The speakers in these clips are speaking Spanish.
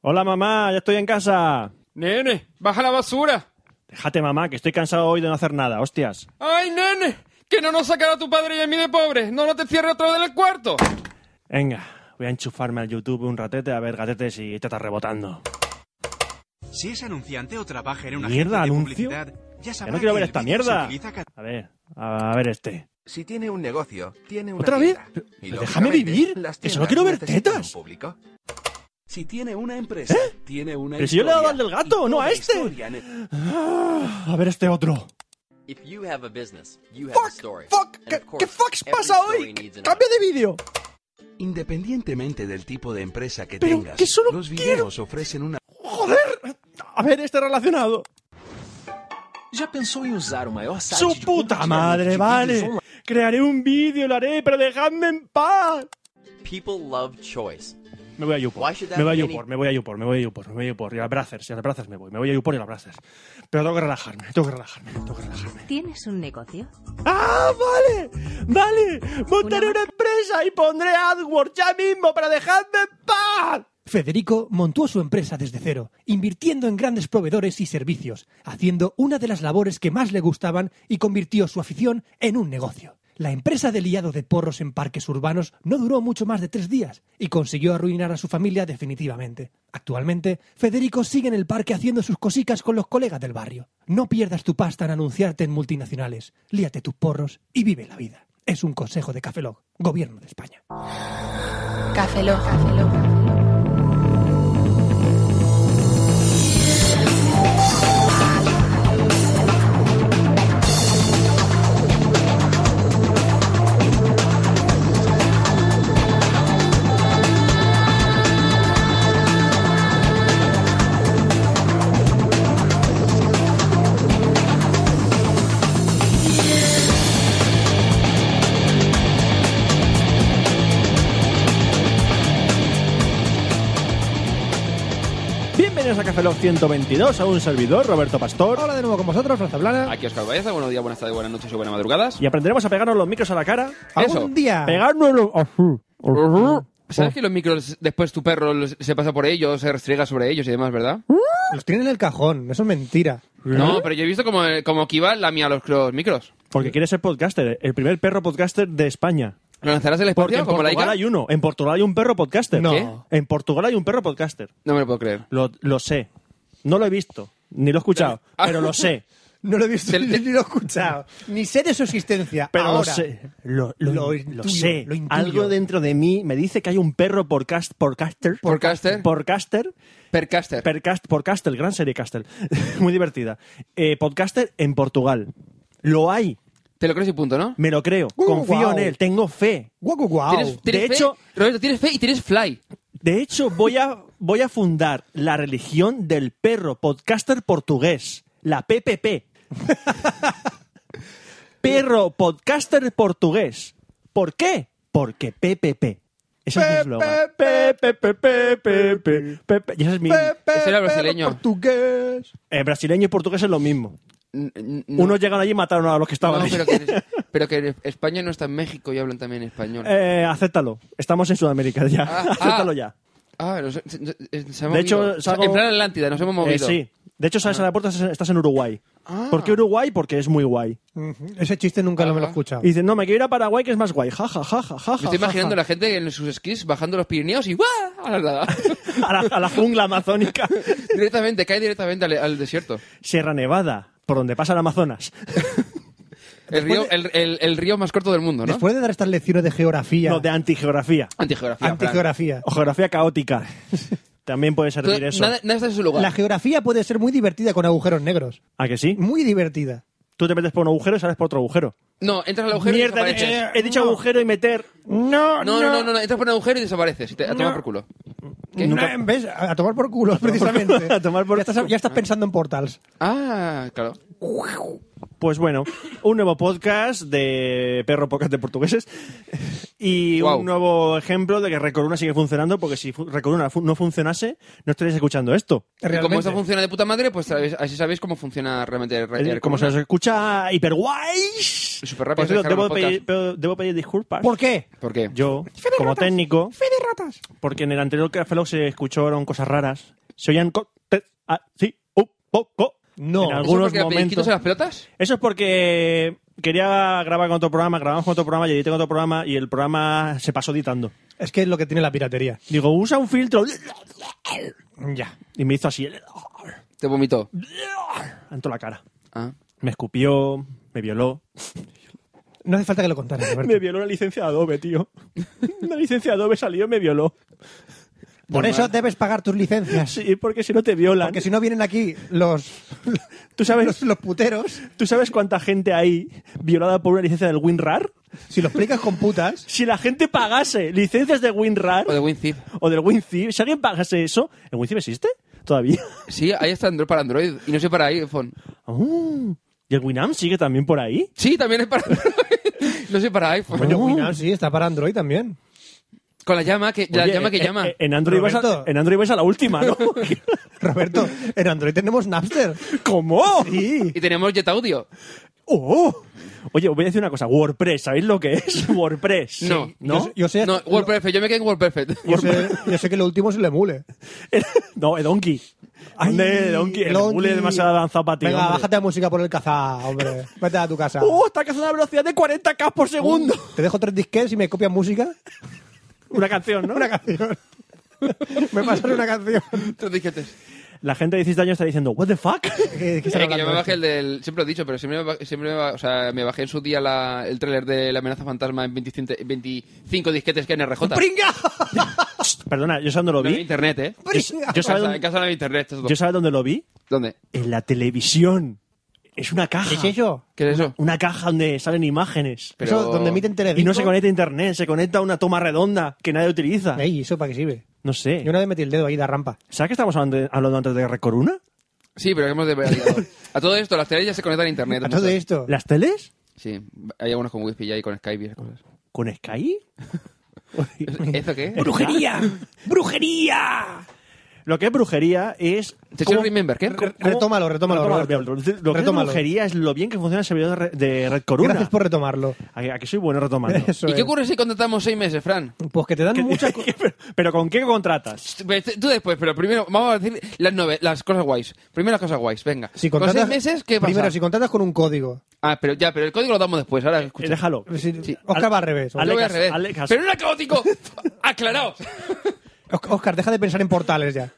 Hola mamá, ya estoy en casa. Nene, baja la basura. Déjate mamá, que estoy cansado hoy de no hacer nada, hostias. ¡Ay, nene! Que no nos sacará tu padre y a mí de pobres. No, no te cierres otra vez en el cuarto. Venga, voy a enchufarme al YouTube un ratete a ver gatetes y te está rebotando. Si es anunciante o trabaja en una agencia Mierda, de anuncio. publicidad, ya Ya sabrá no quiero que ver el esta vídeo se mierda. utiliza cada- A ver, a ver este. Si tiene un negocio, tiene una ¿Otra vez? tienda. Pero- Y, pero déjame lógicamente, vivir, las que tiendas solo quiero ver necesitan un tetas. ¿Eh? público. Si tiene una empresa, tiene una Pero si yo le he dado historia, al del gato, y no a toda este. historia ne- Ah, A ver este otro. If you have a business, you have a story. Fuck, fuck, And ¿qué, of qué course, fucks every pasa story hoy? needs an Cambia de vídeo. Independientemente del tipo de empresa que Pero tengas, que solo los quiero- videos ofrecen una... Joder. A ver este relacionado. Já pensou em usar o maior site Su de puta madre, vale. Crearé un vídeo, lo haré, pero dejadme en paz. ad. People love choice. Me voy a Why YouPorn, should that me voy a be any- YouPorn, me voy a YouPorn, me voy a YouPorn, me voy a YouPorn. Y a las Brazers, y a las Brazers me voy. Me voy a YouPorn y a las Brazers. Pero tengo que relajarme, tengo que relajarme, tengo que relajarme. ¿Tienes un negocio? ¡Ah, vale! ¡Vale! ¡Montaré Una una empresa y pondré AdWords ya mismo para dejadme en paz! Federico montó su empresa desde cero, invirtiendo en grandes proveedores y servicios, haciendo una de las labores que más le gustaban y convirtió su afición en un negocio. La empresa de liado de porros en parques urbanos no duró mucho más de tres días y consiguió arruinar a su familia definitivamente. Actualmente, Federico sigue en el parque haciendo sus cosicas con los colegas del barrio. No pierdas tu pasta en anunciarte en multinacionales. Líate tus porros y vive la vida. Es un consejo de Cafelog, Gobierno de España. Café Lock. Bienvenidos a Café Lock 122, a un servidor, Roberto Pastor. Hola de nuevo con vosotros, Franza Plana. Aquí Oscar Baeza. Buenos días, buenas tardes, buenas noches y buenas madrugadas. Y aprenderemos a pegarnos los micros a la cara. Eso. Algún día. Pegarnos los... Ojú, ojú. ¿Sabes que los micros, después tu perro los- se pasa por ellos, se restriega sobre ellos y demás, verdad? Los tienen en el cajón, eso es mentira. No, pero yo he visto como, como que iba la mía a los, los micros. Porque quiere ser podcaster, el primer perro podcaster de España. ¿Lo lanzarás Este al Porque espacio en como la Portugal hay uno. En Portugal hay un perro podcaster. No. ¿Qué? En Portugal hay un perro podcaster. No me lo puedo creer. Lo, lo sé. No lo he visto, ni lo he escuchado, Ah. pero lo sé. No lo he visto Te- ni lo he escuchado. Ni sé de su existencia. Pero Ahora, lo sé. Lo, lo- Lo lo intuyo, sé. lo intuyo. Algo dentro de mí me dice que hay un perro podcast, podcaster. Podcaster. Podcaster. Percaster. Percast, podcaster, gran serie Castel. Muy divertida. Eh, podcaster en Portugal. Lo hay. Te lo crees y punto, ¿no? Me lo creo. Uh, Confío guau. en él. Tengo fe. Guau, guau, guau. Tienes- tienes de fe, hecho- Roberto, tienes fe y tienes fly. De hecho, voy a, voy a fundar la religión del perro podcaster portugués, la PPP. perro podcaster portugués. ¿Por qué? Porque PPP. Ese es mi eslogan. PPP. Y ese es mi... Ese era brasileño. Portugués. Eh, brasileño y portugués es lo mismo. N- n- no. Unos llegan allí y mataron a los que estaban No, allí. pero que, pero que España no está en México y hablan también español. Eh, acéptalo. Estamos en Sudamérica ya. Ah, ah. acéptalo ya. Ah, nos- se, se- se- se De ha movido. hecho, O sea, salgo- en plan Atlántida, nos hemos movido. Ah. Eh, sí. De hecho, sales a la puerta, estás en Uruguay. ¿Por qué Uruguay? Porque es muy guay. Ese chiste nunca lo me lo he Ajá. escuchado. Y dicen, no, me quiero ir a Paraguay que es más guay. Ja, ja, ja, ja, ja, Me estoy ja, imaginando ja. a la gente en sus esquís bajando los Pirineos y ¡guau! A la nada. A la, a la jungla amazónica. directamente, cae directamente al, al desierto. Sierra Nevada, por donde pasa el Amazonas. El río, el, el- el río más corto del mundo, ¿no? Después de dar estas lecciones de geografía, No, de antigeografía. Antigeografía. Fran. antigeografía, O geografía caótica. También puede servir Entonces, eso. Nada, nada está en su lugar. la geografía puede ser muy divertida con agujeros negros. ¿A que sí? Muy divertida. Tú te metes por un agujero y sales por otro agujero. No, entras al agujero Mierda, y he dicho, desapareces. he dicho agujero y meter. No, No, no, no, no, no, entras por un agujero y desapareces. Y te, a tomar por culo. ¿Qué? Eh, ¿Ves? A a tomar por culo, precisamente. a tomar por- ya, estás, ya estás pensando en portals. Ah, claro. Pues bueno, un nuevo podcast de Perro Podcast de Portugueses y Guau. un nuevo ejemplo de que Recoruna sigue funcionando porque si fu- Recoruna fu- no funcionase, no estaríais escuchando esto. Y como esto Realmente. funciona de puta madre, pues sabéis- así sabéis cómo funciona realmente el Es decir, Rider Como se os Corona. escucha hiperguays. Súper rápido, Por cierto, se descargan debo, los podcasts. pedir, pero debo pedir disculpas. ¿Por qué? ¿Por qué? Yo, como técnico, ratas. porque en el anterior Café Lock se escucharon cosas raras. Se oían co- te- ah, sí, up, po- co- No. en Eso ¿Eso algunos porque a momentos. pellizquitos en las pelotas? Eso es porque quería grabar con otro programa, grabamos con otro programa y edité con otro programa y el programa se pasó editando. Es que es lo que tiene la piratería. Digo, usa un filtro. Ya. Y me hizo así. Te vomitó. En toda la cara. Ah. Me escupió, me violó. No hace falta que lo contaras, Roberto. Me violó una licencia de Adobe, tío. Una licencia de Adobe salió y me violó. Por eso debes pagar tus licencias. Sí, porque si no te violan. Porque si no vienen aquí los, ¿Tú sabes, los, los puteros, ¿Tú sabes cuánta gente hay violada por una licencia del WinRAR? si los explicas con putas, Si la gente pagase licencias de WinRAR O de WinZip. o del WinZip, si alguien pagase eso, ¿el WinZip existe todavía? Sí, ahí está Android para Android. Y no sé para iPhone. Ah, ¿Y el Winamp sigue también por ahí? Sí, también es para Android. no sé para iPhone. Coño, Winamp sí, está para Android también. Con la llama que, la Oye, llama, que eh, llama. eh, En Android, vais a, Roberto. en Android vais a la última, ¿no? Roberto, en Android tenemos Napster. ¿Cómo? Sí. Y tenemos Jet Audio. Oh. Oye, os voy a decir una cosa. WordPress, ¿sabéis lo que es? WordPress. No. ¿No? Yo, yo sé, No, WordPerfect. Yo me quedé en WordPerfect. yo sé, yo sé que lo último es el emule. no, Donkey. Ande, Donkey. El Donkey. emule es demasiado avanzado para ti, Venga, hombre. bájate la música por el caza, hombre. Vete a tu casa. Uh, ¡Oh, está cazando a una velocidad de 40k por segundo! Te dejo tres disquets y me copias música. Una canción, ¿no? Una canción. me pasan una canción. Tres disquetes. La gente de 18 años está diciendo, ¿What the fuck? ¿Qué- qué Eh, están que yo hablando me bajé de el del. Siempre lo he dicho, pero siempre me, ba- siempre me, ba- o sea, me bajé en su día la- el tráiler de La amenaza fantasma en 25, 25 disquetes que en RJ. ¡Pringa! Perdona, yo sabes dónde lo No había vi. internet, ¿eh? Yo, yo En casa- sabes en dónde, casa no había internet. esto es todo. yo sabes dónde lo vi. ¿Dónde? En la televisión. Es una caja. esto? ¿Qué es eso? ¿Qué es eso? Una caja donde salen imágenes. Pero- Eso donde emiten Telecinco. Y no se conecta a internet, se conecta a una toma redonda que nadie utiliza. Ey, ¿eso para qué sirve? No sé. Yo una vez metí el dedo ahí de rampa. ¿Sabes que estamos hablando, de- hablando antes de Recoruna? Sí, pero que hemos de... A todo esto, las teles ya se conectan a internet. A todo muchas. esto. ¿Las teles? Sí, hay algunos con wifi ya y con Skype y esas cosas. ¿Con Sky? ¿Eso qué? ¡Brujería! ¡Brujería! Lo que es brujería es. ¿Te cómo- quiero remember? ¿Qué? Re- Retómalo, retómalo. Roberto. Lo que es Retómalo. brujería es lo bien que funciona el servidor de Re- de Red Corona. Gracias por retomarlo. Aquí, aquí soy bueno retomando. Eso ¿Y qué es. ocurre si contratamos seis meses, Fran? Pues que te dan muchas co- pero, pero ¿con qué contratas? Pues, Tú después, pero primero vamos a decir las, nove- las cosas guays. Primero las cosas guays, venga. Si ¿Con contratas, seis meses qué pasa? Primero, si contratas con un código. Ah, pero ya, pero el código lo damos después, ahora Eh, escucha. Déjalo. Si- Sí. Oscar Al- va al revés. al- Yo voy Ale- al revés. Ale- Cas- ¡Pero no era caótico! ¡Aclaraos! Os- Oscar, deja de pensar en portales ya.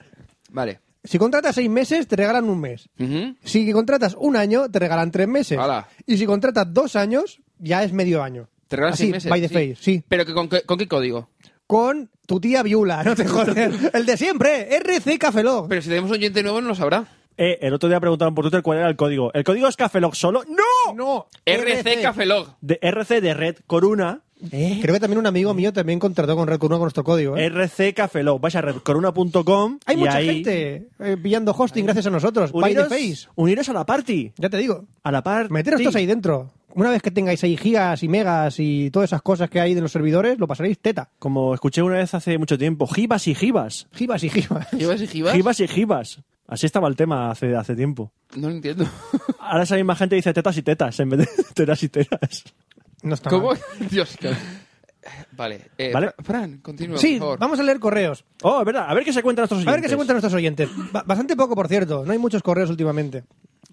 Vale. Si contratas seis meses, te regalan un mes. Ujú. Si contratas un año, te regalan tres meses. Hala. Y si contratas dos años, ya es medio año. ¿Te regalan Así, seis meses? by the face, Ah, sí. ¿Pero que con, qué- con qué código? Con tu tía Viula, no te joder. El de siempre, RC Cafelog. Pero si tenemos un oyente nuevo no lo sabrá. Eh, el otro día preguntaron por Twitter cuál era el código. ¿El código es Cafelog solo? ¡No! No, RC Cafelog. De RC de Red Coruna. Creo que también un amigo mío también contrató con Red Corona con nuestro código. ¿eh? RC Cafelog. Vais a redcoruna.com. Hay y mucha ahí gente eh, pillando hosting gracias a nosotros. By the Uniros, face. uniros a la party. Ya te digo. A la party. Meteros todos ahí dentro. Una vez que tengáis ahí gigas y megas y todas esas cosas que hay de los servidores, lo pasaréis teta. Como escuché una vez hace mucho tiempo, jibas y jibas. Gibas y gibas. ¿Gibas y gibas? Jibas y jibas. Así estaba el tema hace, hace tiempo. No lo entiendo. Ahora esa misma gente dice tetas y tetas en vez de tetas y tetas. No está ¿Cómo? mal. Dios. que- Vale. eh, Vale. Fra- Fran, continúa, Sí, por favor. vamos a leer correos. Oh, es verdad. A ver qué se cuentan nuestros A ver qué oyentes. se cuentan nuestros oyentes. Ba- bastante poco, por cierto. No hay muchos correos últimamente.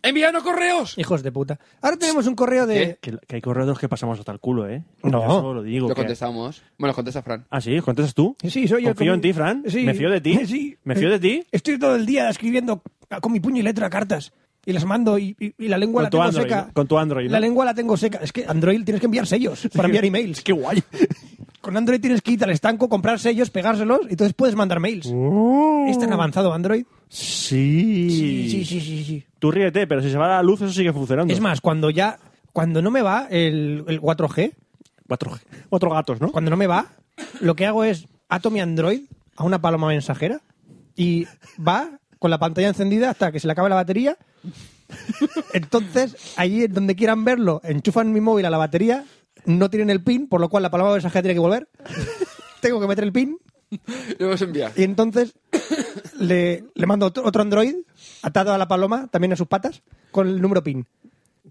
¡Envianos correos! Hijos de puta. Ahora tenemos un correo de... Que, que hay correos de los que pasamos hasta el culo, ¿eh? No. Yo solo lo digo. Lo que- contestamos. Bueno, contesta Fran. Ah, sí, contestas tú. Sí, soy yo. Confío con en mi- ti, Fran. Sí. Me fío de ti. Sí. Me fío de ti. Estoy todo el día escribiendo con mi puño y letra cartas. Y las mando y, y- y la lengua Con la tu tengo Android, seca. ¿no? Con tu Android, La ¿no? lengua la tengo seca. Es que Android tienes que enviar sellos para enviar emails. Qué guay. Con Android tienes que ir al estanco, comprar sellos, pegárselos y entonces puedes mandar mails. ¿Es tan avanzado Android? Mm. Sí. Oh. sí, sí, sí. Tú ríete, pero si se va la luz, eso sigue funcionando. Es más, cuando ya... Cuando no me va el, el 4G, Cuatro, cuatro gatos, ¿no? cuando no me va, lo que hago es ato mi Android a una paloma mensajera y va con la pantalla encendida hasta que se le acabe la batería Entonces, allí donde quieran verlo, enchufan mi móvil a la batería, no tienen el pin, por lo cual la palabra de mensaje tiene que volver. Tengo que meter el pin Lo hemos enviado. y entonces le, le mando otro, otro Android atado a la paloma, también a sus patas, con el número PIN.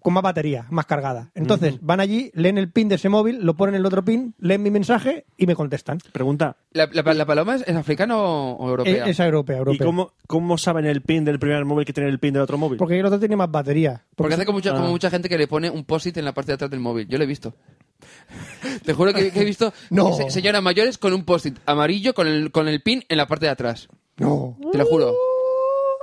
Con más batería, más cargada. Entonces, van allí, leen el PIN de ese móvil, lo ponen en el otro PIN, leen mi mensaje y me contestan. Pregunta, ¿La, la, la paloma es, es africana o, o europea? Eh, E- Esa europea, ¿y europea. cómo, cómo saben el pin del primer móvil que tiene el pin del otro móvil? Porque el otro tiene más batería. Porque hace como mucha, Ah. como mucha gente que le pone un post-it en la parte de atrás del móvil. Yo lo he visto. Te juro que, que he visto No. se- señoras mayores con un post-it amarillo con el, con el pin en la parte de atrás. No. Te lo juro. ¡Oh!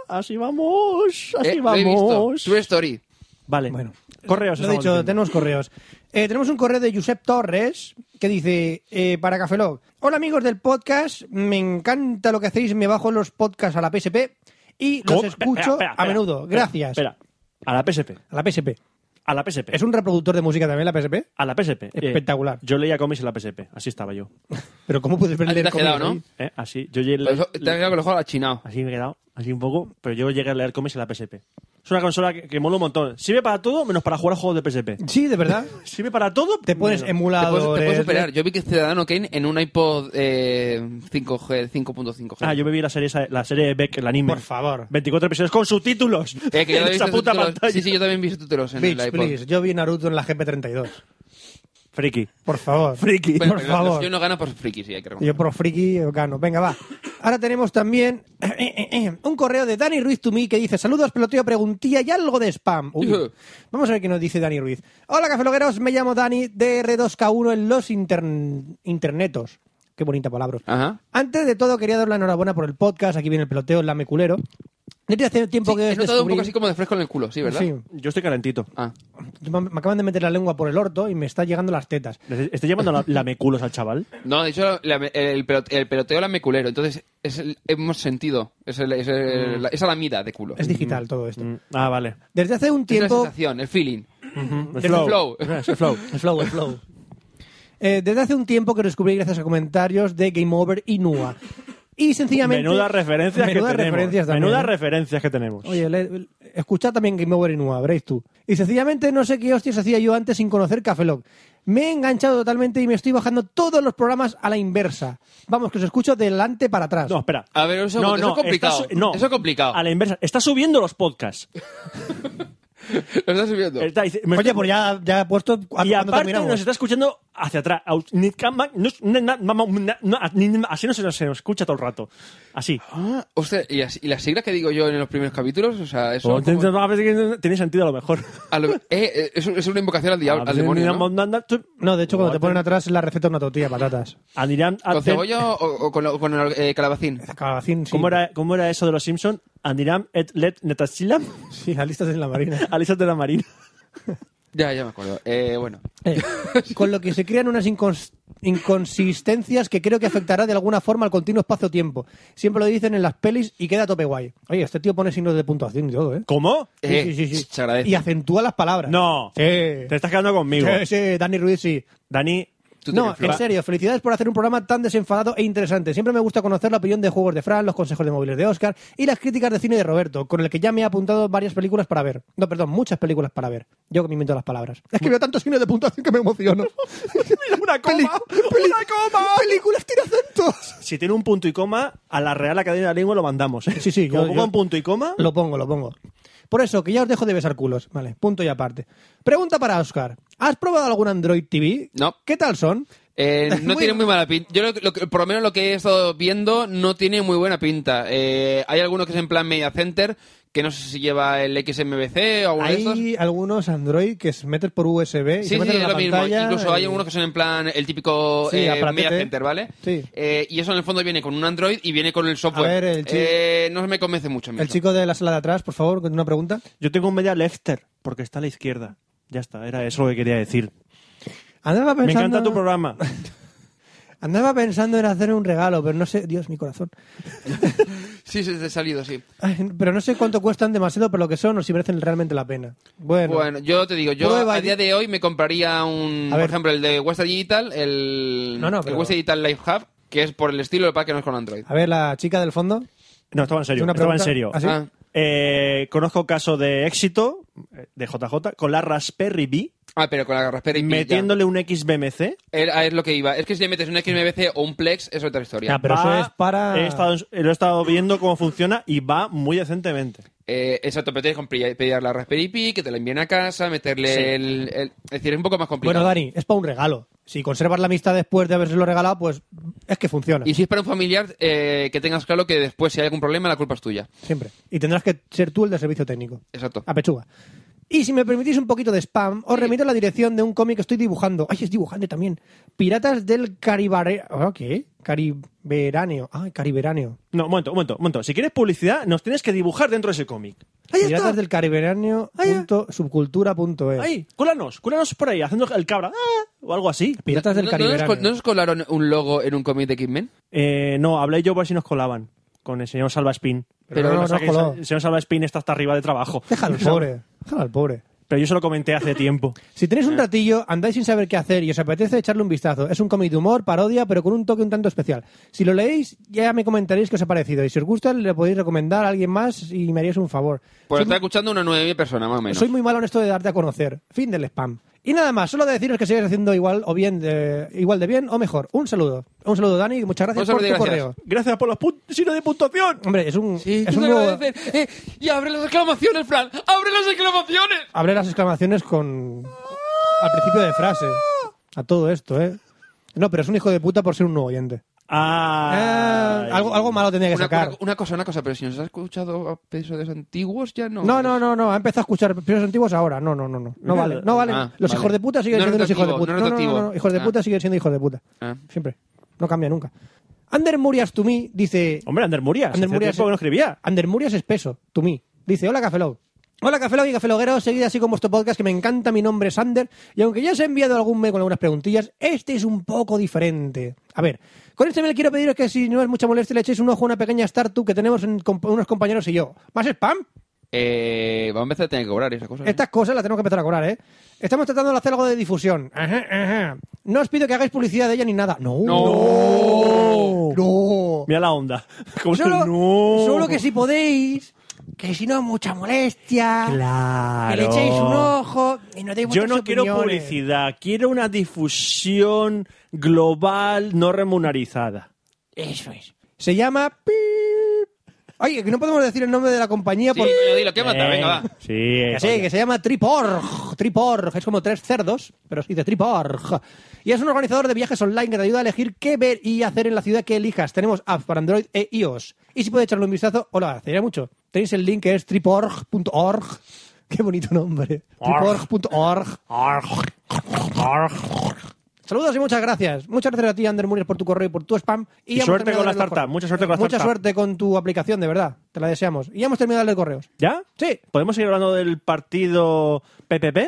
Así vamos, Uh, así Eh, lo he visto. vamos. True story. Vale. Bueno. Correos. Lo estamos dicho, diciendo. tenemos correos. Eh, tenemos un correo de Josep Torres que dice eh, para Cafelog. Hola amigos del podcast, me encanta lo que hacéis, me bajo los podcasts a la PSP y los ¿Cómo? escucho Espera, espera, a espera, menudo. espera, Gracias. Espera, a la PSP. A la PSP. A la PSP. ¿Es un reproductor de música también la PSP? A la PSP. Eh, Espectacular. yo leía cómics en la PSP, así estaba yo. Pero ¿cómo puedes ver Ahí te leer has quedado, cómics ¿no? Eh, Así, yo llegué a Pero leer- eso- Pues, Te has quedado con el ojo achinado. así me he quedado, así un poco, pero yo llegué a leer cómics en la PSP. Es una consola que, que mola un montón. Sirve para todo menos para jugar a juegos de PSP. ahí? Sí, de verdad. Sirve para todo. Te pones menos. Te puedes, emuladores. te puedes superar. Yo vi que Ciudadano Kane en un iPod eh, 5G, 5.5G. Ah, yo me vi la serie, esa- la serie Beck, el anime. Por favor. 24 episodios con subtítulos. Eh, que yo en he esa visto puta subtítulos. pantalla. Sí, sí, yo también vi subtítulos en el Bitch, iPod. please. Yo vi Naruto en la GP32. Friki. Por favor. Friki. Bueno, por pero los- los favor. que uno gana por friki, sí, hay que reconocer. Yo por friki gano. Venga, va. Ahora tenemos también un correo de Dani Ruiz to me que dice Saludos, peloteo, preguntilla y algo de spam. Uy. Ujú. Vamos a ver qué nos dice Dani Ruiz. Hola, cafelogueros. Me llamo Dani de R2K1 en los intern- internetos. Qué bonita palabra. Ajá. Antes de todo, quería dar la enhorabuena por el podcast. Aquí viene el peloteo, el lameculero. Desde hace tiempo Sí, que he notado un descubrí- poco así como de fresco en el culo, sí, ¿verdad? Sí. Yo estoy calentito. Ah. Me me acaban de meter la lengua por el orto y me está llegando las tetas. ¿Estás llamando la- lameculos al chaval? No, de hecho, la- el, peloteo, el peloteo lameculero. Entonces, es el- hemos sentido es el- es el- la- esa lamida de culo. Mm. Es digital todo esto. Mm, Ah, vale. Desde hace Es un la tiempo... sensación, el feeling. Ujú, Mm. el flow. Ah, es el flow. El flow, el flow. Eh, desde hace un tiempo que lo descubrí gracias a comentarios de Game Over y Nua. Y sencillamente. Menudas referencias Menudas que tenemos. referencias también, Menudas ¿eh? referencias que tenemos. Oye, le- le- escuchad también Game Over y Nua, veréis tú. Y sencillamente no sé qué hostias hacía yo antes sin conocer Cafelog. Me he enganchado totalmente y me estoy bajando todos los programas a la inversa. Vamos, que os escucho delante para atrás. no, espera. A ver, un segundo, eso es complicado. está su- no. Eso es complicado. A la inversa. Está subiendo los podcasts. Lo estás subiendo. Está dic- me- Oye, pues ya, ya he puesto. cu- y cuando aparte terminamos. nos está escuchando hacia atrás. Au- ni cama- no- na- na- mama- na- no- ni- ni- Así no se nos se nos escucha todo el rato. Así. Ah, hostia, y las, y las siglas que digo yo en los primeros capítulos, o sea, eso... Pues O- como- Tiene sentido a lo mejor. a lo- eh, eh, es, un- es una invocación al, diablo, al demonio, ¿no? No, de hecho, cuando te ponen atrás es la receta de una tortilla de patatas. Aniram- ¿Con Aten- cebolla o, o con, o con el, eh, calabacín? Calabacín, sí. ¿Cómo era, ¿Cómo era eso de los Simpsons? Aniram et let netachilam. Sí, la lista es en la marina. Alisas de la Marina. Ya, ya me acuerdo. Eh, bueno. Eh, con lo que se crean unas incons- inconsistencias que creo que afectará de alguna forma al continuo espacio-tiempo. Siempre lo dicen en las pelis y queda a tope guay. Oye, este tío pone signos de puntuación y todo, ¿eh? ¿Cómo? Eh, sí, sí, sí, sí. Se agradece. Y acentúa las palabras. No. Sí. Te estás quedando conmigo. Sí, sí, Dani Ruiz, sí. Dani, Tú No, tienes en flor. serio, felicidades por hacer un programa tan desenfadado e interesante. Siempre me gusta conocer la opinión de juegos de Fran, los consejos de móviles de Oscar y las críticas de cine de Roberto, con el que ya me he apuntado varias películas para ver. No, perdón, muchas películas para ver. Yo que me invento las palabras. Es que veo tantos signos de puntuación que me emociono. una coma, una coma. ¡Películas tira acentos! si tiene un punto y coma, a la Real Academia de la Lengua lo mandamos. ¿eh? Sí, sí, Como yo- ponga yo- un punto y coma, Lo pongo, lo pongo. Por eso, que ya os dejo de besar culos. Vale, punto y aparte. Pregunta para Oscar. ¿Has probado algún Android TV? No. ¿Qué tal son? Eh, no Muy- tiene muy mala pinta. Yo, lo que- lo que- por lo menos, lo que he estado viendo no tiene muy buena pinta. Eh, hay algunos que es en plan Media Center, que no sé si lleva el XMBC o alguno de estos. Hay algunos Android que se meten por USB y Pues Sí, se sí, meten en es la lo mismo. pantalla Incluso hay y- algunos que son en plan el típico Sí, eh, aparatete. Media Center, ¿vale? Sí. Eh, y eso en el fondo viene con un Android y viene con el software. A ver, el chi- Eh, no me convence mucho. a mí El eso. chico de la sala de atrás, por favor, con una pregunta. yo tengo un media lefter, porque está a la izquierda. Ya está, era eso lo que quería decir. Andaba Me pensando, encanta tu programa. Andaba pensando en hacer un regalo, pero no sé, Dios, mi corazón. Sí, sí, he salido, sí. Ay, pero no sé cuánto cuestan demasiado, pero lo que son o si merecen realmente la pena. Bueno, Bueno, yo te digo, yo Prueba a y- día de hoy me compraría un, A ver. por ejemplo, el de Western Digital, el, No, no, el pero- Western Digital Life Hub, que es por el estilo de pack que no es con Android. a ver, la chica del fondo. No, estaba en serio. ¿Una Estaba en pregunta? serio. ¿Ah, sí? Ah, Eh, conozco caso de éxito eh, de JJ con la Raspberry Pi, Ah, pero con la Raspberry Pi ya. metiéndole un XBMC. Era- ah, es lo que iba. Es que si le metes un XMBC o un Plex es otra historia. Ya, Ah, pero eso Va- es para. He estado, lo he estado viendo cómo funciona y va muy decentemente. Eh, exacto, pero tienes que compri- pedir la Raspberry Pi, que te la envíen a casa, meterle el, el- Es decir, es un poco más complicado. Bueno, Dani, es para un regalo. Si conservas la amistad después de habérselo regalado, pues es que funciona. y si es para un familiar, eh, que tengas claro que después, si hay algún problema, la culpa es tuya. Siempre. Y tendrás que ser tú el de servicio técnico. Exacto. A pechuga. Y si me permitís un poquito de spam, os remito a la dirección de un cómic que estoy dibujando. Ay, es dibujante también. Piratas del Caribare... ¿Ah, ¿Qué? Ah, Cariberáneo. Ay, Cariberáneo. No, un momento, un momento, un momento. Si quieres publicidad, nos tienes que dibujar dentro de ese cómic. Ahí Piratas del Cariberáneo Ahí- punto subcultura punto e. es. Ahí, cúlanos, cúlanos por ahí, haciendo el cabra. ¡ah! O algo así. Piratas del ¿No- no, nos, Cariberáneo. col- no nos colaron un logo en un cómic de Kidman? Eh, no, hablé yo por si nos colaban con el señor Salva Spin. Pero no, pasa no que coló. El señor Salva Spin está hasta arriba de trabajo. Déjalo al pobre. Déjalo al pobre. Pero yo se lo comenté hace tiempo. Si tenéis Eh. un ratillo, andáis sin saber qué hacer y os apetece echarle un vistazo. Es un cómic de humor, parodia, pero con un toque un tanto especial. Si lo leéis, ya me comentaréis qué os ha parecido. Y si os gusta, le podéis recomendar a alguien más y me haríais un favor. Pues Soy está escuchando una 9.000 personas, más o menos. Soy muy malo en esto de darte a conocer. Fin del spam. Y nada más, solo deciros que sigáis haciendo igual o bien de, igual de bien o mejor. Un saludo. Un saludo, Dani, y muchas gracias Un por saludo tu y gracias. correo. Gracias por los pun- signos de puntuación. Hombre, es un, Sí, es tú un te nuevo... agradeces. Eh, y abre las exclamaciones, Fran. ¡Abre las exclamaciones! Abre las exclamaciones con... al principio de frase. A todo esto, ¿eh? No, pero es un hijo de puta por ser un nuevo oyente. Ah, Ah, algo, algo malo tenía que Una, sacar. una- una cosa, una cosa, pero si nos has escuchado episodios antiguos, ya no. No, no, no, no. Ha empezado a escuchar episodios antiguos ahora. No, no, no, no. No vale. No vale. Ah, los vale. hijos de puta siguen No siendo los hijos de retroactivo, puta. no No, no, no, no, retroactivo. Hijos de Ah. puta siguen siendo hijos de puta. Ah. Siempre. No cambia nunca. Ander Murias to me dice. Hombre, Ander Murias. Ander hace Murias- tiempo que no escribía. Ander Murias espeso, to me. Dice, hola Cafelog. Hola Cafelog y Cafelogueros, seguid así con vuestro podcast que me encanta, mi nombre es Ander y aunque ya os he enviado algún mail con algunas preguntillas, este es un poco diferente. A ver, con este mail quiero pediros que si no es mucha molestia le echéis un ojo a una pequeña startup que tenemos en comp- unos compañeros y yo. ¿Más spam? Eh, va a empezar a tener que cobrar esa cosa. ¿eh? Estas cosas las tenemos que empezar a cobrar, ¿eh? Estamos tratando de hacer algo de difusión. Ajá, ajá. No os pido que hagáis publicidad de ella ni nada. No. No. No. Mira la onda. Como es que Solo, no. solo que si podéis, que si no, mucha molestia. Claro. Que le echéis un ojo y nos deis Yo vuestras no quiero opiniones. publicidad, quiero una difusión global no remunerizada. Eso es. Se llama... Pip. Oye, que no podemos decir el nombre de la compañía Sí, porque... coño, dilo, quémata, venga, va. Eh, Sí, Eh, Que sí, que se llama Triporg. Triporg. Es como tres cerdos, pero sí de Triporg. Y es un organizador de viajes online que te ayuda a elegir qué ver y hacer en la ciudad que elijas. Tenemos apps para Android e iOS. Y si puede echarle un vistazo, hola, sería mucho. Tenéis el link que es triporg.org. Qué bonito nombre. Triporg.org. Saludos y muchas gracias. Muchas gracias a ti, Ander Muriel, por tu correo y por tu spam. Y ya hemos suerte con terminado de la leer los startup, correos. mucha suerte con la Mucha startup. suerte con tu aplicación, de verdad. Te la deseamos. Y ya hemos terminado de leer correos. ¿Ya? Sí. ¿Podemos seguir hablando del partido PPP?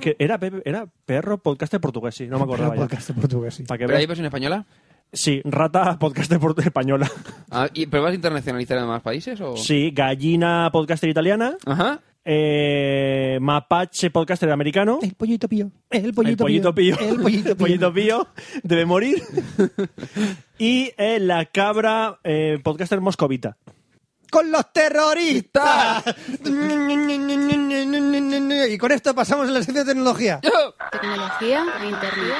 Que Era, Pepe- era perro podcaster portugués, sí, no me acordaba. ya. podcast en portugués, sí. Para que ¿Pero hay veas. versión española? Sí, rata podcaster portu- española. Ah, ¿y- ¿Pero vas a internacionalizar en más países? O... Sí, gallina podcaster italiana. Ajá. eh, mapache podcaster americano. El pollito pío. El el pollito, pollito pío. pío. El pollito pío. Pollito pío debe morir. y eh, la cabra eh, podcaster moscovita. ¡Con los terroristas! y con esto pasamos a la sección de tecnología. Tecnología e internet.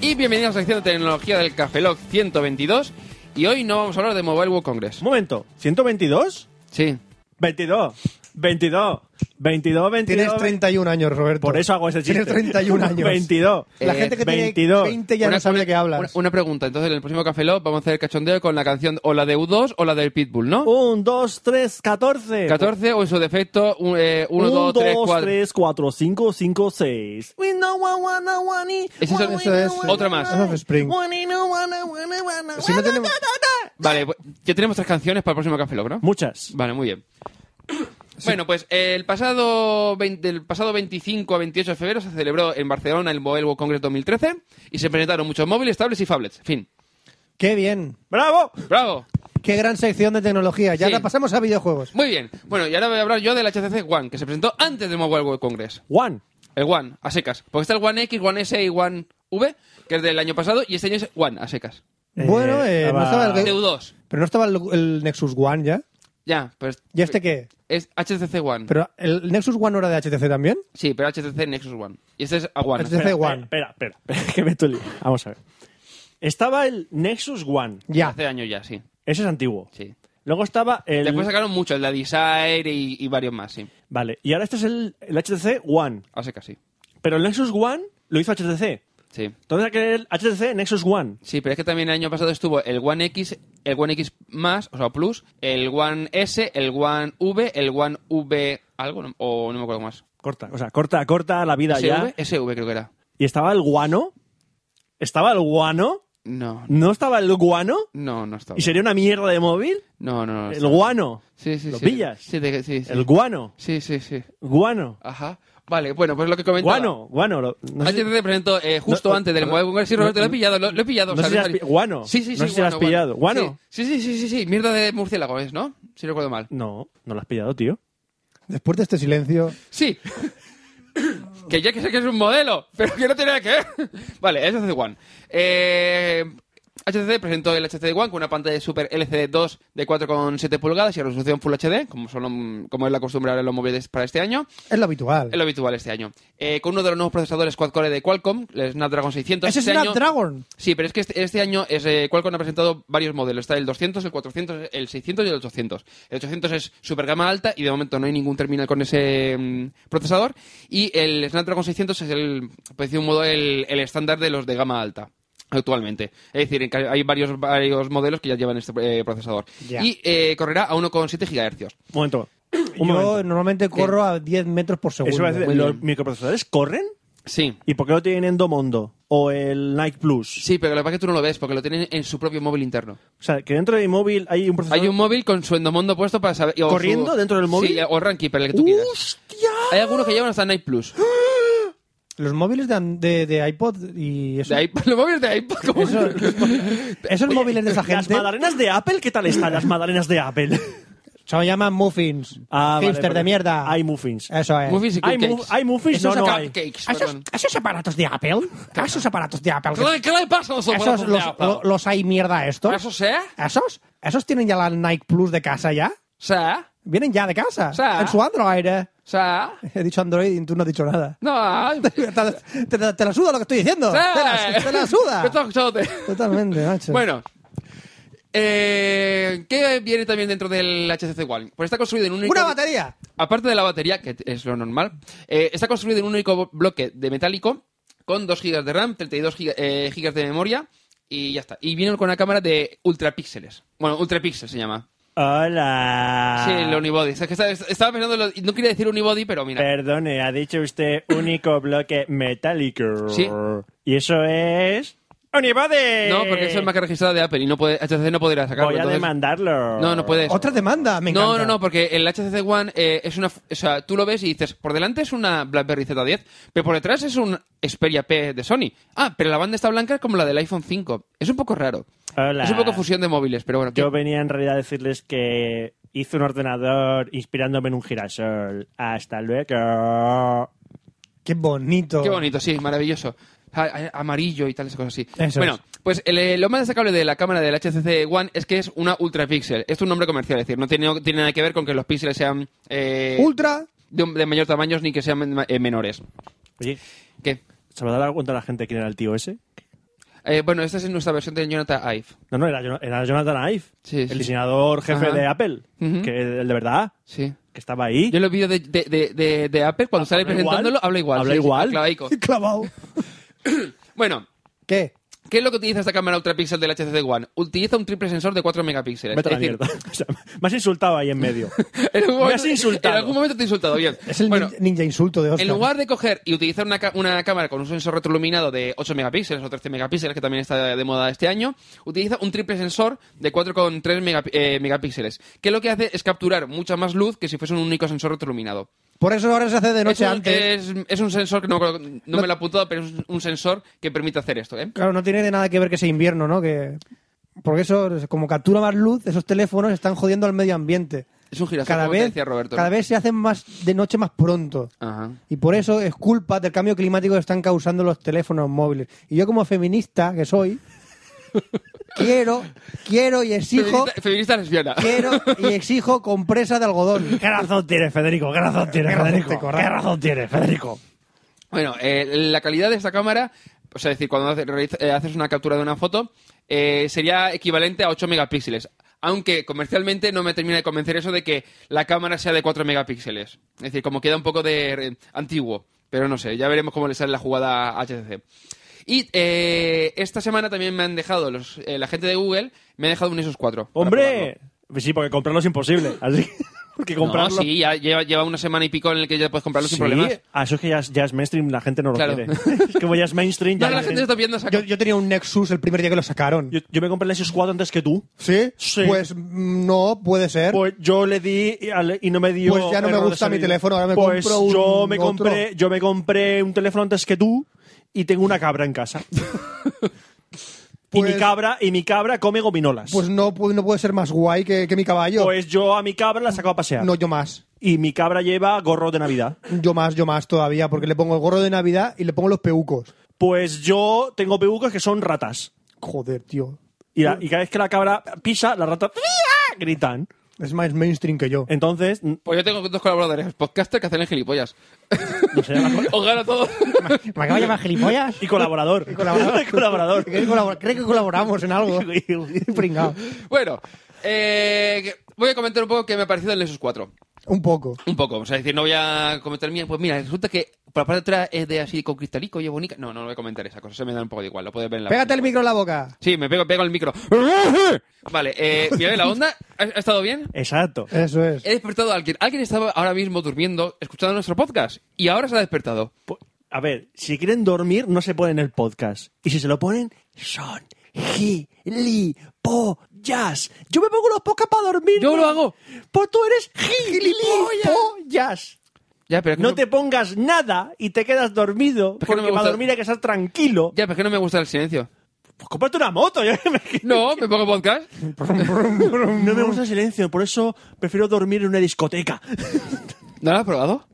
Y bienvenidos a la sección de tecnología del Cafeloc 122. Y hoy no vamos a hablar de Mobile World Congress. Un momento, ¿122? Sí. 22, 22, 22, 22. Tienes 31 años, Roberto. Por eso hago ese chiste. Tienes 31 años. 22. La Eh, gente que 22. tiene 20 Este ya Una- no sabe una- de qué hablas. Una, una pregunta. Entonces, en el próximo Cafeloc vamos a hacer el cachondeo con la canción o la de U2 o la del Pitbull, ¿no? 1, 2, 3, 14. 14 o en su defecto eh, 1, 2, 3, 4. 3, 4, 5, 5, 6. We know what wanna wanna. Ese es el- Eso es- Otra más. Eso es Spring. Wanna know wanna wanna wanna. Si no tenemos- Vale, pues, ya tenemos tres canciones para el próximo Cafeloc, ¿no? Muchas. Vale, muy bien. Bueno, pues el pasado, 20 del pasado 25 a 28 de febrero se celebró en Barcelona el Mobile World Congress 2013 y se presentaron muchos móviles, tablets y phablets. Fin. ¡Qué bien! ¡Bravo! ¡Bravo! ¡Qué gran sección de tecnología! Ya Sí. la pasamos a videojuegos. Muy bien. Bueno, y ahora voy a hablar yo del HTC One, que se presentó antes del Mobile World Congress. One. El One, a secas. Porque está el One X, One S y One V, que es del año pasado, y este año es One, a secas. Bueno, eh, no va- estaba el- TU2. Pero no estaba el, el Nexus One ya. Ya, pues... ¿Y este qué? Es HTC One. ¿Pero el Nexus One no era de HTC también? Sí, pero HTC Nexus One. Y este es a One. HTC Espera. One. Espera, espera, espera, que me estoy liando. Vamos a ver. Estaba el Nexus One. Ya. Hace años ya, sí. Ese es antiguo. sí. Luego estaba el... Después sacaron mucho, el de Desire y, y varios más, sí. Vale, y ahora este es el, el HTC One. A secas, sí. Pero el Nexus One lo hizo HTC. Sí. Entonces aquel HTC Nexus One. Sí, pero es que también el año pasado estuvo el One X, el One X más, o sea, Plus, el One S, el One V, el One V algo, no- o no me acuerdo más. Corta, o sea, corta, corta la vida SV, ya. SV creo que era. Y estaba el guano. Estaba el guano. No, No estaba el guano. no, no estaba. ¿Y sería una mierda de móvil? No, no, no. El estaba. guano. Sí, sí, ¿Lo sí. pillas? Sí, de- sí, sí. El guano. Sí, sí, sí. Guano. Ajá. Vale, bueno, pues lo que comentaba. Guano. Guano. lo- no sé si- HTC presentó eh, justo No, antes del Mobile Congress. Sí, Roberto, lo he pillado, lo, lo he pillado. no sé si lo he has pillado. pi- guano. Sí, sí, sí. No sé si lo has guano, guano. pillado. Guano. Sí, sí, sí, sí, sí. Mierda de murciélago es, ¿no? Si recuerdo mal. No, no lo has pillado, tío. Después de este silencio... Sí. que ya que sé que es un modelo, pero que no tiene nada que ver. vale, HTC One. Eh, HTC presentó el HTC One con una pantalla de Super LCD 2 de 4,7 pulgadas y resolución Full HD, como, son, como es la costumbre ahora en los móviles para este año. Es lo habitual. Es lo habitual este año. Eh, con uno de los nuevos procesadores quad-core de Qualcomm, el Snapdragon 600. Ese es este año- Snapdragon. Sí, pero es que este, este año es, eh, Qualcomm ha presentado varios modelos. Está el 200, el 400, el 600 y el 800. El 800 es super gama alta y de momento no hay ningún terminal con ese mm, procesador. Y el Snapdragon 600 es, el, por decir un modo, el el estándar de los de gama alta actualmente. Es decir, que hay varios, varios modelos que ya llevan este eh, procesador. Ya. Y eh, correrá a 1,7 GHz. Momento. Yo Un momento. normalmente corro a 10 metros por Eso iba segundo. a decir, Muy ¿Los bien. microprocesadores corren? Sí. ¿Y por qué no tienen Endomondo o el Nike Plus? Sí, pero lo que pasa es que tú no lo ves porque lo tienen en su propio móvil interno. O sea, que dentro de mi móvil hay un procesador... Hay un móvil con su endomondo puesto para saber. o ¿Corriendo su- dentro del móvil? Uh, Sí, o Rankeeper, el que tú quieras. ¡Hostia! Hay algunos que llevan hasta Night Plus. Los móviles de, an- de- de iPod y eso... De iPod, los móviles de pues, iPod. ¿cómo? Eso- esos móviles de esa ¿Las gente madalenas de Apple? ¿Qué tal están las madalenas de Apple? se llaman muffins. Ah, vale, Hipster porque de mierda. Hay muffins. Eso es. Muffins y ¿Hay, mu- cupcakes. Eh, hay muffins? No, Esos no acá- hay. Cupcakes, ¿A esos, perdón. a esos aparatos de Apple? ¿A esos aparatos de Apple? que- ¿Qué le- ¿Qué le pasa a los ¿Esos aparatos de los, Apple? lo- los hay mierda estos? ¿Eso sea? ¿Esos? ¿Esos tienen ya la Nike Plus de casa ya? ¿Sea? Vienen ya de casa. Sí. En su Android. eh. ¿Sea? He dicho Android y tú no has dicho nada. No, ay. Te, te- te la suda lo que estoy diciendo. ¿Sea? eh. Te, la, te la suda. Me estás escuchándote. Totalmente, macho. Bueno. Eh, ¿Qué viene también dentro del HTC One? Pues está construido en un único... Una batería. Aparte de la batería, que es lo normal, eh, está construido en un único bloque de metálico con 2 GB de RAM, 32 giga- eh, GB de memoria y ya está. Y viene con una cámara de ultrapíxeles. Bueno, ultrapíxel se llama. Hola. Sí, el unibody. Es que estaba, estaba pensando, en lo- no quería decir unibody, pero mira. Perdone, ha dicho usted único bloque metálico. Sí. Y eso es... ¡Unibody! No, porque eso es marca registrada de Apple y no puede, HTC no podrá sacarlo. Eh. Voy a entonces- demandarlo. No, no puedes. Otra demanda. Me No, encanta. no, no, porque el HTC One eh, es una. O sea, tú lo ves y dices, por delante es una BlackBerry Z10, pero por detrás es un Xperia P de Sony. Ah, pero la banda está blanca es como la del iPhone 5. Es un poco raro. Hola. Es un poco fusión de móviles, pero bueno. ¿qué? Yo venía en realidad a decirles que hice un ordenador inspirándome en un girasol. Hasta luego. Qué bonito. Qué bonito, sí, maravilloso. A- a- Amarillo y tal, esas cosas así. Eso bueno, es. pues el, eh, lo más destacable de la cámara del HTC One es que es una ultra pixel. Esto es un nombre comercial, es decir, no tiene, tiene nada que ver con que los píxeles sean eh, Ultra. de, un- de mayor tamaño ni que sean men- eh, menores. Oye, ¿Qué? ¿se me dará cuenta la gente quién era el tío ese? Eh, bueno, esta es nuestra versión de Jonathan Ive. No, no, era, Jon- era Jonathan Ive, Sí, el sí. diseñador jefe Ajá. de Apple, Ujú. que el de verdad, Sí. que estaba ahí. Yo los vídeos de, de, de, de- de Apple, cuando sale ¿Habla presentándolo, igual? habla igual. Habla sí, sí, igual. clavaico. Clavado. Bueno, ¿Qué? ¿qué es lo que utiliza esta cámara ultrapixel del HTC One? Utiliza un triple sensor de 4 megapíxeles. Vete a la Es decir, mierda. O sea, me has insultado ahí en medio. en algún Me momento- has insultado. En algún momento te he insultado, bien. Es el bueno, nin- ninja insulto de Oscar. en lugar de coger y utilizar una, ca- una cámara con un sensor retroiluminado de 8 megapíxeles o 13 megapíxeles, que también está de moda este año, utiliza un triple sensor de 4,3 mega- eh, megapíxeles, que lo que hace es capturar mucha más luz que si fuese un único sensor retroiluminado. Por eso ahora se hace de noche es, un, antes. es- es un sensor que no, me acuerdo- no me lo he apuntado, pero es un sensor que permite hacer esto. ¿eh? Claro, no tiene de nada que ver que sea invierno, ¿no? Que porque eso, como captura más luz, esos teléfonos están jodiendo al medio ambiente. Es un girasol, Cada como te vez, decía Roberto. cada vez se hacen más de noche más pronto. Ajá. Y por eso es culpa del cambio climático que están causando los teléfonos móviles. Y yo como feminista que soy, quiero, quiero y exijo, Feminista, feminista lesbiana. quiero y exijo compresa de algodón. ¿Qué razón tienes, Federico? ¿Qué razón tienes, razón Federico? tengo, ¿Qué Rafa? razón tienes, Federico? Bueno, eh, la calidad de esta cámara, o sea, es decir, cuando hace- realiza- eh, haces una captura de una foto, eh, sería equivalente a 8 megapíxeles. Aunque comercialmente no me termina de convencer eso de que la cámara sea de 4 megapíxeles. Es decir, como queda un poco de eh, antiguo. Pero no sé, ya veremos cómo le sale la jugada a HTC. Y eh, esta semana también me han dejado, los, eh, la gente de Google, me ha dejado un esos 4. ¡Hombre! Pues Sí, porque comprarlo es imposible. Así porque comprarlo... No, sí, ya lleva, lleva una semana y pico en el que ya puedes comprarlo Sí, sin problemas. ah, eso es que ya, es- ya es mainstream, la gente no lo Claro. quiere. Como ya es mainstream, ya No, la gente está viendo esa Yo, yo tenía un Nexus el primer día que lo sacaron. Yo, yo me compré el S4 antes que tú. ¿Sí? Sí. Pues mm, no, puede ser. Pues yo le di y, al- y no me dio. Pues ya no me error de gusta mi sonido. teléfono, ahora me pues compro un yo me otro. compré, yo me compré un teléfono antes que tú y tengo una cabra en casa. y mi Pues- cabra y mi cabra come gominolas. Pues no, pu- no puede ser más guay que, que mi caballo. Pues yo a mi cabra la saco a pasear. no, yo más. Y mi cabra lleva gorro de Navidad. Yo más, yo más todavía, porque le pongo el gorro de Navidad y le pongo los peucos. Pues yo tengo pelucas que son ratas. Joder, tío. Y, la- y cada vez que la cabra pisa, las ratas ¡fia! gritan. Es más mainstream que yo. Entonces, n- Pues yo tengo dos colaboradores, podcaster que hacen el gilipollas. no sé, la co- Os gano todo. ¿Me acabo de llamar gilipollas? y colaborador. Y colaborador. colaborador. Creo que, colabor- creo que colaboramos en algo. Pringao. bueno, eh, que- voy a comentar un poco qué me ha parecido el Nexus 4. Un poco. Un poco, o sea, es decir, no voy a comentar mía. Pues mira, resulta que por la parte de atrás es de así con cristalico y es bonita. No, no voy a comentar esa cosa, se me da un poco de igual, lo puedes ver en la. Pégate el micro en la boca. Sí, me pego, pego el micro. Vale, eh, mira, la onda, ¿ha, ha estado bien? Exacto. Eso es. He despertado a alguien. Alguien estaba ahora mismo durmiendo, escuchando nuestro podcast, y ahora se ha despertado. Po- A ver, si quieren dormir, no se ponen el podcast. Y si se lo ponen, son gilipollas. Yo me pongo los podcasts para dormir. Yo lo hago. Pues tú eres gilipollas. Ya, pero es que No te pongas nada y te quedas dormido. Pero que no Porque me para gusta- dormir hay que estar tranquilo. Ya, pero es que no me gusta el silencio. Pues cómprate una moto. yo me- No, me pongo podcast. no me gusta el silencio, por eso prefiero dormir en una discoteca. ¿No lo has probado?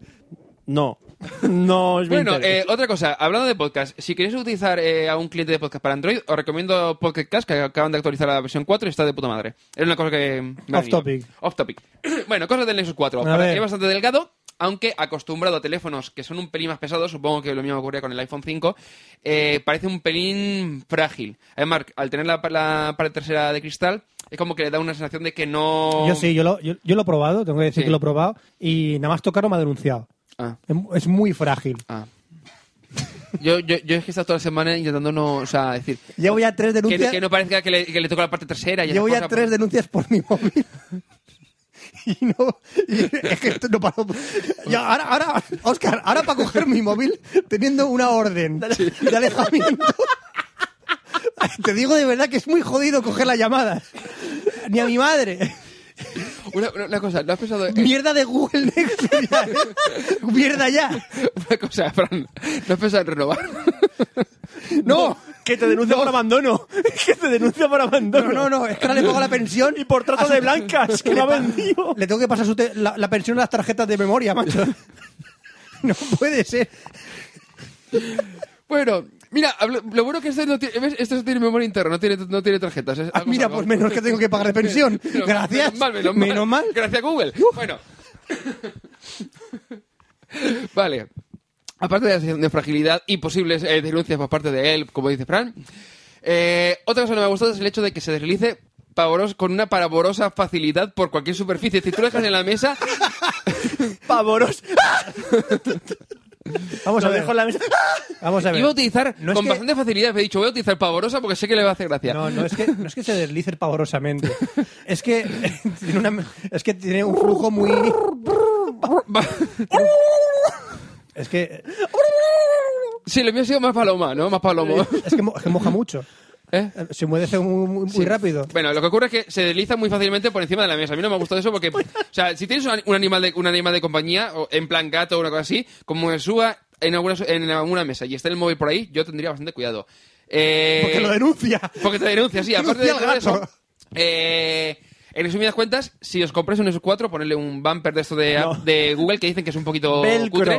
No, no es mi Bueno, interés. eh, otra cosa, hablando de podcast, si queréis utilizar eh, a un cliente de podcast para Android, os recomiendo Pocket Cast, que acaban de actualizar la versión 4 y está de puta madre. Es una cosa que... me ha Off venido. topic. Off topic. bueno, cosas del Nexus 4. A Para- ver. Es bastante delgado, aunque acostumbrado a teléfonos que son un pelín más pesados, supongo que lo mismo ocurría con el iPhone 5, eh, parece un pelín frágil. Además, al tener la, la parte trasera de cristal, es como que le da una sensación de que no... Yo sí, yo lo, yo, yo lo he probado, tengo que decir Sí. que lo he probado. Y nada más tocarlo me ha denunciado. Ah. Es, es muy frágil. Ah. Yo, yo, yo es que he estado toda la semana intentando no, o sea, decir, Llevo ya tres que, denuncias. que no parezca que le, que le tocó la parte trasera. Y esas Llevo ya cosas. tres denuncias por mi móvil. Y no, y es que esto no paro. Y ahora, ahora, Oscar, ahora para coger mi móvil, teniendo una orden de alejamiento, te digo de verdad que es muy jodido coger las llamadas. Ni a mi madre. Una, pues, una- una cosa, ¿no has pensado en, Mierda de Google Nexus. ya, ¿eh? Mierda ya. una cosa, Fran, ¿no has pensado en renovar? No. que te denuncia por abandono. que te denuncia por abandono. No, no, no. Es que ahora le pago la pensión Y por trato de blancas, que me ha vendido. Le tengo que pasar su te- la, la pensión a las tarjetas de memoria, macho. No puede ser. Bueno, mira, hablo- lo bueno que este no tiene, ¿ves? Este tiene memoria interna, no tiene, no tiene tarjetas. es Ah, algo mira, salvado. pues menos que tengo que pagar de pensión. Menos- Gracias. Menos mal, menos mal. Gracias, Google. Bueno. vale. Aparte de la sensación de fragilidad y posibles eh, denuncias por parte de él, como dice Fran, eh, otra cosa que me ha gustado es el hecho de que se deslice pavoros- con una paraborosa facilidad por cualquier superficie. Si tú lo dejas en la mesa, Pavoros. Vamos a Lo ver. dejo en la mesa. Vamos a ver. iba a utilizar No es con que- bastante facilidad. Me he dicho, voy a utilizar pavorosa porque sé que le va a hacer gracia. No, no es que no es que se deslice pavorosamente. Es que tiene una- es que tiene un flujo muy es que Sí, lo mío ha sido más paloma, ¿no? Más palomo. es que, mo- es que moja mucho. ¿Eh? Se mueve muy, muy, muy Sí. rápido. Bueno, lo que ocurre es que se desliza muy fácilmente por encima de la mesa. A mí no me ha gustado eso porque, o sea, si tienes un ani- un animal de, un animal de compañía, o en plan gato o una cosa así, como me suba en alguna, en alguna mesa y esté el móvil por ahí, yo tendría bastante cuidado. Eh, Porque lo denuncia. Porque te denuncia, sí. Aparte de Denuncia todo al eso. gato. eh, en resumidas cuentas, si os compráis un S4, ponerle un bumper de esto de, No. de Google que dicen que es un poquito Velcro. cutre.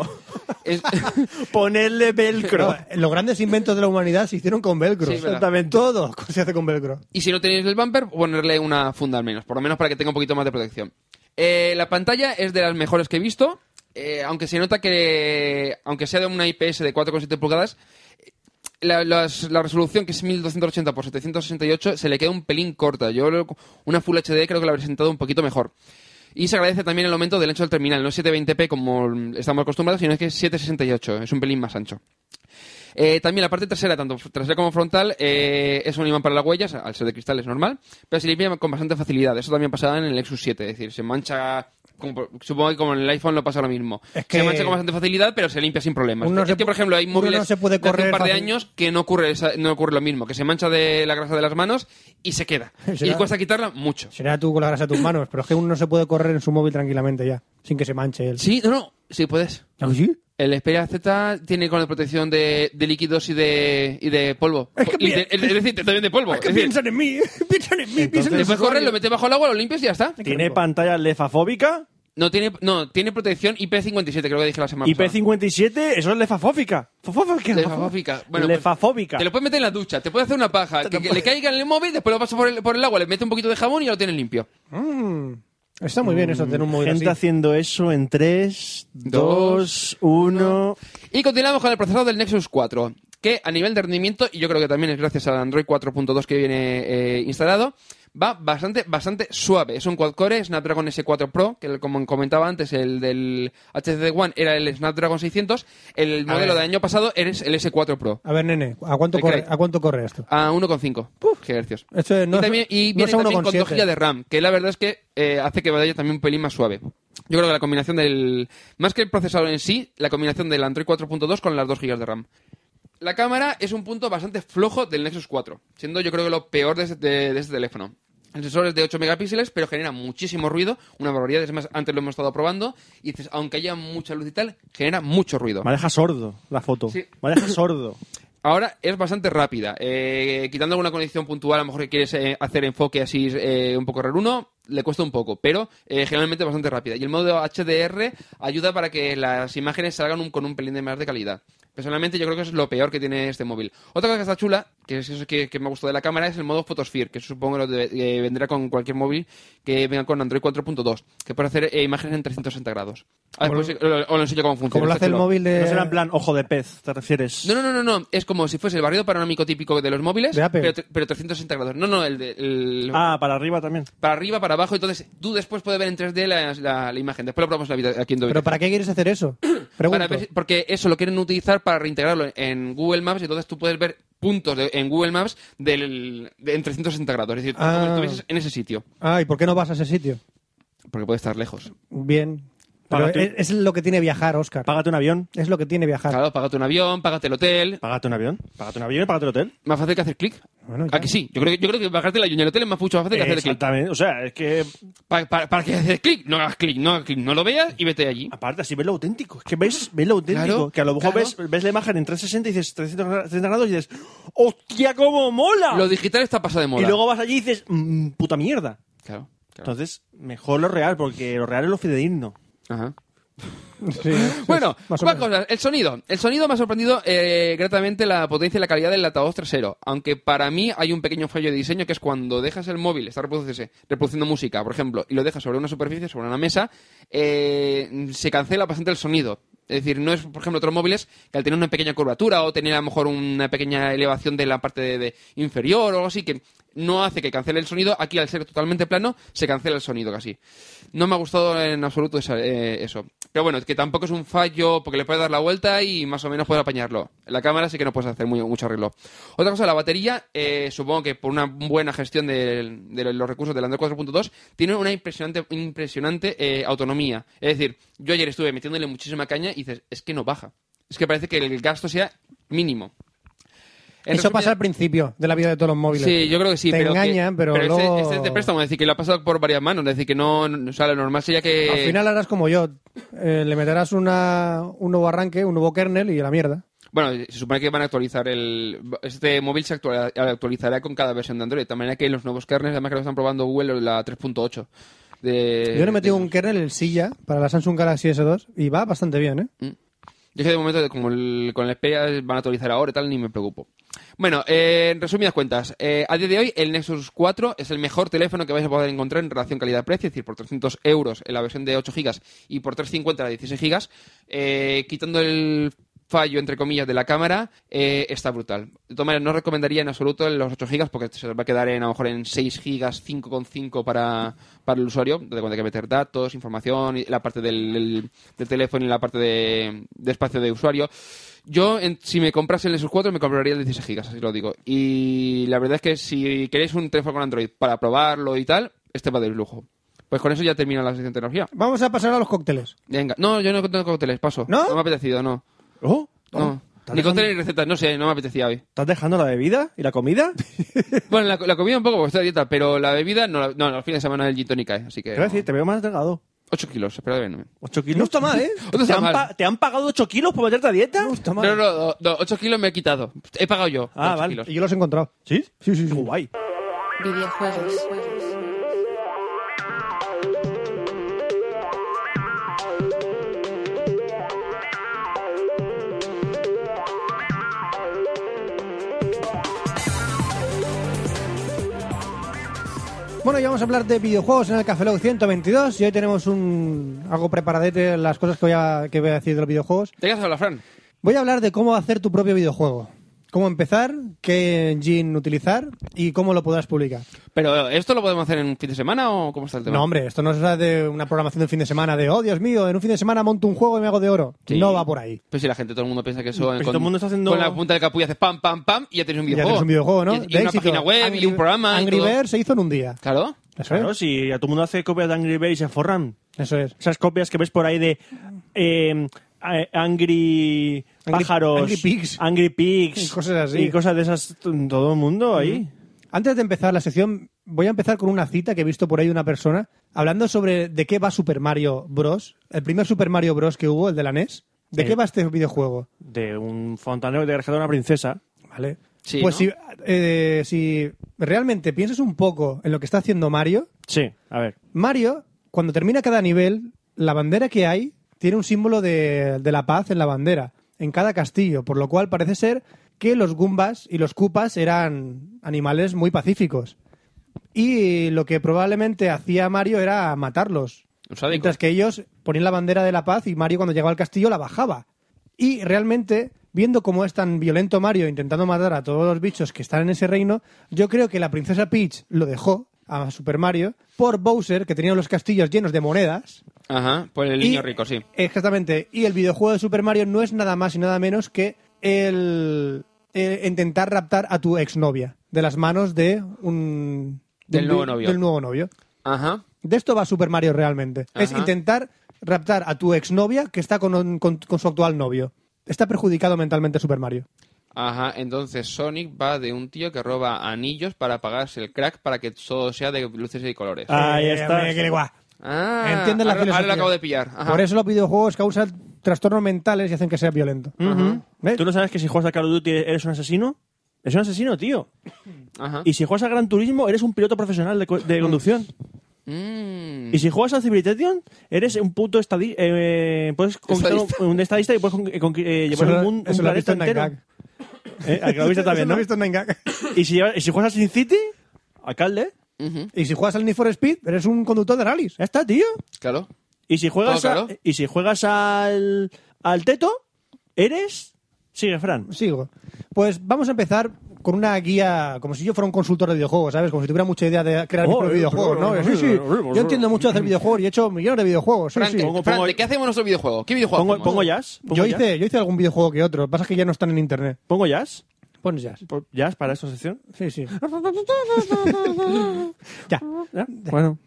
Es- Ponerle velcro. No, los grandes inventos de la humanidad se hicieron con velcro. Sí, es verdad. Todo se hace con velcro. y si no tenéis el bumper, ponerle una funda al menos, por lo menos para que tenga un poquito más de protección. Eh, la pantalla es de las mejores que he visto, eh, aunque se nota que, aunque sea de una IPS de 4,7 pulgadas, la, las- la resolución que es 1280 por 768 se le queda un pelín corta. Yo lo- una Full HD creo que la habría sentado un poquito mejor. Y se agradece también el aumento del ancho del terminal, no es 720p como mm, estamos acostumbrados, sino es que es 768, es un pelín más ancho. Eh, también la parte trasera, tanto trasera como frontal, eh, es un imán para las huellas, al ser de cristal es normal, pero se limpia con bastante facilidad. Eso también pasaba en el Lexus 7, es decir, se mancha, como por- supongo que como en el iPhone lo pasa lo mismo. Es que- Se mancha con bastante facilidad, pero se limpia sin problemas. Uno es se que, pu- por ejemplo, hay uno móviles no se puede de hace correr un par de fácil. años que no ocurre, esa- no ocurre lo mismo, que se mancha de la grasa de las manos y se queda. Y Será- cuesta quitarla mucho. Será tú con la grasa a tus manos, pero es que uno no se puede correr en su móvil tranquilamente ya, sin que se manche él. Sí, no, no, sí puedes. ¿Ah, sí? El Xperia Z tiene con la protección de, de líquidos y de, y de polvo. Es que Y de- pi- es decir, también de polvo. Que Es decir, piensan en mí, piensan en mí, piensan en Después mí. corres, lo metes bajo el agua, lo limpias y ya está. Tiene pantalla lefafóbica. No tiene, no, tiene protección IP57, creo que dije la semana pasada. IP57, eso es lefafóbica. Fofófica. Lefafóbica. Bueno, pues, Lefafóbica. Te lo puedes meter en la ducha, te puedes hacer una paja, que, que le caiga en el móvil, después lo pasas por el, por el agua, le metes un poquito de jabón y ya lo tienes limpio. Está muy bien eso, tener un móvil Gente así. haciendo eso en 3, Dos, 2, 1. Y continuamos con el procesador del Nexus 4, que a nivel de rendimiento, y yo creo que también es gracias al Android 4.2 que viene eh, instalado, va bastante, bastante suave. Es un quad-core Snapdragon S4 Pro, que el- como comentaba antes, el del HTC One era el Snapdragon 600, el modelo del año pasado es el S4 Pro, A ver, nene, ¿a cuánto, El corre, crack. ¿a cuánto corre esto? a 1,5 GHz. Esto y no es- también, y no viene es a también con 2 1,7. GB de RAM, que la verdad es que eh, hace que vaya también un pelín más suave. Yo creo que la combinación del... Más que el procesador en sí, la combinación del Android 4.2 con las 2 GB de RAM. La cámara es un punto bastante flojo del Nexus 4, siendo yo creo que lo peor de este, de- de este teléfono. El sensor es de 8 megapíxeles, pero genera muchísimo ruido, una barbaridad. Es más, antes lo hemos estado probando, y dices, aunque haya mucha luz y tal, genera mucho ruido. Me deja sordo la foto. Sí. Me deja sordo. Ahora es bastante rápida. Eh, quitando alguna conexión puntual, a lo mejor que quieres eh, hacer enfoque así eh, un poco raruno, le cuesta un poco, pero eh, generalmente bastante rápida. Y el modo HDR ayuda para que las imágenes salgan un- con un pelín de más de calidad. Personalmente yo creo que eso es lo peor que tiene este móvil. Otra cosa que está chula, que es eso que, que me gustó de la cámara, es el modo Photosphere, que supongo lo de- eh, vendrá con cualquier móvil que venga con Android 4.2, que puede hacer eh, imágenes en 360 grados. Ah, Como después os os lo enseño cómo funciona. Como lo está hace el chulo. móvil de... No será en plan ojo de pez, ¿te refieres? No, no, no, no, no. Es como si fuese el barrido panorámico típico de los móviles, De Apple. Pero, tre- pero 360 grados. No, no, el de... el- Ah, para arriba también. Para arriba, para abajo. Entonces tú después puedes ver en 3D la, la- la imagen. Después lo probamos en la vida- aquí en ¿Pero Dover. para qué quieres hacer eso? Para Pregunto. ver si- porque eso lo quieren utilizar para reintegrarlo en Google Maps y entonces tú puedes ver puntos de- en Google Maps del, de- en 360 grados. Es decir, Ah. como si estuvieses en ese sitio. Ah, ¿y por qué no vas a ese sitio? Porque puede estar lejos. Bien. Para Pero ti. es, es lo que tiene viajar, Oscar. Págate un avión. Es lo que tiene viajar. Claro, págate un avión, págate el hotel. Págate un avión. Págate un avión y págate el hotel. Más fácil que hacer clic. Bueno, ya. Eh, Aquí sí. Yo creo, que- yo creo que bajarte la y el hotel es más mucho más fácil que hacer clic. Exactamente. O sea, es que ¿Para, para, para qué haces clic? No hagas clic, no hagas clic, no lo veas y vete allí. Aparte, así ves lo auténtico. Es que ves, ves lo auténtico. Claro, que a lo mejor claro. ves, ves la imagen en 360 y dices 360 grados y dices, ¡hostia, cómo mola! Lo digital está pasado de moda. Ah. y luego vas allí y dices, "Mm, puta mierda. Claro, claro. Entonces, mejor lo real, porque lo real es lo fidedigno. Ajá. Sí, sí, Bueno, más más o menos. cosas. El sonido. El sonido me ha sorprendido eh, gratamente la potencia y la calidad del altavoz trasero. Aunque para mí hay un pequeño fallo de diseño que es cuando dejas el móvil, está reproduciéndose- reproduciendo música, por ejemplo, y lo dejas sobre una superficie, sobre una mesa, eh, se cancela bastante el sonido. Es decir, no es, por ejemplo, otros móviles que al tener una pequeña curvatura o tener a lo mejor una pequeña elevación de la parte de, de inferior o algo así, que no hace que cancele el sonido. Aquí, al ser totalmente plano, se cancela el sonido casi. No me ha gustado en absoluto esa- eh, eso. Pero bueno, que tampoco es un fallo porque le puedes dar la vuelta y más o menos puedes apañarlo. La cámara sí que no puedes hacer muy, mucho arreglo. Otra cosa, la batería, eh, supongo que por una buena gestión del- de, los recursos del Android 4.2, tiene una impresionante, impresionante eh, autonomía. Es decir, yo ayer estuve metiéndole muchísima caña y dices, es que no baja. Es que parece que el gasto sea mínimo. En Eso resumida- pasa al principio de la vida de todos los móviles. Sí, yo creo que sí. Te pero que- engañan, pero, este- luego... este, es de préstamo, es decir, que lo ha pasado por varias manos. Es decir, que no, no o sea, lo normal sería que... Al final harás como yo. Eh, le meterás una, un nuevo arranque, un nuevo kernel y a la mierda. Bueno, se supone que van a actualizar el... Este móvil se actua- actualizará con cada versión de Android. De tal manera que los nuevos kernels, además que lo están probando Google, la 3.8. De, Yo le he metido de- un kernel, el Silla, para la Samsung Galaxy S2 y va bastante bien, ¿eh? Yo que de momento, como el- con la Xperia van a actualizar ahora y tal, ni me preocupo. Bueno, eh, en resumidas cuentas, eh, a día de hoy el Nexus 4 es el mejor teléfono que vais a poder encontrar en relación calidad-precio, es decir, por 300 euros en la versión de 8 gigas y por 350 la de 16 gigas, eh, quitando el fallo, entre comillas, de la cámara, eh, está brutal. De todas maneras, no recomendaría en absoluto los 8 gigas porque se os va a quedar en, a lo mejor en 6 gigas, 5,5 para, para el usuario, donde cuando hay que meter datos, información, y la parte del, del- del teléfono y la parte de, de espacio de usuario. Yo, en- si me comprase el Nexus 4, me compraría el 16 gigas, así lo digo. Y la verdad es que si queréis un teléfono con Android para probarlo y tal, este va de lujo. Pues con eso ya termina la sección de tecnología. Vamos a pasar a los cócteles. Venga. No, yo no tengo cócteles, paso. ¿No? me ha apetecido, no. Oh, No. ¿Estás Ni dejando- cócteles ni recetas, no sé, no me apetecía hoy. ¿Estás dejando la bebida y la comida? Bueno, la, la comida un poco porque estoy a dieta, pero la bebida, no, la- no, los fines de semana el gin tonic cae, así que... Quiero decir, te veo más delgado. 8 kilos, espera, ven. 8 kilos. No está mal, ¿eh? No ¿Te está han, mal. pa- te han pagado 8 kilos por meterte a dieta? No está No, no, no, 8 kilos me he quitado. He pagado yo. Ah, ocho vale. kilos. Y yo los he encontrado. ¿Sí? Sí, sí, sí. Qué guay. Videojuegos. Bueno, y vamos a hablar de videojuegos en el Café Lock 122 y hoy tenemos un algo preparadete las cosas que voy a, que voy a decir de los videojuegos. ¿Te quedas a la Fran? Voy a hablar de cómo hacer tu propio videojuego. Cómo empezar, qué engine utilizar y cómo lo podrás publicar. ¿Pero esto lo podemos hacer en un fin de semana o cómo está el tema? No, hombre, esto no es de una programación de un fin de semana de, oh, Dios mío, en un fin de semana monto un juego y me hago de oro. Sí. No va por ahí. Pues si la gente, todo el mundo piensa que eso... Pero si todo el mundo está haciendo- Con la punta del capullo haces pam, pam, pam y ya tienes un Ya videojuego. tienes un videojuego, ¿no? Y, y De una éxito. página web y Angry- un programa y Angry todo. Birds se hizo en un día. Claro. Eso Claro, es. si a todo el mundo hace copias de Angry Birds y se forran. Eso es. Esas copias que ves por ahí de eh, a- Angry Pájaros, Angry Pigs. Angry Pigs Y cosas así. Y cosas de esas, t- todo el mundo ahí. Antes de empezar la sección, voy a empezar con una cita que he visto por ahí de una persona hablando sobre de qué va Super Mario Bros. El primer Super Mario Bros. que hubo, el de la NES. ¿De Sí. qué va este videojuego? De un fontanero que rescata a una princesa. ¿Vale? Sí, pues ¿no? si, eh, si realmente piensas un poco en lo que está haciendo Mario, Sí, a ver. Mario, cuando termina cada nivel, la bandera que hay tiene un símbolo de, de la paz en la bandera, en cada castillo, por lo cual parece ser que los Goombas y los Koopas eran animales muy pacíficos. Y lo que probablemente hacía Mario era matarlos. Un sádico. Mientras que ellos ponían la bandera de la paz y Mario cuando llegaba al castillo la bajaba. Y realmente, viendo cómo es tan violento Mario intentando matar a todos los bichos que están en ese reino, yo creo que la princesa Peach lo dejó a Super Mario por Bowser, que tenía los castillos llenos de monedas. Ajá, por el Y- niño rico, sí. Exactamente. Y el videojuego de Super Mario no es nada más y nada menos que el, el intentar raptar a tu exnovia de las manos de un... de Del un- nuevo novio. Del nuevo novio. Ajá. De esto va Super Mario realmente. Es Ajá. intentar raptar a tu exnovia que está con, un- con- con su actual novio. Está perjudicado mentalmente Super Mario. Ajá, entonces Sonic va de un tío que roba anillos para pagarse el crack para que todo sea de luces y colores. Ah, Ahí Eh, está. hombre, que le guá. Entiende entiendes la ahora, ahora filosofía. lo acabo de pillar. Ajá. Por eso los videojuegos causan trastornos mentales y hacen que sea violento. Mm. ¿Ves? ¿Tú no sabes que si juegas a Call of Duty eres un asesino? Es un asesino, tío. Ajá. Y si juegas a Gran Turismo, eres un piloto profesional de, co- de conducción. Mm. Y si juegas a Civilization, eres un puto estadista. puedes conquistar un- Estadista. un, estadista y puedes con- eh, conqui- eh, Eso llevar lo- un, un eso lo planeta he visto en entero. Nine Eh, ¿a que lo viste Eso también, lo ¿no? he visto en Nine Gag. Y si, llevas- y si juegas a Sin City, alcalde, Ujú, Y si juegas al Need for Speed, eres un conductor de rallies. ya está, tío. Claro. Y si juegas, Todo a- claro. y si juegas al, al teto, eres. Sigue, Fran. Sigo. Pues vamos a empezar con una guía, como si yo fuera un consultor de videojuegos, ¿sabes? Como si tuviera mucha idea de crear mis Oh, propios eh, videojuegos, pero- ¿no? Sí, sí. Yo entiendo mucho de hacer videojuegos y he hecho millones de videojuegos. Sí, Frank, sí. ¿qué- Pongo- Frank, pongo- ¿de qué hacemos nuestro videojuego? ¿Qué videojuego Pongo, hacemos? pongo jazz. Pongo Yo jazz. hice, yo hice algún videojuego que otro. Pasa que ya no están en internet. Pongo jazz. Pones jazz. Por- Jazz para esta sección. Sí, sí. ya. ¿Ya? Bueno,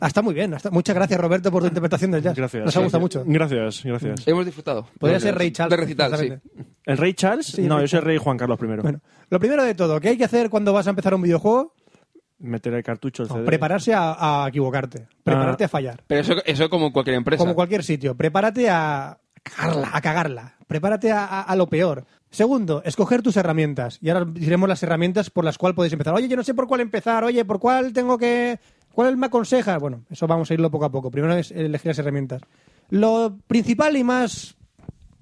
Ah, está muy bien. Hasta- Muchas gracias, Roberto, por tu interpretación del jazz. gracias. Nos ha gustado gracias. mucho. Gracias, gracias. Hemos disfrutado. Podría De- ser Ray Charles. De recital, sí. exactamente. ¿El rey Charles? Sí, no, rey yo soy el rey Juan Carlos I. Bueno, lo primero de todo, ¿qué hay que hacer cuando vas a empezar un videojuego? Meter el cartucho, el No, CD. prepararse a, a equivocarte. Prepararte a fallar. Pero eso, eso como en cualquier empresa. Como cualquier sitio. Prepárate a cagarla. A cagarla. Prepárate a, a- a lo peor. Segundo, escoger tus herramientas. Y ahora diremos las herramientas por las cuales podéis empezar. Oye, yo no sé por cuál empezar. Oye, ¿por cuál tengo que...? ¿Cuál me aconseja? Bueno, eso vamos a irlo poco a poco. Primero es elegir las herramientas. Lo principal y más...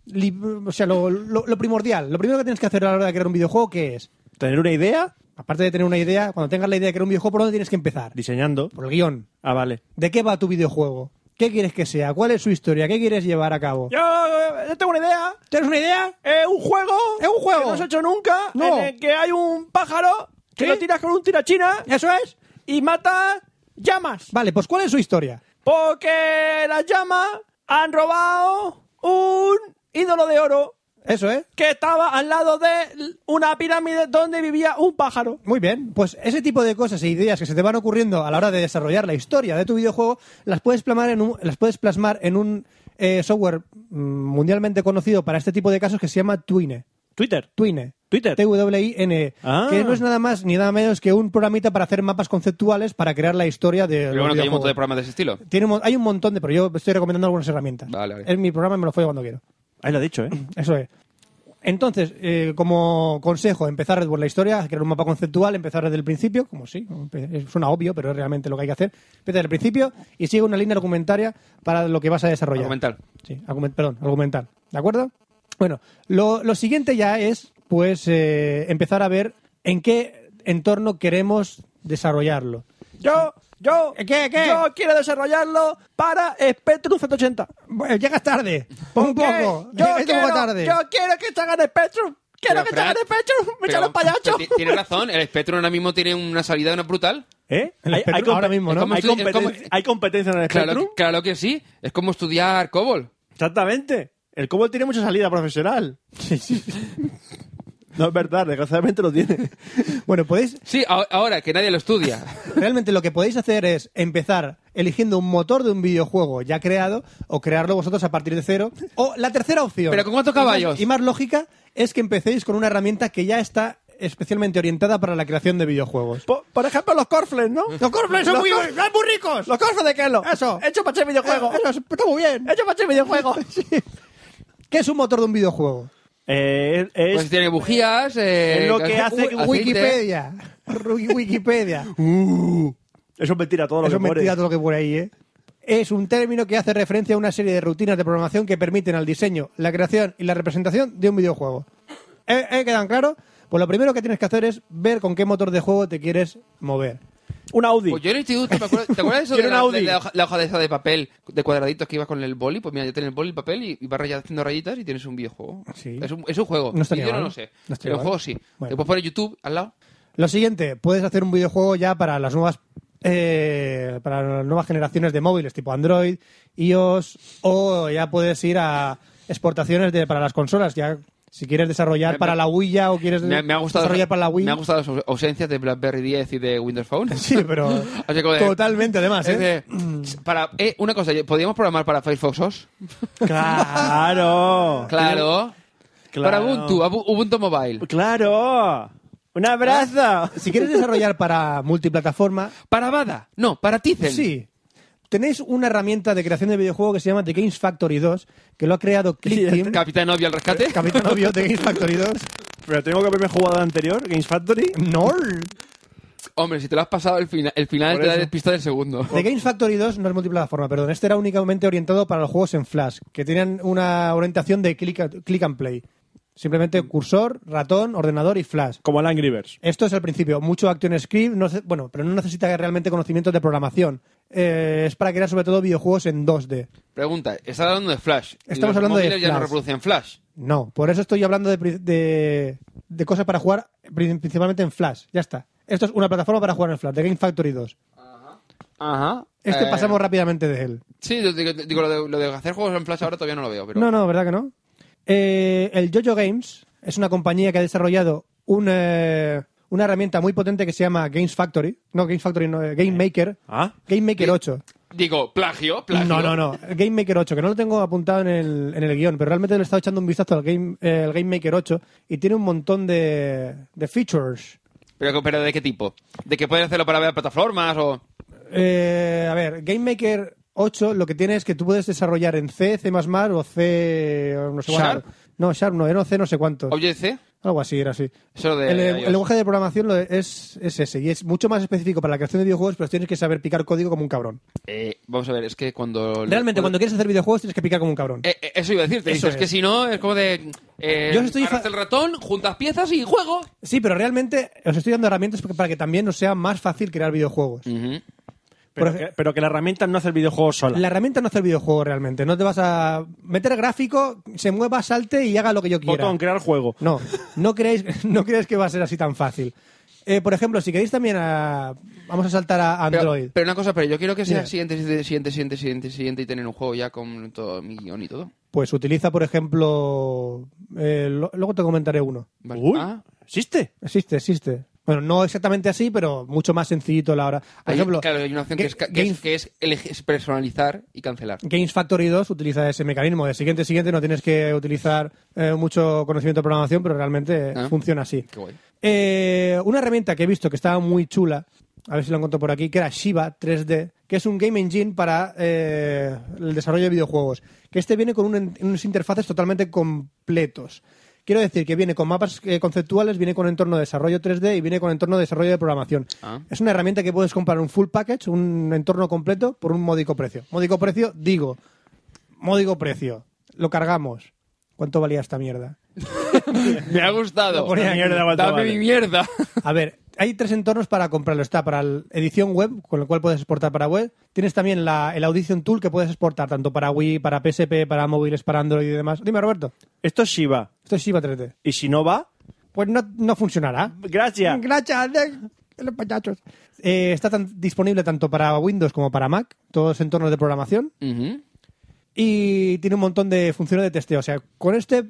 li- O sea, lo, lo- lo primordial. Lo primero que tienes que hacer a la hora de crear un videojuego, ¿qué es? Tener una idea Aparte de tener una idea, cuando tengas la idea de crear un videojuego, ¿por dónde tienes que empezar? diseñando. Por el guión. Ah, vale. ¿De qué va tu videojuego? ¿Qué quieres que sea? ¿Cuál es su historia? ¿Qué quieres llevar a cabo? Yo, eh, yo tengo una idea. ¿Tienes una idea? Es un juego. Es un juego. Que no se ha hecho nunca. No. En el que hay un pájaro que ¿Sí? lo tiras con un tirachina ¿Eso es? y mata llamas. Vale, pues ¿cuál es su historia? Porque las llamas han robado un ídolo de oro Eso ¿eh? es. que estaba al lado de una pirámide donde vivía un pájaro. Muy bien, pues ese tipo de cosas e ideas que se te van ocurriendo a la hora de desarrollar la historia de tu videojuego, las puedes plasmar en un, las puedes plasmar en un eh, software mm, mundialmente conocido para este tipo de casos que se llama Twine. Twitter. Twine. Twitter. T-W-I-N. Ah. E, Que no es nada más ni nada menos que un programita para hacer mapas conceptuales para crear la historia de los Pero bueno, que hay un videojuegos. montón de programas de ese estilo. Tiene un mon- hay un montón de, pero yo estoy recomendando algunas herramientas. Vale, vale. Es mi programa, me lo fue cuando quiero. Ahí lo ha dicho, ¿eh? Eso es. Entonces, eh, como consejo, empezar por la historia, crear un mapa conceptual, empezar desde el principio, como sí, empe- eh, suena obvio, pero es realmente lo que hay que hacer. Empieza desde el principio y sigue una línea argumentaria para lo que vas a desarrollar. Argumental. Sí, argumen- perdón, argumental. ¿De acuerdo? Bueno, lo, lo siguiente ya es, pues, eh, empezar a ver en qué entorno queremos desarrollarlo. Yo, yo, ¿Qué, qué? yo quiero desarrollarlo para Spectrum 180. Bueno, llegas tarde, un ¿Qué? poco, Yo llegas un quiero, poco tarde. yo quiero que te hagan Spectrum. Quiero Pero, que te Fran, hagan Spectrum. Me echan Pero- los payasos. pero ti- Tiene razón, el Spectrum ahora mismo tiene una salida una brutal. ¿Eh? El Spectrum ahora mismo, ¿no? ¿Cómo hay, estu- competen- cómo- hay competencia en el Spectrum. Claro, que- claro que sí, es como estudiar COBOL. Exactamente. El Cobol tiene mucha salida profesional. No es verdad, desgraciadamente lo tiene. Bueno, podéis, Sí, a- ahora que nadie lo estudia. Realmente lo que podéis hacer es empezar eligiendo un motor de un videojuego ya creado o crearlo vosotros a partir de cero. O la tercera opción. Pero ¿con cuántos Y más- caballos? Y más, lógica es que empecéis con una herramienta que ya está especialmente orientada para la creación de videojuegos. Por, por ejemplo, los Corfles, ¿no? Los corfles son muy- son muy ricos. Los Corfles de Kelo. Eso. Hecho para hacer videojuegos. Eh, Eso, está muy bien. Hecho para hacer videojuegos. ¿Qué es un motor de un videojuego? Eh, es- Pues tiene bujías. eh, Es lo que hace que aceite. Wikipedia. Ru- Wikipedia. Eso es mentira, todo lo que Eso es mentira muere. todo lo que por ahí, ¿eh? Es un término que hace referencia a una serie de rutinas de programación que permiten al diseño, la creación y la representación de un videojuego. ¿Eh, eh, ¿Quedan claros? Pues lo primero que tienes que hacer es ver con qué motor de juego te quieres mover. Un Audi. Pues yo en el instituto, me acuerdo- ¿te acuerdas de eso Quiero de un la, Audi. de la hoja, la hoja de esa de papel, de cuadraditos que iba con el boli? Pues mira, yo tenía el boli, el papel y, y vas raya- haciendo rayitas y tienes un videojuego. Sí. Es un, es un juego. No estaría Y yo no mal. lo sé. No estaría pero un mal. juego sí. Bueno. Te puedes poner YouTube al lado. Lo siguiente, puedes hacer un videojuego ya para las nuevas eh, para las nuevas generaciones de móviles, tipo Android, iOS, o ya puedes ir a exportaciones de, para las consolas, ya si quieres desarrollar Me- para me- la Wii ya o quieres Me, me ha gustado, desarrollar para la Wii. me ha gustado las aus- ausencias de BlackBerry 10 y de Windows Phone. Sí, pero Así como de- totalmente además, Es ¿eh? de- para, eh, una cosa, ¿podríamos programar para Firefox OS? Claro. Claro. Claro. Para Ubuntu, Abu- Ubuntu Mobile. Claro. Un abrazo. Si quieres desarrollar para multiplataforma, Para Bada. No, para Tizen. sí. Tenéis una herramienta de creación de videojuego que se llama The Games Factory 2, que lo ha creado ClickTeam, Capitán Obvio al rescate. capitán obvio de Games Factory 2. Pero tengo que haberme jugado al anterior, Games Factory. No. Hombre, si te lo has pasado, el, fina- el final Por te da eso. el pista del segundo. The Games Factory 2 no es multiplataforma, perdón. Este era únicamente orientado para los juegos en Flash, que tenían una orientación de click, click and play. Mm. Simplemente cursor, ratón, ordenador y Flash. Como el Angry Birds. Esto es al principio, mucho Action Script, no sé- bueno, pero no necesita realmente conocimientos de programación. Eh, es para crear sobre todo videojuegos en 2D. Pregunta, estás hablando de Flash. Estamos Los hablando de móviles ya no Flash. reproducen Flash. No, por eso estoy hablando de, pri- de- de cosas para jugar pri- principalmente en Flash. Ya está. Esto es una plataforma para jugar en Flash, de Game Factory 2. Ajá. Este Eh, pasamos rápidamente de él. Sí, yo digo, digo, lo, de, lo de hacer juegos en Flash ahora todavía no lo veo, pero... No, no, ¿verdad que no? Eh, el Jojo Games es una compañía que ha desarrollado un, eh, una herramienta muy potente que se llama Games Factory. No, Games Factory, no, eh, Game Maker. Ah. Game Maker 8. Digo, plagio, plagio. No, no, no. El Game Maker 8, que no lo tengo apuntado en el, en el guión, pero realmente le he estado echando un vistazo al Game, eh, el Game Maker 8 y tiene un montón de, de features. Pero, pero ¿de qué tipo? ¿De que puedes hacerlo para ver plataformas o...? Eh, a ver, Game Maker 8 lo que tiene es que tú puedes desarrollar en C, C++ o C... o No sé cuál. Sharp. No, Sharp no, era C no sé cuánto. Object-C, Algo así, era así. eso de El, el iOS. lenguaje de programación lo- es, es ese, y es mucho más específico para la creación de videojuegos, pero tienes que saber picar código como un cabrón. Eh, vamos a ver, es que cuando... Realmente, cuando quieres hacer videojuegos, tienes que picar como un cabrón. Eh, eh, eso iba a decirte, Eso es. que es. si no, es como de... Eh, Yo estoy agarras fa- el ratón, juntas piezas y juego. Sí, pero realmente os estoy dando herramientas para que también os sea más fácil crear videojuegos. Pero, Por ej- que, pero que la herramienta no hace el videojuego sola. La herramienta no hace el videojuego realmente. No te vas a meter gráfico, se mueva, salte y haga lo que yo quiera. Botón, crear juego. No, no creéis, no creéis que va a ser así tan fácil. Eh, por ejemplo, si queréis también a... Vamos a saltar a Pero, Android. pero una cosa, pero yo quiero que sea Mira. siguiente, siguiente, siguiente, siguiente, siguiente, siguiente y tener un juego ya con todo mi guión y todo. Pues utiliza, por ejemplo... eh, lo- luego te comentaré uno. Vale. Uy, Ah, ¿existe? Existe, existe. Bueno, no exactamente así, pero mucho más sencillito la hora. Por hay- ejemplo, claro, hay una opción que Ga- es, ca- que, Game- es, que es elegir- es personalizar y cancelar. Games Factory 2 utiliza ese mecanismo de siguiente, siguiente, no tienes que utilizar eh, mucho conocimiento de programación, pero realmente eh, Ah. funciona así. Qué guay. Eh, una herramienta que he visto que estaba muy chula, a ver si lo encuentro por aquí, que era Shiva 3D, que es un game engine para eh, el desarrollo de videojuegos. Que este viene con un en- unos interfaces totalmente completos. Quiero decir que viene con mapas eh, conceptuales, viene con entorno de desarrollo 3D y viene con entorno de desarrollo de programación. Ah. Es una herramienta que puedes comprar un full package, un entorno completo, por un módico precio. Módico precio, digo, módico precio. Lo cargamos. ¿Cuánto valía esta mierda? Me ha gustado. Lo ponía aquí. Mierda, cuánto Dame vale. mi mierda. A ver, hay tres entornos para comprarlo. Está para la edición web, con el cual puedes exportar para web. Tienes también la, el Audition Tool que puedes exportar tanto para Wii, para PSP, para móviles, para Android y demás. Dime, Roberto, Esto es Shiva. esto es Shiva 3D. Y si no va, Pues no, no funcionará. gracias. Gracias, de- los payachos. Eh, está tan- disponible tanto para Windows como para Mac, todos entornos de programación. Ujú. Y tiene un montón de funciones de testeo. O sea, con este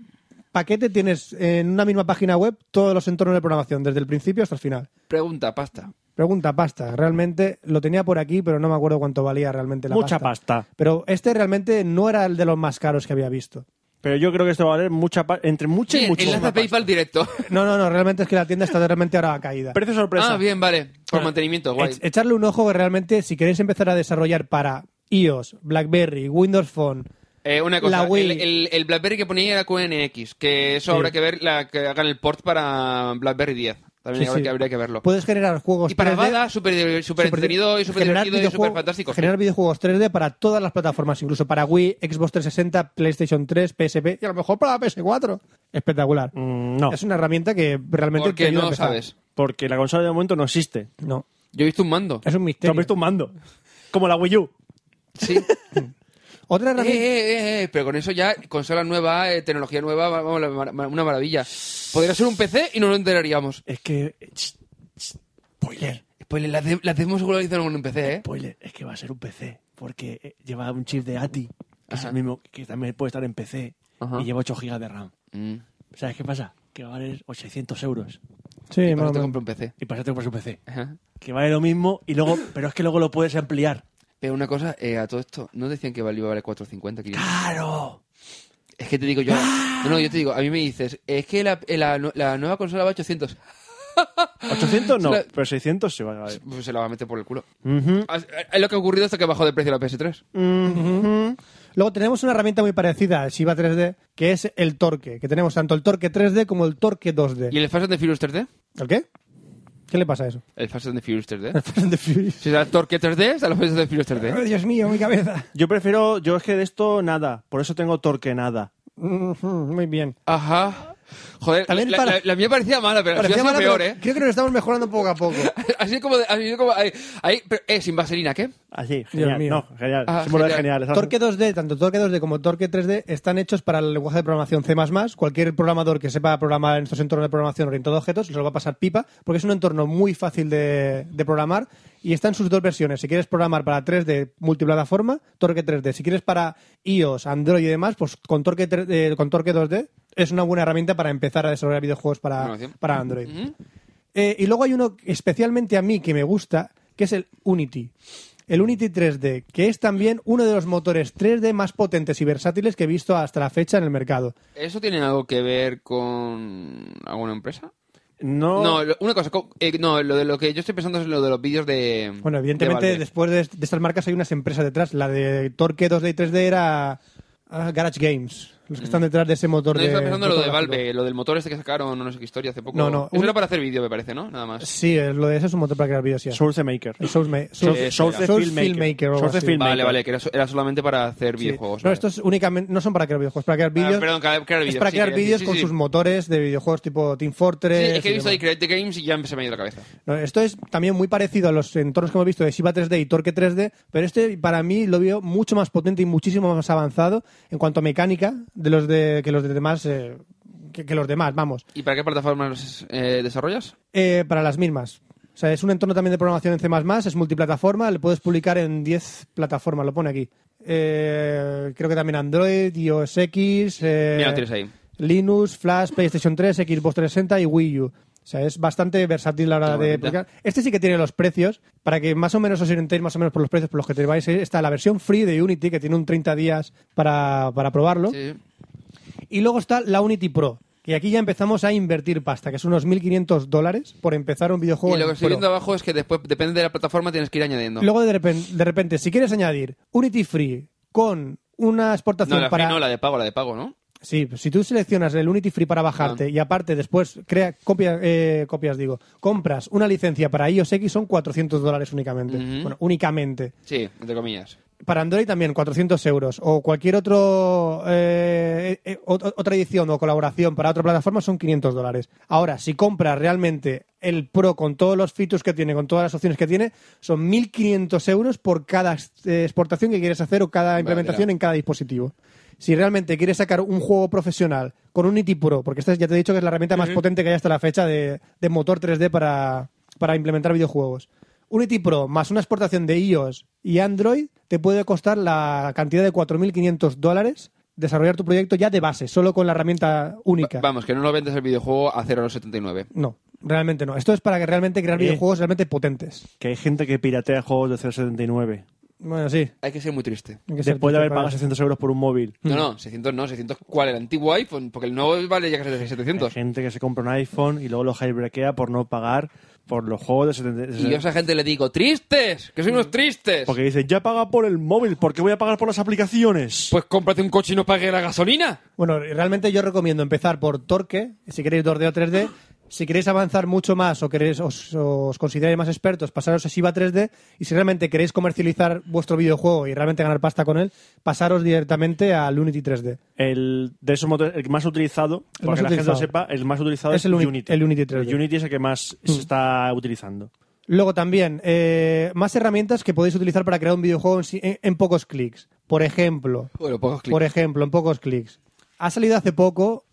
paquete tienes en una misma página web todos los entornos de programación, desde el principio hasta el final. Pregunta, pasta. Pregunta pasta. Realmente lo tenía por aquí, pero no me acuerdo cuánto valía realmente la mucha pasta. pasta. Pero este realmente no era el de los más caros que había visto. Pero yo creo que esto va a valer mucha pa- entre mucha y Bien, muchísima enlace a pasta. PayPal directo. No, no, no. Realmente es que la tienda está realmente ahora caída. Precio sorpresa. Ah, bien, vale. Por mantenimiento, guay. Ech- echarle un ojo que realmente si queréis empezar a desarrollar para iOS, BlackBerry, Windows Phone, Eh, una cosa, La Wii. El, el- el BlackBerry que ponía era QNX, que eso Sí. habrá que ver la, que hagan el port para BlackBerry 10. También Sí, habrá, sí. Que, habría que verlo. puedes generar juegos Y para 3D, Bada, súper super super- entretenido y súper generar divertido y ¿eh? videojuego- súper fantástico. Generar videojuegos 3D para todas las plataformas, incluso para Wii, Xbox 360, PlayStation 3, PSP y a lo mejor para PS4. Espectacular. Mm, no, Es una herramienta que realmente te Porque ayuda a no lo empezar. sabes. porque la consola de momento no existe. No, Yo he visto un mando. es un Te misterio. has visto un mando. Como la Wii U. Sí. eh, Otra eh, herramienta. eh, eh, pero con eso ya, consola nueva, eh, tecnología nueva, va- vamos, la mar- mar- una maravilla. Podría ser un PC y no lo enteraríamos. Es que... eh, ch, ch, spoiler. Pues la, de- la demo seguro la hicieron en un PC, ¿eh? Spoiler. Es que va a ser un PC. Porque eh, lleva un chip de ATI. Que es el mismo que también puede estar en PC. Ajá. Y lleva 8 GB de RAM. Mm. ¿Sabes qué pasa? Que va a valer 800 euros. Sí, Para más eso o te menos. compro un PC. Y pasarte por su PC. Ajá. Que vale lo mismo. y luego Pero es que luego lo puedes ampliar. Pero una cosa, eh, a todo esto, ¿no decían que valía vale 4.50? 500? Ah. ¡Claro! Es que te digo yo. No, no, yo te digo, a mí me dices, es que la, eh, la, la nueva consola va a 800. 800 no, Se la- pero 600 se va a valer. Pues se la va a meter por el culo. Ujú. Ah, Es lo que ha ocurrido hasta que bajó de precio la PS3. Mm. Luego tenemos una herramienta muy parecida al Shiva 3D, que es el torque, que tenemos tanto el torque 3D como el torque 2D. ¿Y el Fast and the Furious 3D? ¿El qué? ¿Qué le pasa a eso? El Fast and the Furious 3D. Fast and the Furious. Si da Torque 3D, está el Fast and the Furious 3D. Ay, Dios mío, mi cabeza. Yo prefiero, yo es que de esto nada, por eso tengo torque nada. Ujú, Muy bien. Ajá. Joder, También la, para- la- la mía parecía mala, pero la suya ha Parecía sido mala, peor, pero ¿eh? Creo que nos estamos mejorando poco a poco. Así como... de- así como ahí, ahí- pero, eh, sin vaselina, ¿qué? Así, genial. mío. No, genial. Ah, Símbolo de genial. genial. ¿sabes? Torque 2D, tanto Torque 2D como Torque 3D están hechos para el lenguaje de programación C++. Cualquier programador que sepa programar en estos entornos de programación orientado a objetos se lo va a pasar pipa porque es un entorno muy fácil de, de programar y está en sus dos versiones. Si quieres programar para 3D multiplataforma, Torque 3D. Si quieres para iOS, Android y demás, pues con Torque, 3D eh, con Torque 2D es una buena herramienta para empezar a desarrollar videojuegos para, Programación. para Android. Ujú. Eh, y luego hay uno especialmente a mí que me gusta, que es el Unity. El Unity 3D, que es también uno de los motores 3D más potentes y versátiles que he visto hasta la fecha en el mercado. ¿Eso tiene algo que ver con alguna empresa? No, No, lo- una cosa, co- eh, no, lo de lo que yo estoy pensando es lo de los vídeos de. Bueno, evidentemente de Valve. después de, de estas marcas hay unas empresas detrás. La de Torque 2D y 3D era ah, Garage Games, los que están detrás de ese motor No, de. yo estaba pensando en lo de motor gráfico. Valve, lo del motor este que sacaron, no sé qué historia hace poco. No, no, Eso un- era para hacer vídeo, me parece, ¿no? Nada más. Sí, es lo de ese es un motor para crear videos. sí. Source Maker. El Source, Ma- Source- Source- Source Source Filmmaker. Filmmaker o algo Source así. Filmmaker. Vale, vale, que era, so- era solamente para hacer Sí. videojuegos. No, vale. estos únicamente no son para crear videojuegos, para crear Ah, vídeos. perdón, crear crear es vídeos, para sí, crear quería vídeos decir, con sí, sus sí. motores de videojuegos tipo Team Fortress. Sí, es que y he visto ahí demás. Create the Games y ya se me ha ido la cabeza. No, Esto es también muy parecido a los entornos que hemos visto de Shiba 3D y Torque 3D, pero este para mí lo veo mucho más potente y muchísimo más avanzado en cuanto a mecánica de los de, que los de demás. eh, que, que los demás, vamos. ¿Y para qué plataformas eh, desarrollas? Eh, para las mismas. O sea, es un entorno también de programación en C++, es multiplataforma, le puedes publicar en 10 plataformas, lo pone aquí. Eh, creo que también Android, iOS X, eh, Mira, lo tienes ahí. Linux, Flash, PlayStation 3, Xbox 360 y Wii U. O sea, es bastante versátil la hora Qué de bonita. publicar. Este sí que tiene los precios, para que más o menos os orientéis más o menos por los precios por los que te vais. Está la versión free de Unity, que tiene un 30 días para, para probarlo. Sí. Y luego está la Unity Pro, que aquí ya empezamos a invertir pasta, que es unos 1.500 dólares por empezar un videojuego. Y lo en que estoy Pro. viendo abajo es que después, depende de la plataforma, tienes que ir añadiendo. Luego de repente, de repente, si quieres añadir Unity Free con una exportación no, la para... free no, la de pago, la de pago, ¿no? Sí, si tú seleccionas el Unity Free para bajarte Ah. y aparte después crea copia- eh, copias, digo, compras una licencia para iOS X son 400 dólares únicamente. Ujú. Bueno, únicamente. Sí, entre comillas. Para Android también 400 euros o cualquier otro eh, eh, ot- otra edición o colaboración para otra plataforma son 500 dólares. Ahora, si compras realmente el Pro con todos los features que tiene, con todas las opciones que tiene, son 1.500 euros por cada eh, exportación que quieres hacer o cada implementación en cada dispositivo. Si realmente quieres sacar un juego profesional con Unity Pro, porque esta es- ya te he dicho que es la herramienta más potente que hay hasta la fecha de, de motor 3D para, para implementar videojuegos. Unity Pro más una exportación de iOS y Android te puede costar la cantidad de 4.500 dólares desarrollar tu proyecto ya de base, solo con la herramienta única. Va- Vamos, que no lo vendes el videojuego a 0,79. No, realmente no. Esto es para que realmente crear Eh. videojuegos realmente potentes. Que hay gente que piratea juegos de 079. Bueno, sí. Hay que ser muy triste. hay que ser Después de haber triste pagado para- 600 euros por un móvil. No, Mm. no, 600 no, 600. ¿Cuál? El antiguo iPhone, porque el nuevo vale ya casi de Hay 700. gente que se compra un iPhone y luego lo jailbreakea por no pagar por los juegos de 70. Y yo a esa gente le digo, ¡tristes! ¡Que soy Mm. unos tristes! Porque dice, ya paga por el móvil, ¿por qué voy a pagar por las aplicaciones? Pues cómprate un coche y no pague la gasolina. Bueno, realmente yo recomiendo empezar por Torque, si queréis 2D o 3D. Si queréis avanzar mucho más o queréis os, os consideráis más expertos, pasaros a Shiba 3D. Y si realmente queréis comercializar vuestro videojuego y realmente ganar pasta con él, pasaros directamente al Unity 3D. el, de esos motores, el más utilizado, El para más que la gente utilizado. lo sepa, el más utilizado Es es, el Uni- Unity. el Unity Mm. 3D. El Unity es el que más se está utilizando. Luego también, eh, más herramientas que podéis utilizar para crear un videojuego en, si- en- en pocos clics. Por ejemplo, Bueno, pocos clics. por e- ejemplo, en pocos clics. Ha salido hace poco,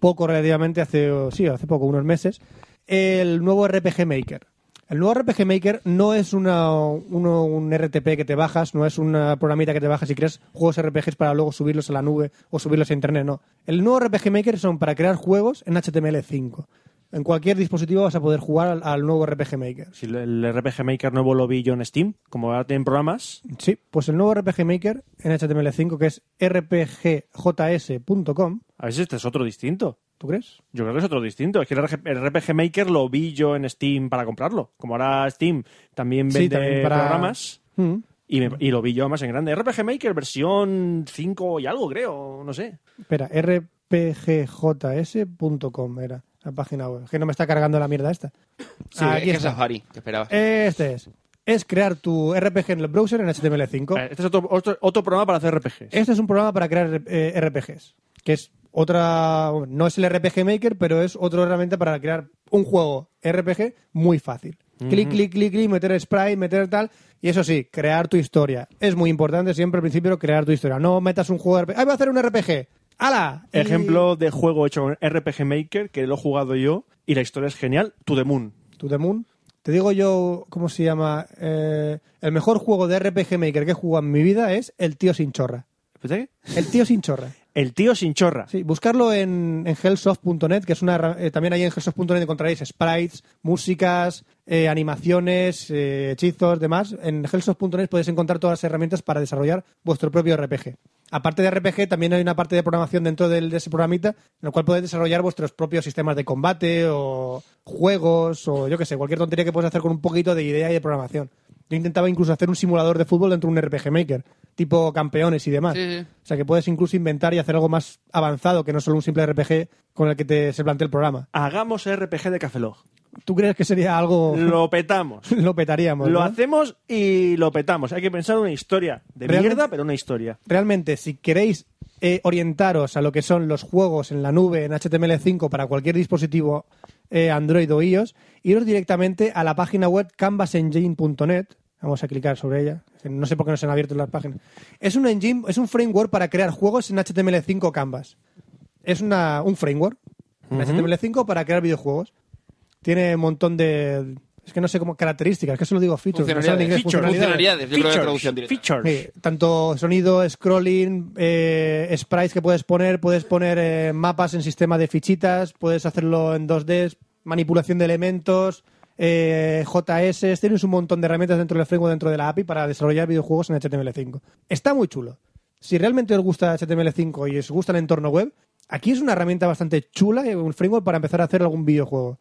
poco relativamente, hace sí, hace poco, unos meses, el nuevo RPG Maker. El nuevo RPG Maker no es una, uno- un RTP que te bajas, no es una programita que te bajas y creas juegos RPGs para luego subirlos a la nube o subirlos a internet, no. El nuevo RPG Maker son para crear juegos en HTML5. En cualquier dispositivo vas a poder jugar al, al nuevo RPG Maker. Si lo- el RPG Maker nuevo lo vi yo en Steam, como ahora tienen programas, Sí, pues el nuevo RPG Maker en HTML5, que es rpgjs.com, a veces este es otro distinto. ¿tú crees? Yo creo que es otro distinto. Es que el RG el RPG Maker lo vi yo en Steam para comprarlo. Como ahora Steam también Sí, vende también para- programas. Mm. Y, me- y lo vi yo más en grande. RPG Maker versión 5 y algo, creo. No sé. Espera, rpgjs.com era la página web. Que no me está cargando la mierda esta. Sí, ah, es que Safari, que esperaba. Este es. Es crear tu RPG en el browser en HTML5. Eh, Este es otro, otro, otro programa para hacer RPGs. Este es un programa para crear eh, RPGs, que es otra... No es el RPG Maker, pero es otra herramienta para crear un juego RPG muy fácil. Clic, clic, clic, clic, meter sprite, meter tal. Y eso sí, crear tu historia. Es muy importante siempre al principio crear tu historia. No metas un juego RPG. ¡Ay, voy a hacer un RPG! ¡Hala! Y- Ejemplo de juego hecho con RPG Maker, que lo he jugado yo y la historia es genial, To The Moon. To the Moon. Te digo yo, ¿cómo se llama? Eh, el mejor juego de RPG Maker que he jugado en mi vida es El Tío Sin Chorra. ¿Espérate qué? El Tío Sin Chorra. El tío sin chorra. Sí, buscarlo en, en hellsoft.net, que es una herra- eh, también ahí en hellsoft.net encontraréis sprites, músicas, eh, animaciones, eh, hechizos, demás. En hellsoft.net podéis encontrar todas las herramientas para desarrollar vuestro propio RPG. Aparte de RPG, también hay una parte de programación dentro del- de ese programita, en el cual podéis desarrollar vuestros propios sistemas de combate o juegos o yo que sé, cualquier tontería que puedas hacer con un poquito de idea y de programación. Yo intentaba incluso hacer un simulador de fútbol dentro de un RPG Maker, tipo campeones y demás. Sí, sí. O sea que puedes incluso inventar y hacer algo más avanzado que no solo un simple RPG con el que te se plantea el programa. Hagamos RPG de Cafelog. ¿Tú crees que sería algo... Lo petamos. lo petaríamos. Lo ¿no? hacemos y lo petamos. Hay que pensar una historia de Realmente- mierda, pero una historia. realmente, si queréis eh, orientaros a lo que son los juegos en la nube, en HTML5, para cualquier dispositivo eh, Android o iOS, iros directamente a la página web canvasengine.net. Vamos a clicar sobre ella. No sé por qué no se han abierto las páginas. Es un engine, es un framework para crear juegos en HTML5 Canvas. Es una, un framework en HTML5 para crear videojuegos. Tiene un montón de. Es que no sé cómo. Características, que eso lo digo features. no sé en inglés, Funcionalidades. Funcionalidades. Yo creo que la traducción directa. Features. Sí, tanto sonido, scrolling, eh, sprites que puedes poner, puedes poner eh, mapas en sistema de fichitas, puedes hacerlo en 2D, manipulación de elementos, eh, JS, tienes un montón de herramientas dentro del framework, dentro de la API para desarrollar videojuegos en HTML5. Está muy chulo. Si realmente os gusta HTML5 y os gusta el entorno web, aquí es una herramienta bastante chula, eh, un framework para empezar a hacer algún videojuego.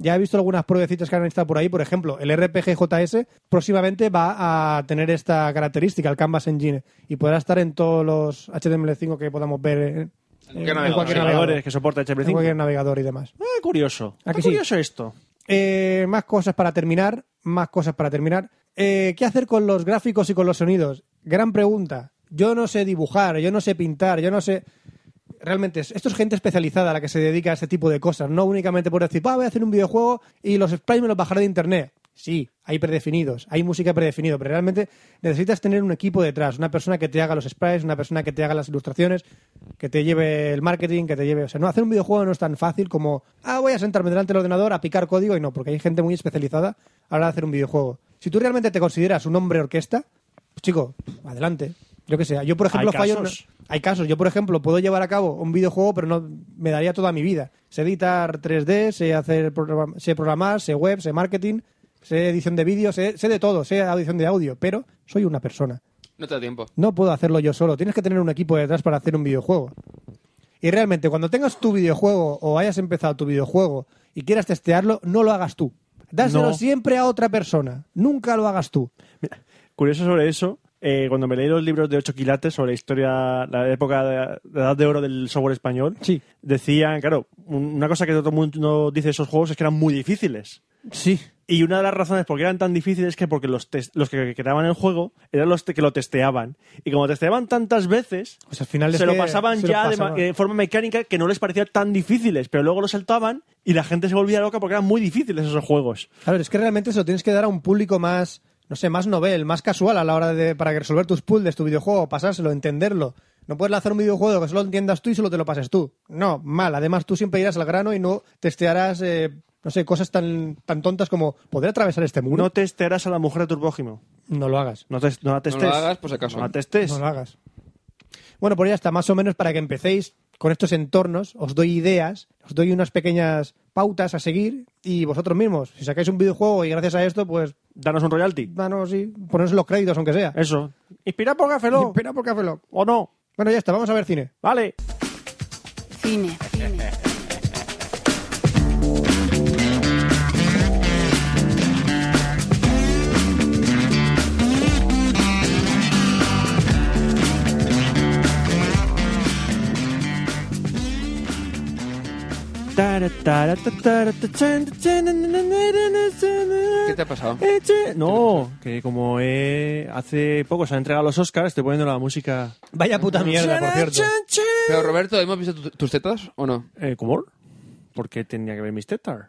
Ya he visto algunas pruebecitas que han estado por ahí. Por ejemplo, el RPGJS próximamente va a tener esta característica, el Canvas Engine, y podrá estar en todos los HTML5 que podamos ver en, en- navegador, en Los cualquier, navegadores navegador, que soporta HTML5. en cualquier navegador y demás. Ah, curioso. ¿A Ah, que sí? curioso esto. Eh, más cosas para terminar, más cosas para terminar. Eh, ¿Qué hacer con los gráficos y con los sonidos? Gran pregunta. Yo no sé dibujar, yo no sé pintar, yo no sé... Realmente, es- esto es gente especializada la que se dedica a este tipo de cosas, no únicamente por decir, "Ah, voy a hacer un videojuego y los sprites me los bajaré de internet. Sí, hay predefinidos, hay música predefinida, pero realmente necesitas tener un equipo detrás, una persona que te haga los sprites, una persona que te haga las ilustraciones, que te lleve el marketing, que te lleve... O sea, no hacer un videojuego no es tan fácil como, ah, voy a sentarme delante del ordenador a picar código y no, porque hay gente muy especializada a la hora de hacer un videojuego. Si tú realmente te consideras un hombre orquesta, pues chico, adelante. Yo qué sé, yo por ejemplo Hay fallo... en- casos. hay casos. Yo, por ejemplo, puedo llevar a cabo un videojuego, pero no me daría toda mi vida. Sé editar 3D, sé hacer program- sé programar, sé web, sé marketing, sé edición de vídeo, sé, sé de todo, sé audición de audio, pero soy una persona. No te da tiempo. No puedo hacerlo yo solo. Tienes que tener un equipo detrás para hacer un videojuego. Y realmente, cuando tengas tu videojuego o hayas empezado tu videojuego y quieras testearlo, no lo hagas tú. Dáselo No. siempre a otra persona. Nunca lo hagas tú. Curioso sobre eso, eh, cuando me leí los libros de 8 quilates sobre la historia, la época de la edad de oro del software español, Sí. decían, claro, un- una cosa que todo el mundo dice de esos juegos es que eran muy difíciles. Sí. Y una de las razones por qué eran tan difíciles es que porque los, tes- los que creaban el juego eran los te- que lo testeaban. Y como testeaban tantas veces, Pues al final es se lo que pasaban se lo ya de, pasaban. ma- de forma mecánica que no les parecía tan difíciles, pero luego lo saltaban y la gente se volvía loca porque eran muy difíciles esos juegos. A ver, es que realmente se lo tienes que dar a un público más, no sé, más novel, más casual a la hora de para resolver tus puzzles, tu videojuego, pasárselo, entenderlo. No puedes lanzar un videojuego que solo entiendas tú y solo te lo pases tú. No, mal. Además, tú siempre irás al grano y no testearás, eh, no sé, cosas tan, tan tontas como ¿podré atravesar este muro? No testearás a la mujer de tu prójimo. No lo hagas. No, tes- no la testes. hagas, por si acaso. No la testes. No lo hagas. Pues, Bueno, pues ya está, más o menos para que empecéis con estos entornos, os doy ideas, os doy unas pequeñas pautas a seguir y vosotros mismos, si sacáis un videojuego y gracias a esto, pues, Danos un royalty. danos y poneros los créditos, aunque sea. Eso. Inspira por Café Lock. Espera por Café Lock. ¿O no? Bueno, ya está, vamos a ver cine. Vale. Cine. ¿Qué te ha pasado? No, que como eh, hace poco se han entregado los Oscars, estoy poniendo la música. Vaya Mm. puta mierda, por cierto. Pero Roberto, ¿hemos visto tu- tus tetas o no? Eh, ¿Cómo? ¿Por qué tenía que ver mis tetas?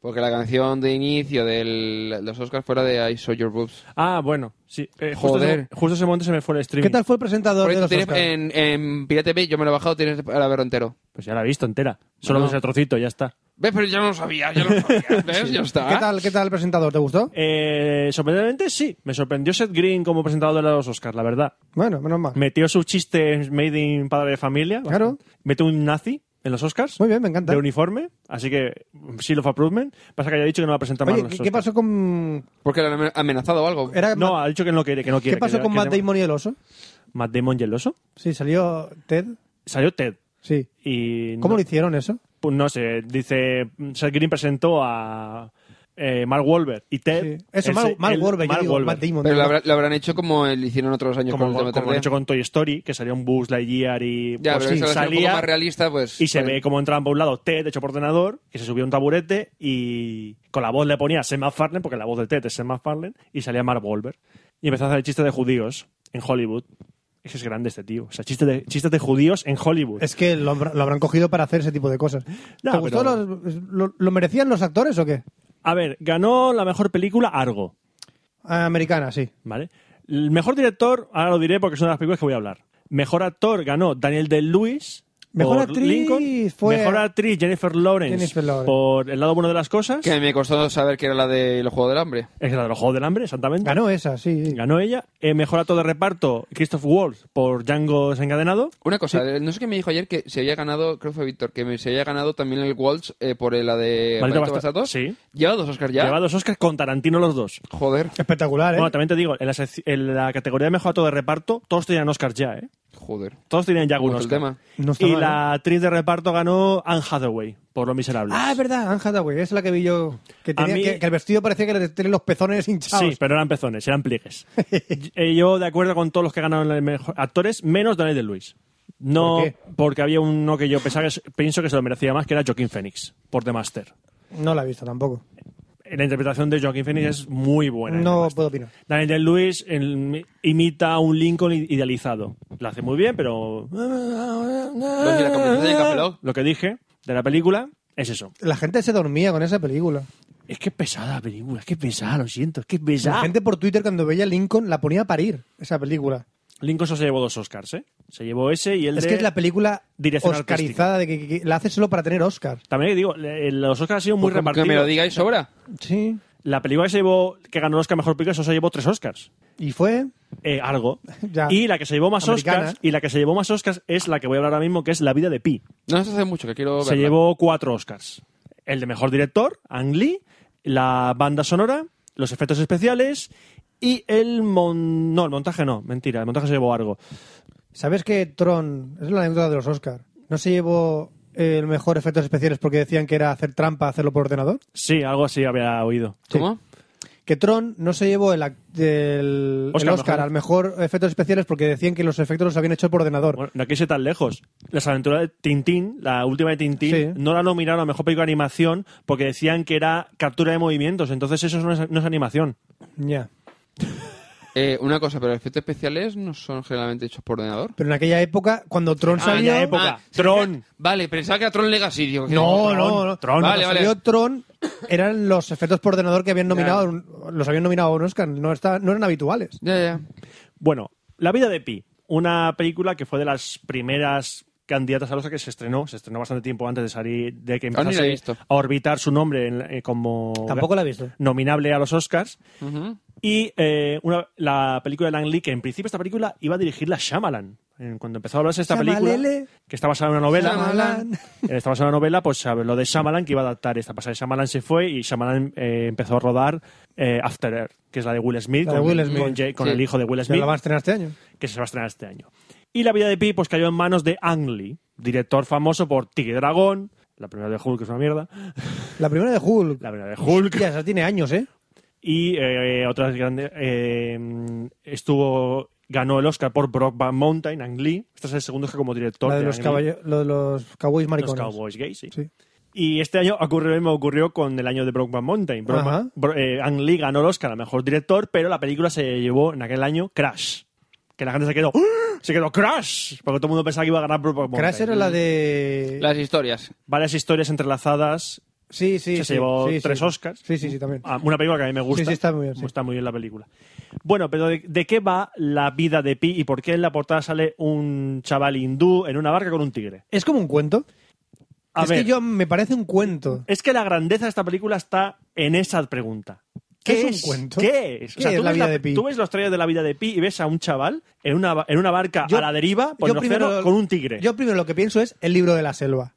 Porque la canción de inicio de los Oscars fuera de I Saw Your Boobs. Ah, bueno, sí. Eh, justo Joder. ese- Justo ese momento se me fue el streaming. ¿Qué tal fue el presentador Por ahí de tú los tienes Oscars? en, en Pirate Bay, yo me lo he bajado, tienes para verlo entero. Pues ya la he visto entera. Solo Bueno. ese trocito, ya está. ¿Ves? Pero yo no lo sabía, yo no lo sabía. ¿Ves? Ya está. ¿Qué tal, qué tal el presentador? ¿Te gustó? Eh, sorprendentemente sí. Me sorprendió Seth Green como presentador de los Oscars, la verdad. Bueno, menos mal. Metió sus chistes made in padre de familia. Claro. Mete un nazi en los Oscars. Muy bien, me encanta. De uniforme. Así que, Seal of Approvement. Pasa que haya dicho que no va a presentar más Oye, los ¿qué, qué Oscars. pasó con... Porque lo han amenazado o algo. era No, Ah, Ma- ha dicho que no quiere, que no ¿Qué quiere. pasó que- con que Matt no- Damon y el oso? Matt Damon y el oso. Sí, salió Ted. Salió Ted. Sí. Y ¿Cómo no, lo hicieron eso? pues no sé, dice, Seth Green presentó a eh, Mark Wahlberg y Ted. Sí. Eso, Eh, el Mark, se- Mark el- Wahlberg, yo Mark digo, Wahlberg. Matt Damon. Pero lo, ¿no? habrá- lo habrán hecho como el- hicieron otros años Como, con el tema como han hecho con Toy Story, que salía un Buzz Lightyear y Ya, pues pero sí, eso salía un poco salía más realista, pues... y se vale. ve como entraban por un lado Ted hecho por ordenador, que se subía a un taburete y con la voz le ponía Seth MacFarlane, porque la voz de Ted es Seth MacFarlane, y salía Mark Wahlberg. Y empezó a hacer el chiste de judíos en Hollywood. Es que es grande este tío. O sea, chiste de, chistes de judíos en Hollywood. Es que lo, habrá- lo habrán cogido para hacer ese tipo de cosas. Ya, ¿Te gustó pero- los- lo, lo merecían los actores o qué? A ver, ganó la mejor película Argo. Ah, Americana, sí. ¿Vale? El mejor director, ahora lo diré porque es una de las películas que voy a hablar. Mejor actor ganó Daniel Day-Lewis. Mejor por actriz Lincoln. fue- Mejor actriz Jennifer Lawrence, Jennifer Lawrence. por El lado bueno de las cosas. Que me costó saber que era la de los Juegos del Hambre. Es la de los Juegos del Hambre, exactamente. Ganó esa, sí. sí. Ganó ella. Eh, mejor actor de reparto, Christoph Waltz por Django desencadenado. Una cosa, eh, no sé qué me dijo ayer que se había ganado, creo que fue Víctor, que me- se había ganado también el Waltz eh, por la de Maldito Maldito Bastardo. Bastardo. Sí. Lleva dos Oscar ya. Lleva dos Oscars con Tarantino los dos. Joder, Espectacular, ¿eh? Bueno, también te digo, en la, sec- en la categoría de mejor actor de reparto, todos tenían Oscars ya, ¿eh? joder. Todos tenían ya un Otro Oscar. tema. No está y mal, ¿eh? la actriz de reparto ganó Anne Hathaway por Los Miserables. Ah, es verdad, Anne Hathaway, es la que vi yo. Que, tenía- A mí- que, que el vestido parecía que le tenía los pezones hinchados. Sí, pero eran pezones, eran pliegues. Eh, Yo, de acuerdo con todos los que ganaron el mejor actores, menos Daniel de Luis. No, ¿Por qué? porque había uno que yo pensaba que, pienso que se lo merecía más, que era Joaquín Phoenix, por The Master. No la he visto tampoco. La interpretación de Joaquín Phoenix es muy buena. en The Mm. no Master. puedo opinar. Daniel de Luis imita a un Lincoln i- idealizado. Lo hace muy bien, pero. la conversación de Café Lock. Lo que dije de la película es eso. La gente se dormía con esa película. Es que es pesada la película, es que es pesada, lo siento, es que es La pesada. gente por Twitter cuando veía Lincoln la ponía a parir, esa película. Lincoln solo se llevó dos Oscars, ¿eh? Se llevó ese y el Es de- que es la película dirección oscarizada, de que, que- que la hace solo para tener Oscar. También digo, le- los Oscars han sido muy Pues como Que repartidos. me lo digáis sobra. Sí. La película que se llevó, que ganó el Oscar Mejor Película, eso se llevó tres Oscars. Y fue... Eh, algo. Ya. Y la que se llevó más Americana. Oscars, y la que se llevó más Oscars es la que voy a hablar ahora mismo, que es La vida de Pi. No se hace mucho que quiero verla. Se llevó cuatro Oscars. El de mejor director, Ang Lee, la banda sonora, los efectos especiales y el mon... no, el montaje no, mentira, el montaje se llevó algo. ¿Sabes que Tron... Es la anécdota de los Oscar. No se llevó eh, el mejor efectos especiales porque decían que era hacer trampa, hacerlo por ordenador. Sí, algo así había oído. ¿Cómo? que Tron no se llevó el, ac- el- el Oscar, Oscar, al mejor efectos especiales porque decían que los efectos los habían hecho por ordenador. Bueno, no hay que irse tan lejos. Las aventuras de Tintín, la última de Tintín, Sí. no la nominaron a mejor película de animación porque decían que era captura de movimientos. Entonces eso no es, no es animación. Ya. Eh, una cosa, pero los efectos especiales no son generalmente hechos por ordenador. Pero en aquella época, cuando Tron Ah, salió. aquella época. sí, Tron. Vale, pensaba que era Tron Legacy. Digo, que No, Tron. no, no. Tron. Cuando Vale, vale. salió Tron, eran los efectos por ordenador que habían nominado, los habían nominado a un Oscar, no, está- no eran habituales. Ya, ya. Bueno, La vida de Pi, una película que fue de las primeras candidatas a los que se estrenó, se estrenó bastante tiempo antes de salir, de que Aún ni la Ah, he empezase visto. a orbitar su nombre en la- eh, como Tampoco la he visto. nominable a los Oscars. Ujú. Y eh, una- la película de Lang Lee, que en principio esta película iba a dirigirla Shyamalan. En- Cuando empezó a hablarse de esta película, Shyamalele. que está basada en una novela, Shyamalan. eh, está basada en una novela, pues a ver, lo de Shyamalan que iba a adaptar esta pasada. Shyamalan se fue y Shyamalan eh, empezó a rodar eh, After Earth, que es la de Will Smith, La de con, Will Smith. con Jay- con Sí. el hijo de Will Ya Smith, la van a estrenar este año. que se va a estrenar este año. Y la vida de Pi pues cayó en manos de Ang Lee, director famoso por Tigre y Dragón, la primera de Hulk que es una mierda, La primera de Hulk. la primera de Hulk, Ya, esa tiene años, ¿eh? y eh, otras grandes eh, estuvo ganó el Oscar por Brockback Mountain Ang Lee este es el segundo Oscar como director La de de los, Ang Lee, caballo- lo de los cowboys los maricones. Cowboys Gays sí. Sí. y este año ocurrió lo mismo que ocurrió con el año de Brockback Mountain Brock- Ajá. Bro- eh, Ang Lee ganó el Oscar a mejor director pero la película se llevó en aquel año Crash que la gente se quedó ¡Ah! se quedó Crash porque todo el mundo pensaba que iba a ganar Brockback Mountain Crash era la de. Las historias. varias historias entrelazadas Sí, sí. se sí, llevó sí, sí. tres Oscars. Sí, sí, sí, también. Ah, Una película que a mí me gusta. Sí, sí, está muy bien, sí. la película. Bueno, pero ¿de, de qué va la vida de Pi y por qué en la portada sale un chaval hindú en una barca con un tigre? Es como un cuento. A es ver, que yo me parece un cuento. es que la grandeza de esta película está en esa pregunta. ¿Qué ¿Es es, un cuento? ¿Qué es? ¿Qué es tú, la ves vida de Pi? tú ves los trailers de la vida de Pi y ves a un chaval en una, ba- en una barca Yo- a la deriva por el océano con un tigre. Yo primero lo que pienso es el libro de la selva.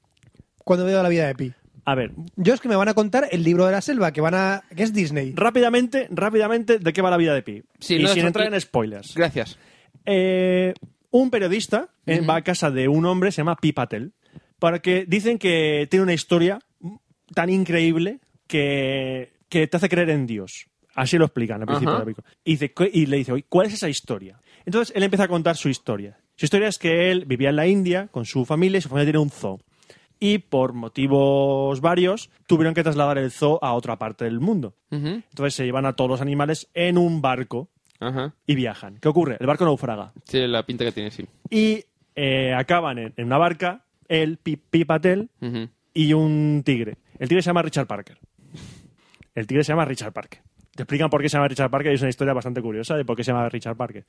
Cuando veo la vida de Pi. A ver, Yo es que me van a contar el libro de la selva, que van a. que es Disney. rápidamente, rápidamente, ¿de qué va la vida de Pi? Sí, y no, sin eso- entrar en spoilers. Gracias. Eh, un periodista eh, va a casa de un hombre, se llama Pi Patel, para que dicen que tiene una historia tan increíble que, que te hace creer en Dios. Así lo explican al principio Ajá. de la película. Y, dice, cu- y le dice, "Oye, ¿cuál es esa historia? Entonces él empieza a contar su historia. Su historia es que él vivía en la India con su familia y su familia tiene un zoo. Y por motivos varios tuvieron que trasladar el zoo a otra parte del mundo. Ujú, Entonces se llevan a todos los animales en un barco Ajá. y viajan. ¿Qué ocurre? El barco naufraga. Tiene la pinta que tiene, sí. Y eh, acaban en, en una barca, él, Pi- Pi Patel Ujú. y un tigre. El tigre se llama Richard Parker. El tigre se llama Richard Parker. Te explican por qué se llama Richard Parker y es una historia bastante curiosa de por qué se llama Richard Parker.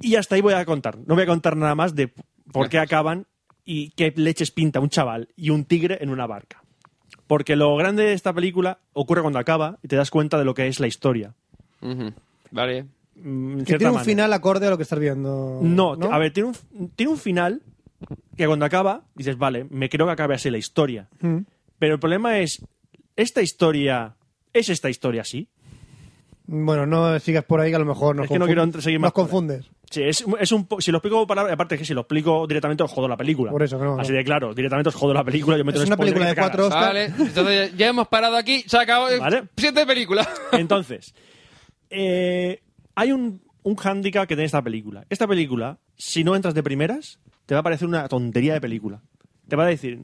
Y hasta ahí voy a contar. No voy a contar nada más de por qué acaban y qué leches pinta un chaval y un tigre en una barca. Porque lo grande de esta película ocurre cuando acaba y te das cuenta de lo que es la historia. Ujú. Vale. Mm, en Que cierta tiene un manera. final acorde a lo que estás viendo. No, a ver, tiene un, tiene un final que cuando acaba dices, vale, me creo que acabe así la historia. Mm. Pero el problema es, ¿esta historia es esta historia así? Bueno, no sigas por ahí que a lo mejor nos Es que no confu- quiero entr- seguir más Nos por ahí. confundes. Sí, es, es un po- si lo explico por palabras, aparte que si lo explico directamente os jodo la película. Por eso, no, Así no. de claro, directamente os jodo la película. Yo meto Es un una spoiler película que de te cagas. cuatro Oscar. Vale. Entonces ya hemos parado aquí. Se acabó. eh, Vale. Siguiente película. Entonces, eh, hay un, un hándicap que tiene esta película. Esta película, si no entras de primeras, te va a parecer una tontería de película. Te va a decir,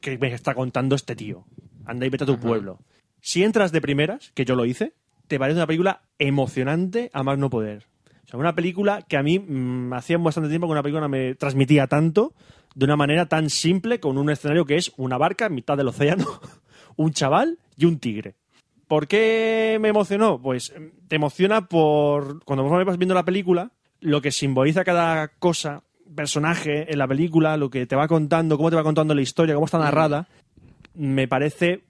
¿qué me está contando este tío? Anda y vete a tu pueblo. Si entras de primeras, que yo lo hice, te parece una película emocionante a más no poder. O sea, una película que a mí mm, hacía bastante tiempo que una película no me transmitía tanto de una manera tan simple con un escenario que es una barca en mitad del océano, un chaval y un tigre. ¿Por qué me emocionó? Pues mm, te emociona por. Cuando conforme vas viendo la película, lo que simboliza cada cosa, personaje en la película, lo que te va contando, cómo te va contando la historia, cómo está narrada, me parece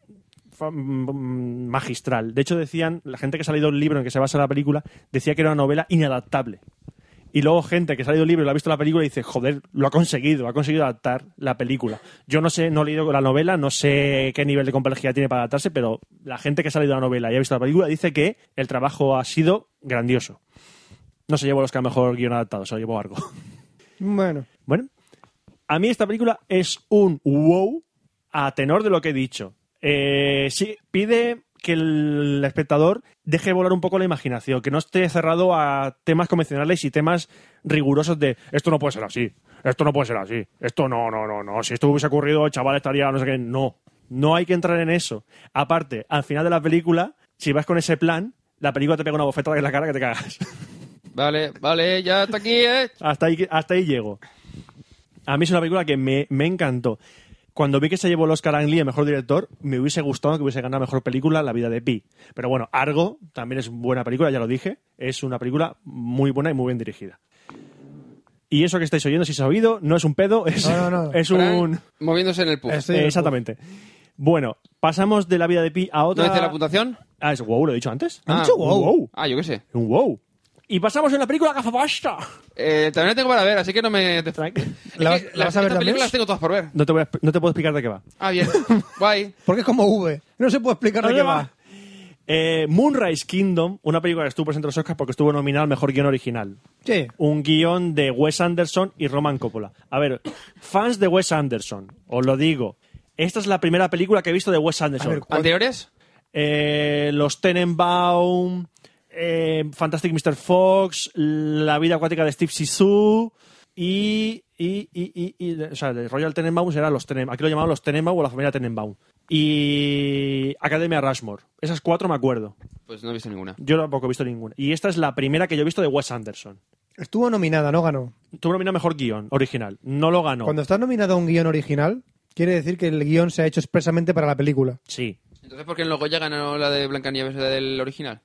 fa- mm, magistral. De hecho, decían, la gente que ha salido el libro en que se basa la película, decía que era una novela inadaptable. Y luego gente que ha salido el libro y lo ha visto la película y dice, joder, lo ha conseguido, ha conseguido adaptar la película. Yo no sé, no he leído la novela, no sé qué nivel de complejidad tiene para adaptarse, pero la gente que ha salido la novela y ha visto la película dice que el trabajo ha sido grandioso. No se llevó los que a mejor guión adaptado, se lo llevó algo. Bueno. Bueno, a mí esta película es un wow a tenor de lo que he dicho. Eh, sí, pide que el espectador deje volar un poco la imaginación, que no esté cerrado a temas convencionales y temas rigurosos de esto no puede ser así, esto no puede ser así, esto no, no, no, no, si esto hubiese ocurrido el chaval estaría no sé qué, no, no hay que entrar en eso. Aparte, al final de la película, si vas con ese plan, la película te pega una bofetada en la cara que te cagas. Vale, vale. Ya está aquí, ¿eh? Hasta ahí, hasta ahí llego. A mí es una película que me, me encantó. Cuando vi que se llevó el Oscar a Ang Lee a mejor director, me hubiese gustado que hubiese ganado mejor película La vida de Pi. Pero bueno, Argo también es buena película, ya lo dije. Es una película muy buena y muy bien dirigida. Y eso que estáis oyendo, si se ha oído, no es un pedo, es, No, no, no. es Frank un. Moviéndose eh, en el puff. Es- sí, eh, no. exactamente. Bueno, pasamos de La vida de Pi a ¿No otra. dice la puntuación? Ah, es wow, lo he dicho antes. Ah. ¿He dicho wow? wow. Ah, yo qué sé. Un wow. Y pasamos a una película gafapasta. Eh, también la tengo para ver, así que no me. Frank. ¿La vas- Es que la vas a ver estas también? películas las tengo todas por ver. No te, voy a- no te puedo explicar de qué va. Ah, bien. Bye. Porque es como V. No se puede explicar de qué va. Eh, Moonrise Kingdom, una película que estuvo presente en los Oscars porque estuvo nominada al mejor guión original. Sí. Un guión de Wes Anderson y Roman Coppola. A ver, fans de Wes Anderson, os lo digo. Esta es la primera película que he visto de Wes Anderson. A ver, ¿cuál? ¿Anteriores? Eh, los Tenenbaum, eh, Fantastic Mr. Fox, La vida acuática de Steve Sisu y, y, y, y- y- o sea, de Royal Tenenbaum será los Tenen, aquí lo llamaban los Tenenbaum o la familia Tenenbaum y Academia Rushmore. Esas cuatro me acuerdo. Pues no he visto ninguna. Yo tampoco he visto ninguna. Y esta es la primera que yo he visto de Wes Anderson. Estuvo nominada, no ganó. Tuvo nominado mejor guión original. No lo ganó. Cuando estás nominado a un guión original, quiere decir que el guión se ha hecho expresamente para la película. Sí. Entonces, ¿por qué en Logo ya ganó la de Blancanieves, la del original?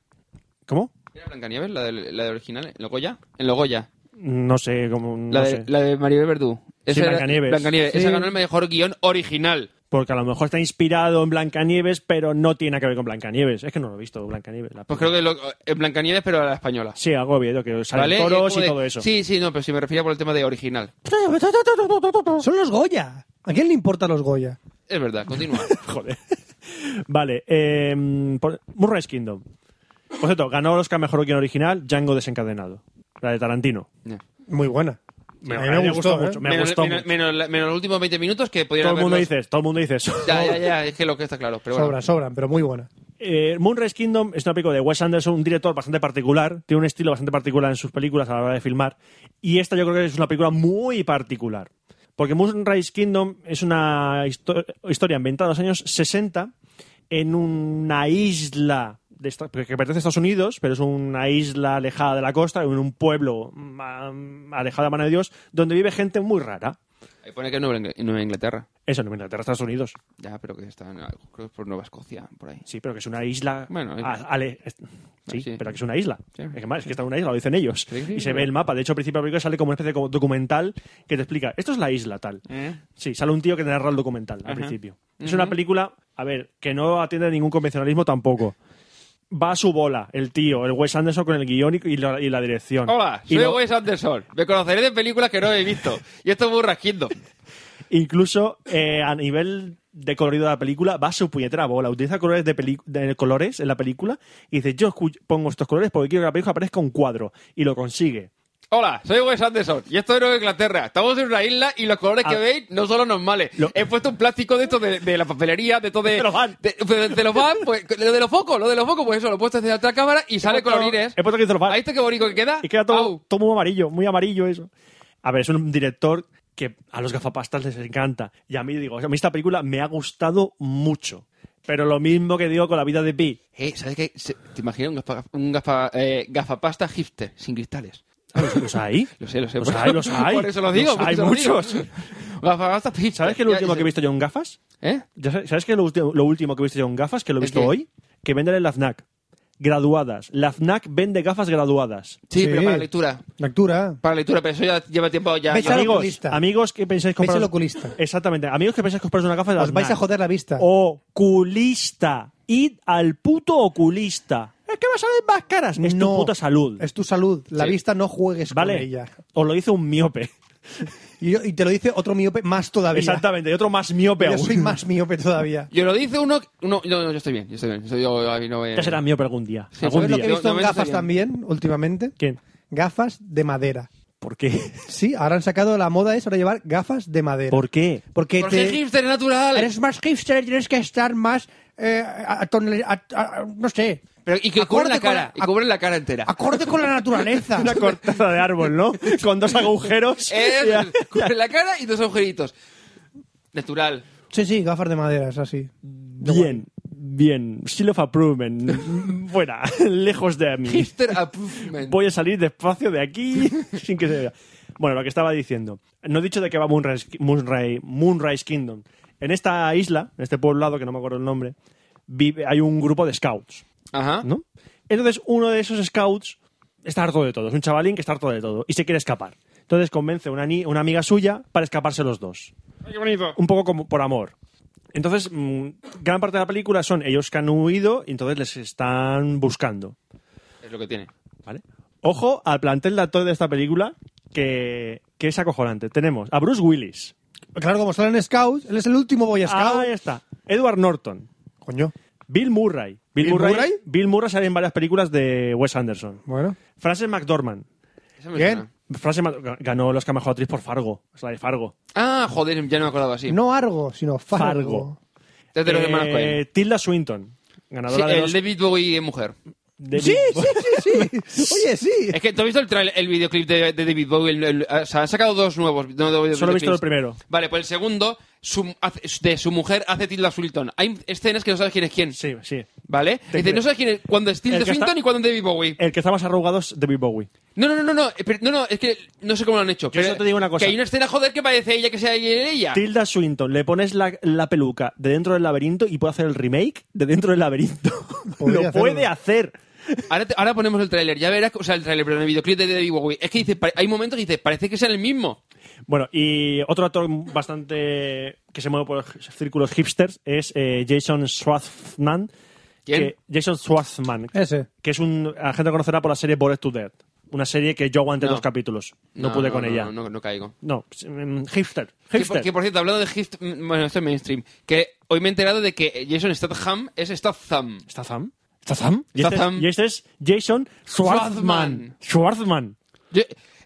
¿Cómo? ¿Era Blancanieves, la del, la del original? ¿En Logoya? En Logoya. No sé. Como, no La, sé. de, la de Maribel Verdú. Sí, era- Blancanieves. Blancanieves. Esa Sí. ganó el mejor guión original. Porque a lo mejor está inspirado en Blancanieves, pero no tiene nada que ver con Blancanieves. Es que no lo he visto, Blancanieves. la Pues peli. creo que lo, en Blancanieves, pero a la española. Sí, algo obvio, que salen ¿Vale? toros Es y como de- todo eso. Sí, sí, no, pero si me refería por el tema de original. Son los Goya. ¿A quién le importan los Goya? Es verdad, continúa. Joder. Vale, eh, por- Moonrise Kingdom. Por cierto, ganó el Oscar Mejor Guión Original, Django Desencadenado. La de Tarantino. Ya. Muy buena. A mí me gustó, ¿eh? mucho. Me menos, gustó menos- mucho. menos la- menos los últimos 20 minutos que podrían todo el mundo haberlos- dice, todo el mundo dice eso. Ya, ya, ya, es que lo que está claro. Pero bueno. Sobran, sobran, pero muy buena. Eh, Moonrise Kingdom es una película de Wes Anderson, un director bastante particular, tiene un estilo bastante particular en sus películas a la hora de filmar, y esta yo creo que es una película muy particular, porque Moonrise Kingdom es una histo- historia ambientada en los años 60 en una isla de esta- que pertenece a Estados Unidos, pero es una isla alejada de la costa, en un pueblo mm, alejado de la mano de Dios, donde vive gente muy rara. Ahí pone que es Nueva Ingl- Nueva Inglaterra. Eso no Inglaterra, Estados Unidos. Ya, pero que está en- creo que por Nueva Escocia, por ahí. Sí, pero que es una isla. Bueno, es- Ah, a- ale- es- sí, sí. pero que es una isla. Sí. Es que más, es que está en una isla, lo dicen ellos. Sí, sí, y se claro. ve el mapa. De hecho, al principio de la película sale como una especie de como documental que te explica: esto es la isla tal. ¿Eh? Sí, sale un tío que te narra el documental al Ajá. principio. Es una película, a ver, que no atiende a ningún convencionalismo tampoco. Va a su bola, el tío, el Wes Anderson con el guión y, y la, y la dirección. Hola, Y soy lo- Wes Anderson. Me conoceré de películas que no he visto. Y esto es muy rasquindo. Incluso eh, a nivel de colorido de la película, va a su puñetera bola. Utiliza colores de, peli- de colores en la película y dice, yo escu- pongo estos colores porque quiero que la película aparezca un cuadro. Y lo consigue. Hola, soy Wes Anderson. Y esto es Nueva Inglaterra. Estamos en una isla y los colores Ah. que veis no son los normales. Lo- He puesto un plástico de esto de, de la papelería, de esto de. De los van. Eh, De, de- de los van, pues, lo de los focos, lo de los focos, pues eso, lo he puesto desde la otra cámara y sale puesto- colorines. he puesto que te lo van. ¿Ahí está qué bonito que queda? Y queda todo, Au. todo muy amarillo, muy amarillo eso. A ver, es un director que a los gafapastas les encanta. Y a mí, digo, a mí esta película me ha gustado mucho. Pero lo mismo que digo con la vida de Pi. Eh, ¿sabes qué? Se- ¿Te imaginas un, gafa- un gafa- eh, gafapasta hipster, sin cristales? ¿Los, los hay? Lo sé, lo sé. Los por- hay, los hay. Por eso lo digo. Los por hay eso lo digo. muchos. Gafapasta hipster. ¿Sabes que lo Ya, último ya que he sé. visto yo en gafas? ¿Eh? Ya sa- ¿Sabes qué es lo, ulti- lo último que he visto yo en gafas? Que lo he ¿El visto qué? hoy. Que venden en la FNAC. Graduadas. La FNAC vende gafas graduadas. Sí, Sí. pero para lectura. Lectura. Para lectura, pero eso ya lleva tiempo ya. Ves ya- al Amigos, oculista. amigos que pensáis comprar... Vais al oculista. Exactamente. Amigos que pensáis compraros una gafa de la Os vais FNAC. a joder la vista. Oh, Oculista. Id al puto oculista. Es que va a salir más caras. Es tu puta salud. Es tu salud. La Sí. vista no juegues con ¿Vale? ella. Os lo dice un miope. Y, yo- y te lo dice otro miope más todavía. Exactamente. Y otro más miope Yo aún. soy más miope todavía. Yo lo dice uno. No, no, no, yo estoy bien. Yo estoy bien. Yo, yo- ahí no, eh, Ya será miope algún día. Sí, algún ¿Sabes día. lo que he Yo- visto no en me gafas gustaría. también últimamente? ¿Quién? Gafas de madera. ¿Por qué? Sí, ahora han sacado la moda es ahora llevar gafas de madera. ¿Por qué? Porque Porque es te, hipster natural. eres más hipster, tienes que estar más... eh, a- a tonel- a- a- no sé. Pero, y que cubren la acorde con cara. ac- Y cubren la cara entera. acorde con la naturaleza. Una corteza de árbol, ¿no? Con dos agujeros. Es- Ya. cubren la cara y dos agujeritos. Natural. Sí, sí, gafas de madera, es así. Bien, bien. Seal of Approvement. Fuera, lejos de mí. Hipster approvement. Voy a salir despacio de aquí sin que se vea. Bueno, lo que estaba diciendo. No he dicho de qué va Moonrise, Moonrise- Moonrise Kingdom. En esta isla, en este poblado, que no me acuerdo el nombre, vive, hay un grupo de scouts. Ajá. ¿no? Entonces, uno de esos scouts está harto de todo. Es un chavalín que está harto de todo y se quiere escapar. Entonces convence a una, ni- una amiga suya para escaparse los dos. Un poco como por amor. Entonces, mm, gran parte de la película son ellos que han huido y entonces les están buscando. Es lo que tiene. ¿vale? Ojo al plantel de actores de esta película que, que es acojonante. Tenemos a Bruce Willis. Claro, como salen scouts, él es el último boy scout. Ahí está. Edward Norton. Coño. Bill Murray. ¿Bill Murray? Bill Murray sale en varias películas de Wes Anderson. Bueno. Frances McDormand. Eso me Bien. suena. Frase ma- ganó los mejor actriz por Fargo. Es la de Fargo. Ah, joder, ya no me acordaba así. No Argo, sino Fargo. Fargo. Desde los Eh, hermanos Coen. Tilda Swinton. Ganadora Sí, de el los... David Bowie es mujer. David- Sí, sí, sí, sí. Oye, sí. Es que tú has visto el, trailer- el videoclip de, de David Bowie. El- el- o sea, han sacado dos nuevos. no, dos Solo he videoclips. visto el primero. Vale, pues el segundo su- hace- de su mujer hace Tilda Swinton. Hay escenas que no sabes quién es quién. Sí, sí. ¿Vale? Te Dice, creo. no sabes quién es. Cuando es El Tilda que Swinton está- y cuando es David Bowie. El que está más arrugado es David Bowie. No, no, no, no, no, pero- no, no, es que no sé cómo lo han hecho. Yo pero solo te digo una cosa. Que hay una escena, joder, que parece ella que sea ella. Tilda Swinton. Le pones la, la peluca de dentro del laberinto y puede hacer el remake de dentro del laberinto. Podría Lo hacerlo. puede hacer. Ahora, te- ahora ponemos el tráiler, ya verás, o sea, el tráiler, pero el videoclip de David Bowie. Es que dice, pa- hay momentos que dice, parece que sean el mismo. Bueno, y otro actor bastante que se mueve por los círculos hipsters es eh, Jason Schwartzman. ¿Quién? que- Jason Schwartzman. Ese. que es un la gente lo conocerá por la serie Bored to Death una serie que yo aguanté No. dos capítulos no, pude con no, ella No, no, no caigo. No, pues, mm, hipster Que por, hipster que por cierto, hablando de hipster, mm, bueno, esto es mainstream, que hoy me he enterado de que Jason Statham es Statham. ¿está Zam? ¿está Zam? y, este, Statham. y este es Jason Schwartzman Schwartzman Yo-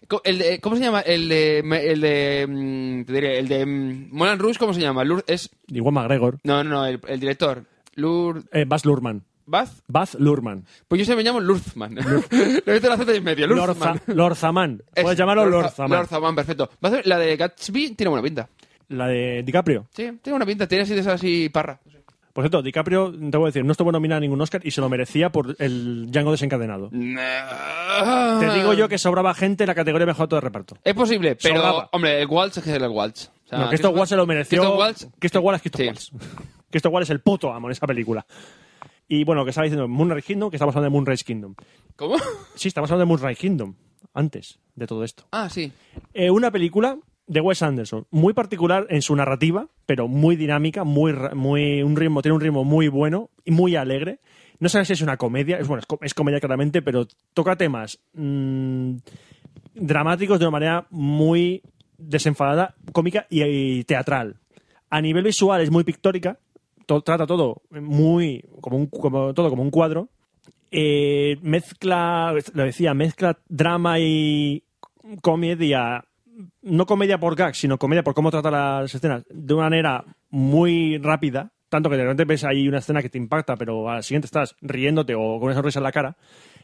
co- el de- ¿Cómo se llama? El de, me- el de, mm, te diré, el de mm, Moulin Rouge, ¿cómo se llama? Lourdes- es, igual McGregor no, no, no, el, el director. Lourdes eh, Baz Luhrmann Baz. Baz Luhrmann. Pues yo se me llamo Lurzman. Lo hice la Z y medio, Lurzman. Lorza- Lorzaman. Puedes llamarlo Lorzaman. Lorzaman, perfecto. Va a ser- La de Gatsby tiene buena pinta. La de DiCaprio. Sí, tiene buena pinta. Tiene así de esas así parra. Por cierto, DiCaprio, te voy a decir, no estuvo nominado a ningún Oscar y se lo merecía por el Django desencadenado. Te digo yo que sobraba gente en la categoría mejor actor de reparto. Es posible, pero. Sobraba. Hombre, el Waltz es que es el Waltz. O sea, no, que esto Walsh se lo mereció. Christoph Waltz. Que esto Walsh es Christoph Sí. Waltz. Que esto Walsh es el puto amo en esa película. Y bueno, que estaba diciendo Moonrise Kingdom, que estamos hablando de Moonrise Kingdom. ¿Cómo? Sí, estamos hablando de Moonrise Kingdom, antes de todo esto. Ah, sí. Eh, una película de Wes Anderson, muy particular en su narrativa, pero muy dinámica, muy, ra- muy un ritmo, tiene un ritmo muy bueno y muy alegre. No sabes si es una comedia, es, bueno, es, co- es comedia claramente, pero toca temas mm, dramáticos de una manera muy desenfadada, cómica y, y teatral. A nivel visual es muy pictórica, to- trata todo muy como un, como, todo como un cuadro. Eh, mezcla, lo decía, mezcla drama y comedia, no comedia por gag, sino comedia por cómo trata las escenas, de una manera muy rápida, tanto que de repente ves ahí una escena que te impacta, pero a la siguiente estás riéndote o con una sonrisa en la cara.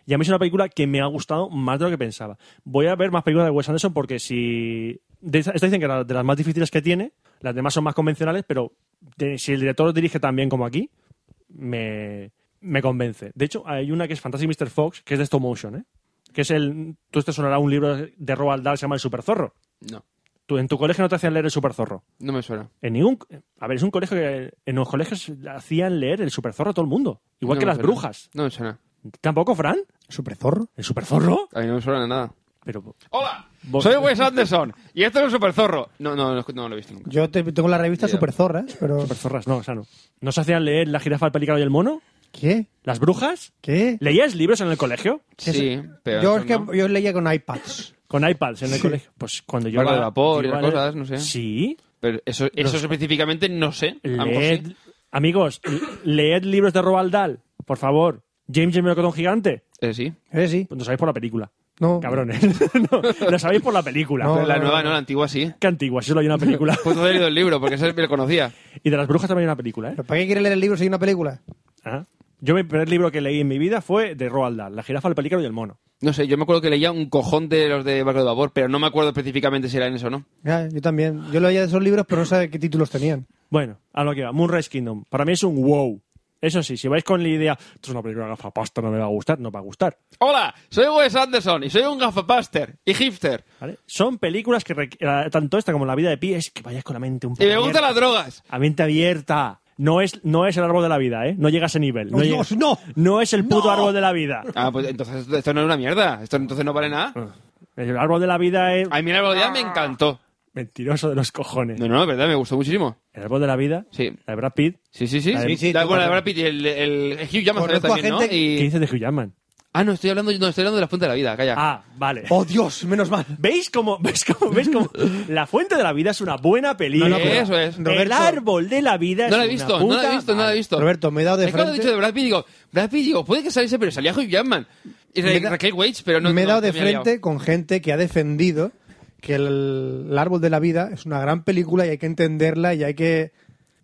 Y a mí es una película que me ha gustado más de lo que pensaba. Voy a ver más películas de Wes Anderson porque si... de esa- Esta dicen que era de las más difíciles que tiene, las demás son más convencionales, pero de- si el director lo dirige tan bien como aquí, me, me convence. De hecho, hay una que es Fantastic Mr. Fox, que es de stop motion, ¿eh? Que es el... Tú te sonará un libro de Roald Dahl, se llama El Superzorro. No, Tú, en tu colegio no te hacían leer El Superzorro. no me suena. En ningún... A ver, es un colegio que... En los colegios hacían leer El Superzorro a todo el mundo. Igual No que me las suena. brujas. No me suena. ¿Tampoco, Fran? ¿Superzorro? ¿El Superzorro? A mí no me suena nada. Pero... ¡Hola! Vos- Soy Wes Anderson y esto es un superzorro. No, no, no, no lo he visto nunca. Yo te- tengo la revista Ya. Superzorras, pero... Superzorras, no, o sea, no. ¿No se hacían leer La jirafa, el pelícano y el mono? ¿Qué? ¿Las brujas? ¿Qué? ¿Leías libros en el colegio? ¿Qué Sí, es- pero. Yo, eso es que, no. yo leía con iPads. Con iPads en el colegio. Pues cuando yo... Barco iba- de vapor yo y iba las a leer- cosas, no sé. Sí. Pero eso, eso específicamente no sé. A lo mejor Leed, sí. amigos, leed libros de Roald Dahl, por favor. James y el melocotón gigante. Eh, sí. ¿Eh, sí? Pues lo sabéis por la película. No. Cabrones. no, lo sabéis por la película. No, la no, nueva, no, la antigua sí. Qué antigua, si solo hay una película. Pues no he leído el libro, porque ese me lo conocía. y de las brujas también hay una película, ¿eh? ¿Pero para qué quiere leer el libro si hay una película? Ah. Yo mi primer libro que leí en mi vida fue de Roald Dahl, La jirafa, el pelícano y el mono. No sé, yo me acuerdo que leía un cojón de los de Barco de Vapor, pero no me acuerdo específicamente si eran eso o no. Ya, yo también. Yo leía de esos libros, pero no sé qué títulos tenían. Bueno, a lo que va. Moonrise Kingdom. Para mí es un wow. Eso sí, si vais con la idea, esto es una película gafapasta, no me va a gustar, no va a gustar. Hola, soy Wes Anderson y soy un gafapaster y hipster. ¿vale? Son películas que, requ- la- tanto esta como La vida de Pi, es que vayas con la mente un poco Y me gustan abierta. las drogas. A mente abierta. No es, no es el árbol de la vida, ¿eh? No llega a ese nivel. No, llega- Oh, Dios, no! No es el puto árbol de la vida. Ah, pues entonces esto- esto no es una mierda. Esto entonces no vale nada. El árbol de la vida es A mí la verdad me encantó. mentiroso de los cojones. No, no, es verdad, me gustó muchísimo. El árbol de la vida, Sí. la de Brad Pitt. Sí, sí, sí. La de- Sí, sí, sí, la, tengo bueno, la razón. Brad Pitt y el, el, el Hugh Jackman salió Conozco a también, ¿no? gente Y- ¿Qué dices de Hugh Jackman? Ah, no, estoy hablando, no, estoy hablando de la fuente de la vida, calla. Ah, vale. ¡Oh, Dios! Menos mal. ¿Veis cómo, ¿Veis cómo? ¿Veis cómo? La Fuente de la Vida es una buena película. No, no, pero- Eso es. El Roberto- árbol de la vida es no la he una visto, no la puta he visto, no la he madre. visto. Roberto, me he dado de Es cuando he frente- dicho de Brad Pitt, digo, Brad Pitt, digo, puede que saliese, pero salía Hugh Jackman. Y Ra- Me da- Raquel Waits, pero no me he dado no, de me había frente con gente que ha defendido que el, el árbol de la vida es una gran película y hay que entenderla y hay que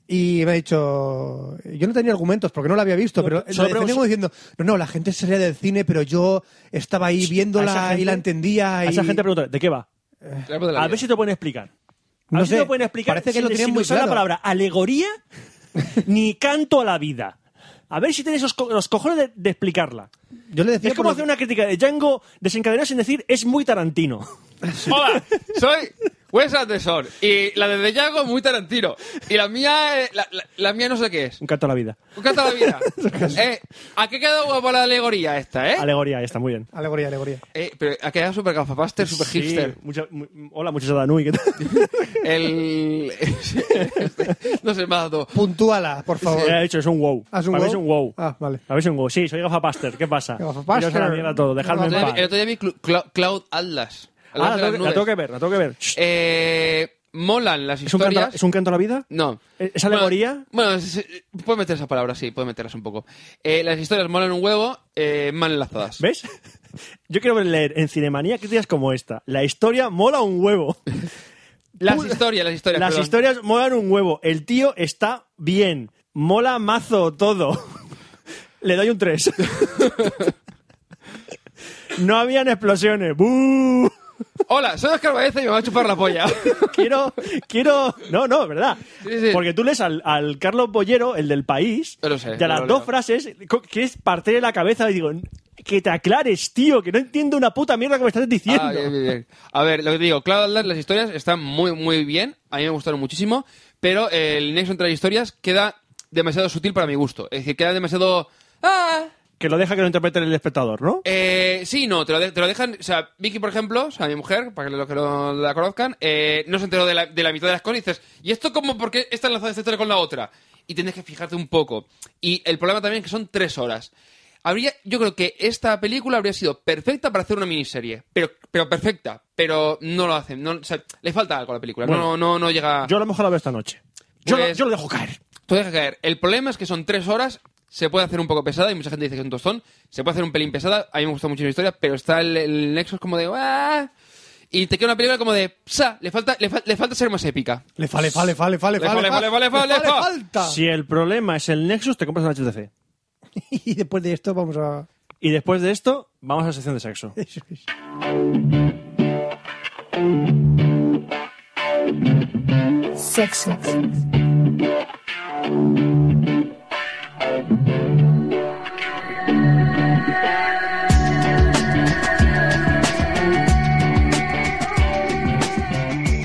y me ha dicho yo no tenía argumentos porque no la había visto pero lo solo defendía como diciendo no no la gente salía del cine pero yo estaba ahí A viéndola esa gente- y la entendía y A esa gente pregunta, ¿de qué va? liado. Claro, de la A vida. ver si te lo pueden explicar. A No ver si sé, te lo pueden explicar. parece que sin- lo tienen sin muy usar la claro. palabra alegoría ni canto a la vida. A ver si tenéis los, co- los cojones de, de explicarla. yo le decía Es como por hacer lo que- una crítica de Django desencadenado sin decir es muy Tarantino. Hola, soy Wes Anderson. Y la de Yago muy Tarantino. Y la mía, eh, la, la- la mía no sé qué es. Un canto a la vida. Un canto a la vida. Eh, ¿A qué queda guapa la alegoría esta, eh? Alegoría, está muy bien. alegoría alegoría Eh, pero ha quedado súper gafapaster, súper Sí, hipster. mucha- mu- hola, muchacha Danui. ¿qué tal? El... este, no sé, me ha dado... puntúala por favor eh, Ya he dicho, es un wow. ¿Ah, es un Para mí wow? es un wow. Ah, vale. Para mí es un wow. Sí, soy gafapaster. ¿Qué pasa? Gafapaster. Iros a la mierda todo. Dejadme en El otro día paz. vi- el otro día vi Clu- Cla- Cloud Atlas. Ah, la Atlas de las tengo, que- la nubes. tengo que ver, la tengo que ver. Shh. Eh, molan las ¿Es, un canto, a- historias. ¿Es un canto a la vida? No. ¿Es- es alegoría? Bueno, bueno, es- es- puedes meter esa palabra, sí, puedes meterlas un poco. Eh, las historias molan un huevo, eh, mal enlazadas. ¿Ves? Yo quiero leer en Cinemanía críticas como esta. La historia mola un huevo. Las Pu- historias, las historias. Las perdón. historias molan un huevo. El tío está bien. Mola mazo todo. Le doy un 3. no habían explosiones. ¡Bú! Hola, soy Oscar Baeza y me va a chupar la polla. Quiero, quiero. No, no, ¿verdad? Sí, sí. Porque tú lees al, al Carlos Bollero, el del país, Lo sé, y a las lo dos leo. frases, co- quieres partir la cabeza y digo, que te aclares, tío, que no entiendo una puta mierda que me estás diciendo. Ah, bien, bien, bien. A ver, lo que te digo, Cloud Atlas, las historias están muy, muy bien. A mí me gustaron muchísimo. Pero el nexo entre las historias queda demasiado sutil para mi gusto. Es decir, queda demasiado. ¡Ah! Que lo deja que lo interprete el espectador, ¿no? Eh, sí, no, te lo, de- te lo dejan. O sea, Vicky, por ejemplo, o sea, mi mujer, para que los que no la conozcan, eh, no se enteró de la, de la mitad de las cosas y dices, ¿y esto cómo? ¿Por qué está enlazada esta historia con la otra? Y tienes que fijarte un poco. Y el problema también es que son tres horas. Habría, yo creo que esta película habría sido perfecta para hacer una miniserie, pero, pero perfecta, pero no lo hacen. No, o sea, le falta algo a la película, no, Bueno. no, no llega. Yo a lo mejor la veo esta noche. Yo, Pues- lo, yo lo dejo caer. Tú deja caer. El problema es que son tres horas, se puede hacer un poco pesada, y mucha gente dice que es un tostón, se puede hacer un pelín pesada, a mí me gusta mucho la historia, pero está el, el nexo es como de... "Ah", Y te queda una película como de... "Psa", le falta, le, fal- le falta ser más épica. Le fale, fale, fale, fale, Le fale, fale, fale, fale, fa. falta. Si el problema es el Nexus, te compras un HTC. Y después de esto vamos a... Y después de esto, vamos a la sección de sexo. Sexo.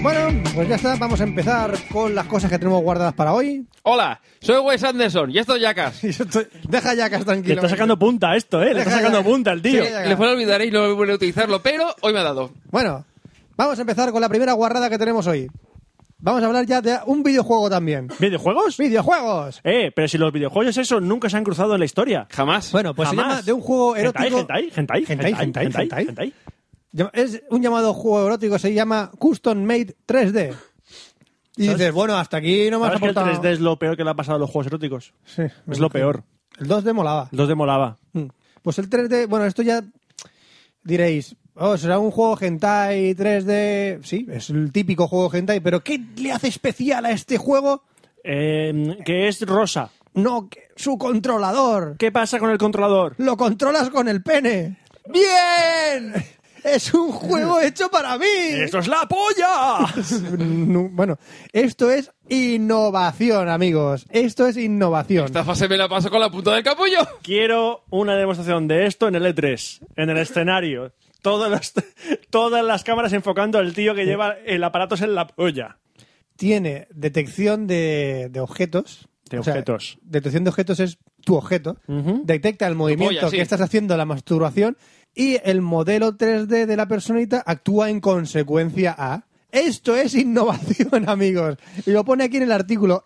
Bueno, pues ya está, vamos a empezar con las cosas que tenemos guardadas para hoy. Hola, soy Wes Anderson y esto es Jackass. Deja ya que Le tranquilo. está sacando punta a esto, ¿eh? Le está Deja, sacando deja. punta al tío. Sí, ya. Le fue a olvidar y no volveré a utilizarlo, pero hoy me ha dado. Bueno, vamos a empezar con la primera guarrada que tenemos hoy. Vamos a hablar ya de un videojuego también. ¿Videojuegos? ¡Videojuegos! Eh, pero si los videojuegos eso nunca se han cruzado en la historia. Jamás. Bueno, pues Jamás. se llama de un juego erótico. Hentai, hentai, hentai, Hentai, hentai, hentai, hentai. hentai. Llama- Es un llamado juego erótico, se llama Custom Made 3D. Y dices, bueno, hasta aquí no me has ¿Sabes que el aportado. 3D es lo peor que le ha pasado a los juegos eróticos? Sí, Es lo peor. El 2D molaba. El 2D molaba. Mm. Pues el 3D, bueno, esto ya diréis, oh, será un juego hentai 3D. Sí, es el típico juego hentai, pero ¿qué le hace especial a este juego? Eh, que es rosa. No, que- su controlador. ¿Qué pasa con el controlador? Lo controlas con el pene. ¡Bien! Es un juego hecho para mí. ¡Esto es la polla! No, bueno, esto es innovación, amigos. Esto es innovación. Esta fase me la paso con la punta del capullo. Quiero una demostración de esto en el E3, en el escenario. Todas las, todas las cámaras enfocando al tío que lleva el aparato en la polla. Tiene detección de, de objetos. De objetos. Detección de objetos es tu objeto. Detecta el movimiento polla, sí. que estás haciendo, la masturbación, y el modelo 3D de la personita actúa en consecuencia a. Esto es innovación, amigos. Y lo pone aquí en el artículo.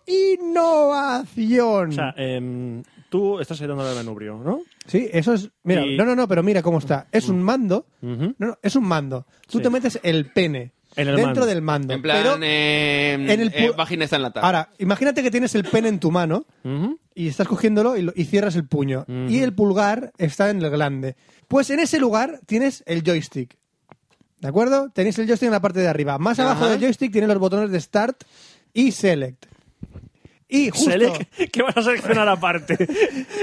Innovación. O sea, em, tú estás dando el manubrio, ¿no? Sí, eso es. Mira, Y- no, no, no, pero mira cómo está. Es un mando. Ujú. No, no, es un mando. Tú Sí. te metes el pene En el dentro mando. del mando. En plan, pero eh, en el eh, pu- vagina está en lata. ahora, imagínate que tienes el pene en tu mano Ujú. y estás cogiéndolo y, lo- y cierras el puño. Y el pulgar está en el glande. Pues en ese lugar tienes el joystick. ¿De acuerdo? Tenéis el joystick en la parte de arriba. Más abajo Ajá. del joystick tienes los botones de Start y Select. Y justo. Select, que vas a seleccionar aparte.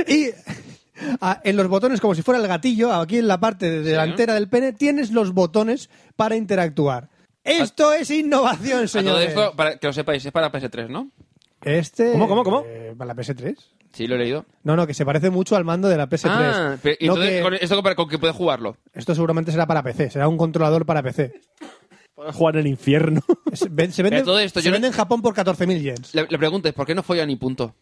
Y a- en los botones, como si fuera el gatillo, aquí en la parte de- delantera del pene, tienes los botones para interactuar. Esto Ah. es innovación, A todo señores. esto, para que lo sepáis, es para PS3, ¿no? Este, ¿Cómo, cómo, cómo? eh, ¿Para la PS3? Sí, lo he leído. No, no, que se parece mucho al mando de la PS3. Ah, pero, y No entonces, que- con ¿esto con, con que puedes jugarlo? Esto seguramente será para PC, será un controlador para PC. Podrás jugar en el infierno. Se ven- se vende, Pero todo esto se yo no- vende en Japón por 14.000 yens. La, la pregunta es, ¿por qué no folla ni punto?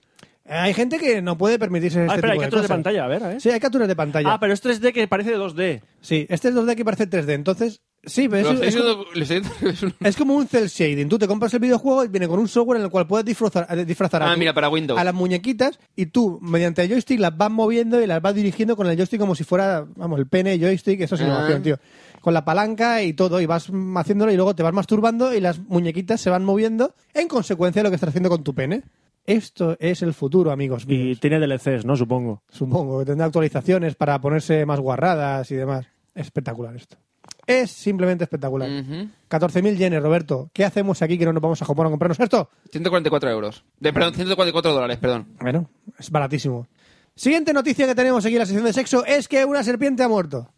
Eh, Hay gente que no puede permitirse este ah, espera, hay tipo de capturas de cosas. pantalla, a ver, a ver. Sí, hay capturas de pantalla. Ah, pero es 3D que parece de 2D. Sí, este es 2D que parece 3D, entonces... Sí, pero Lo estoy es, es como- diciendo- lo estoy diciendo- es un- Es como un cel shading. Tú te compras el videojuego y viene con un software en el cual puedes disfrazar, eh, disfrazar a, Ah, tu- mira, para Windows. a las muñequitas y tú, mediante el joystick, las vas moviendo y las vas dirigiendo con el joystick como si fuera, vamos, el pene, joystick, eso es Ah. innovación, tío. Con la palanca y todo, y vas mm, haciéndolo y luego te vas masturbando y las muñequitas se van moviendo en consecuencia de lo que estás haciendo con tu pene. Esto es el futuro, amigos Y míos. tiene DLCs, ¿no? Supongo. Supongo que tendrá actualizaciones para ponerse más guarradas y demás. Espectacular esto. Es simplemente espectacular. Ujú. 14.000 yenes, Roberto. ¿Qué hacemos aquí que no nos vamos a Japón a comprarnos esto? 144 euros. De, perdón, 144 dólares, perdón. Bueno, es baratísimo. Siguiente noticia que tenemos aquí en la sección de sexo es que una serpiente ha muerto.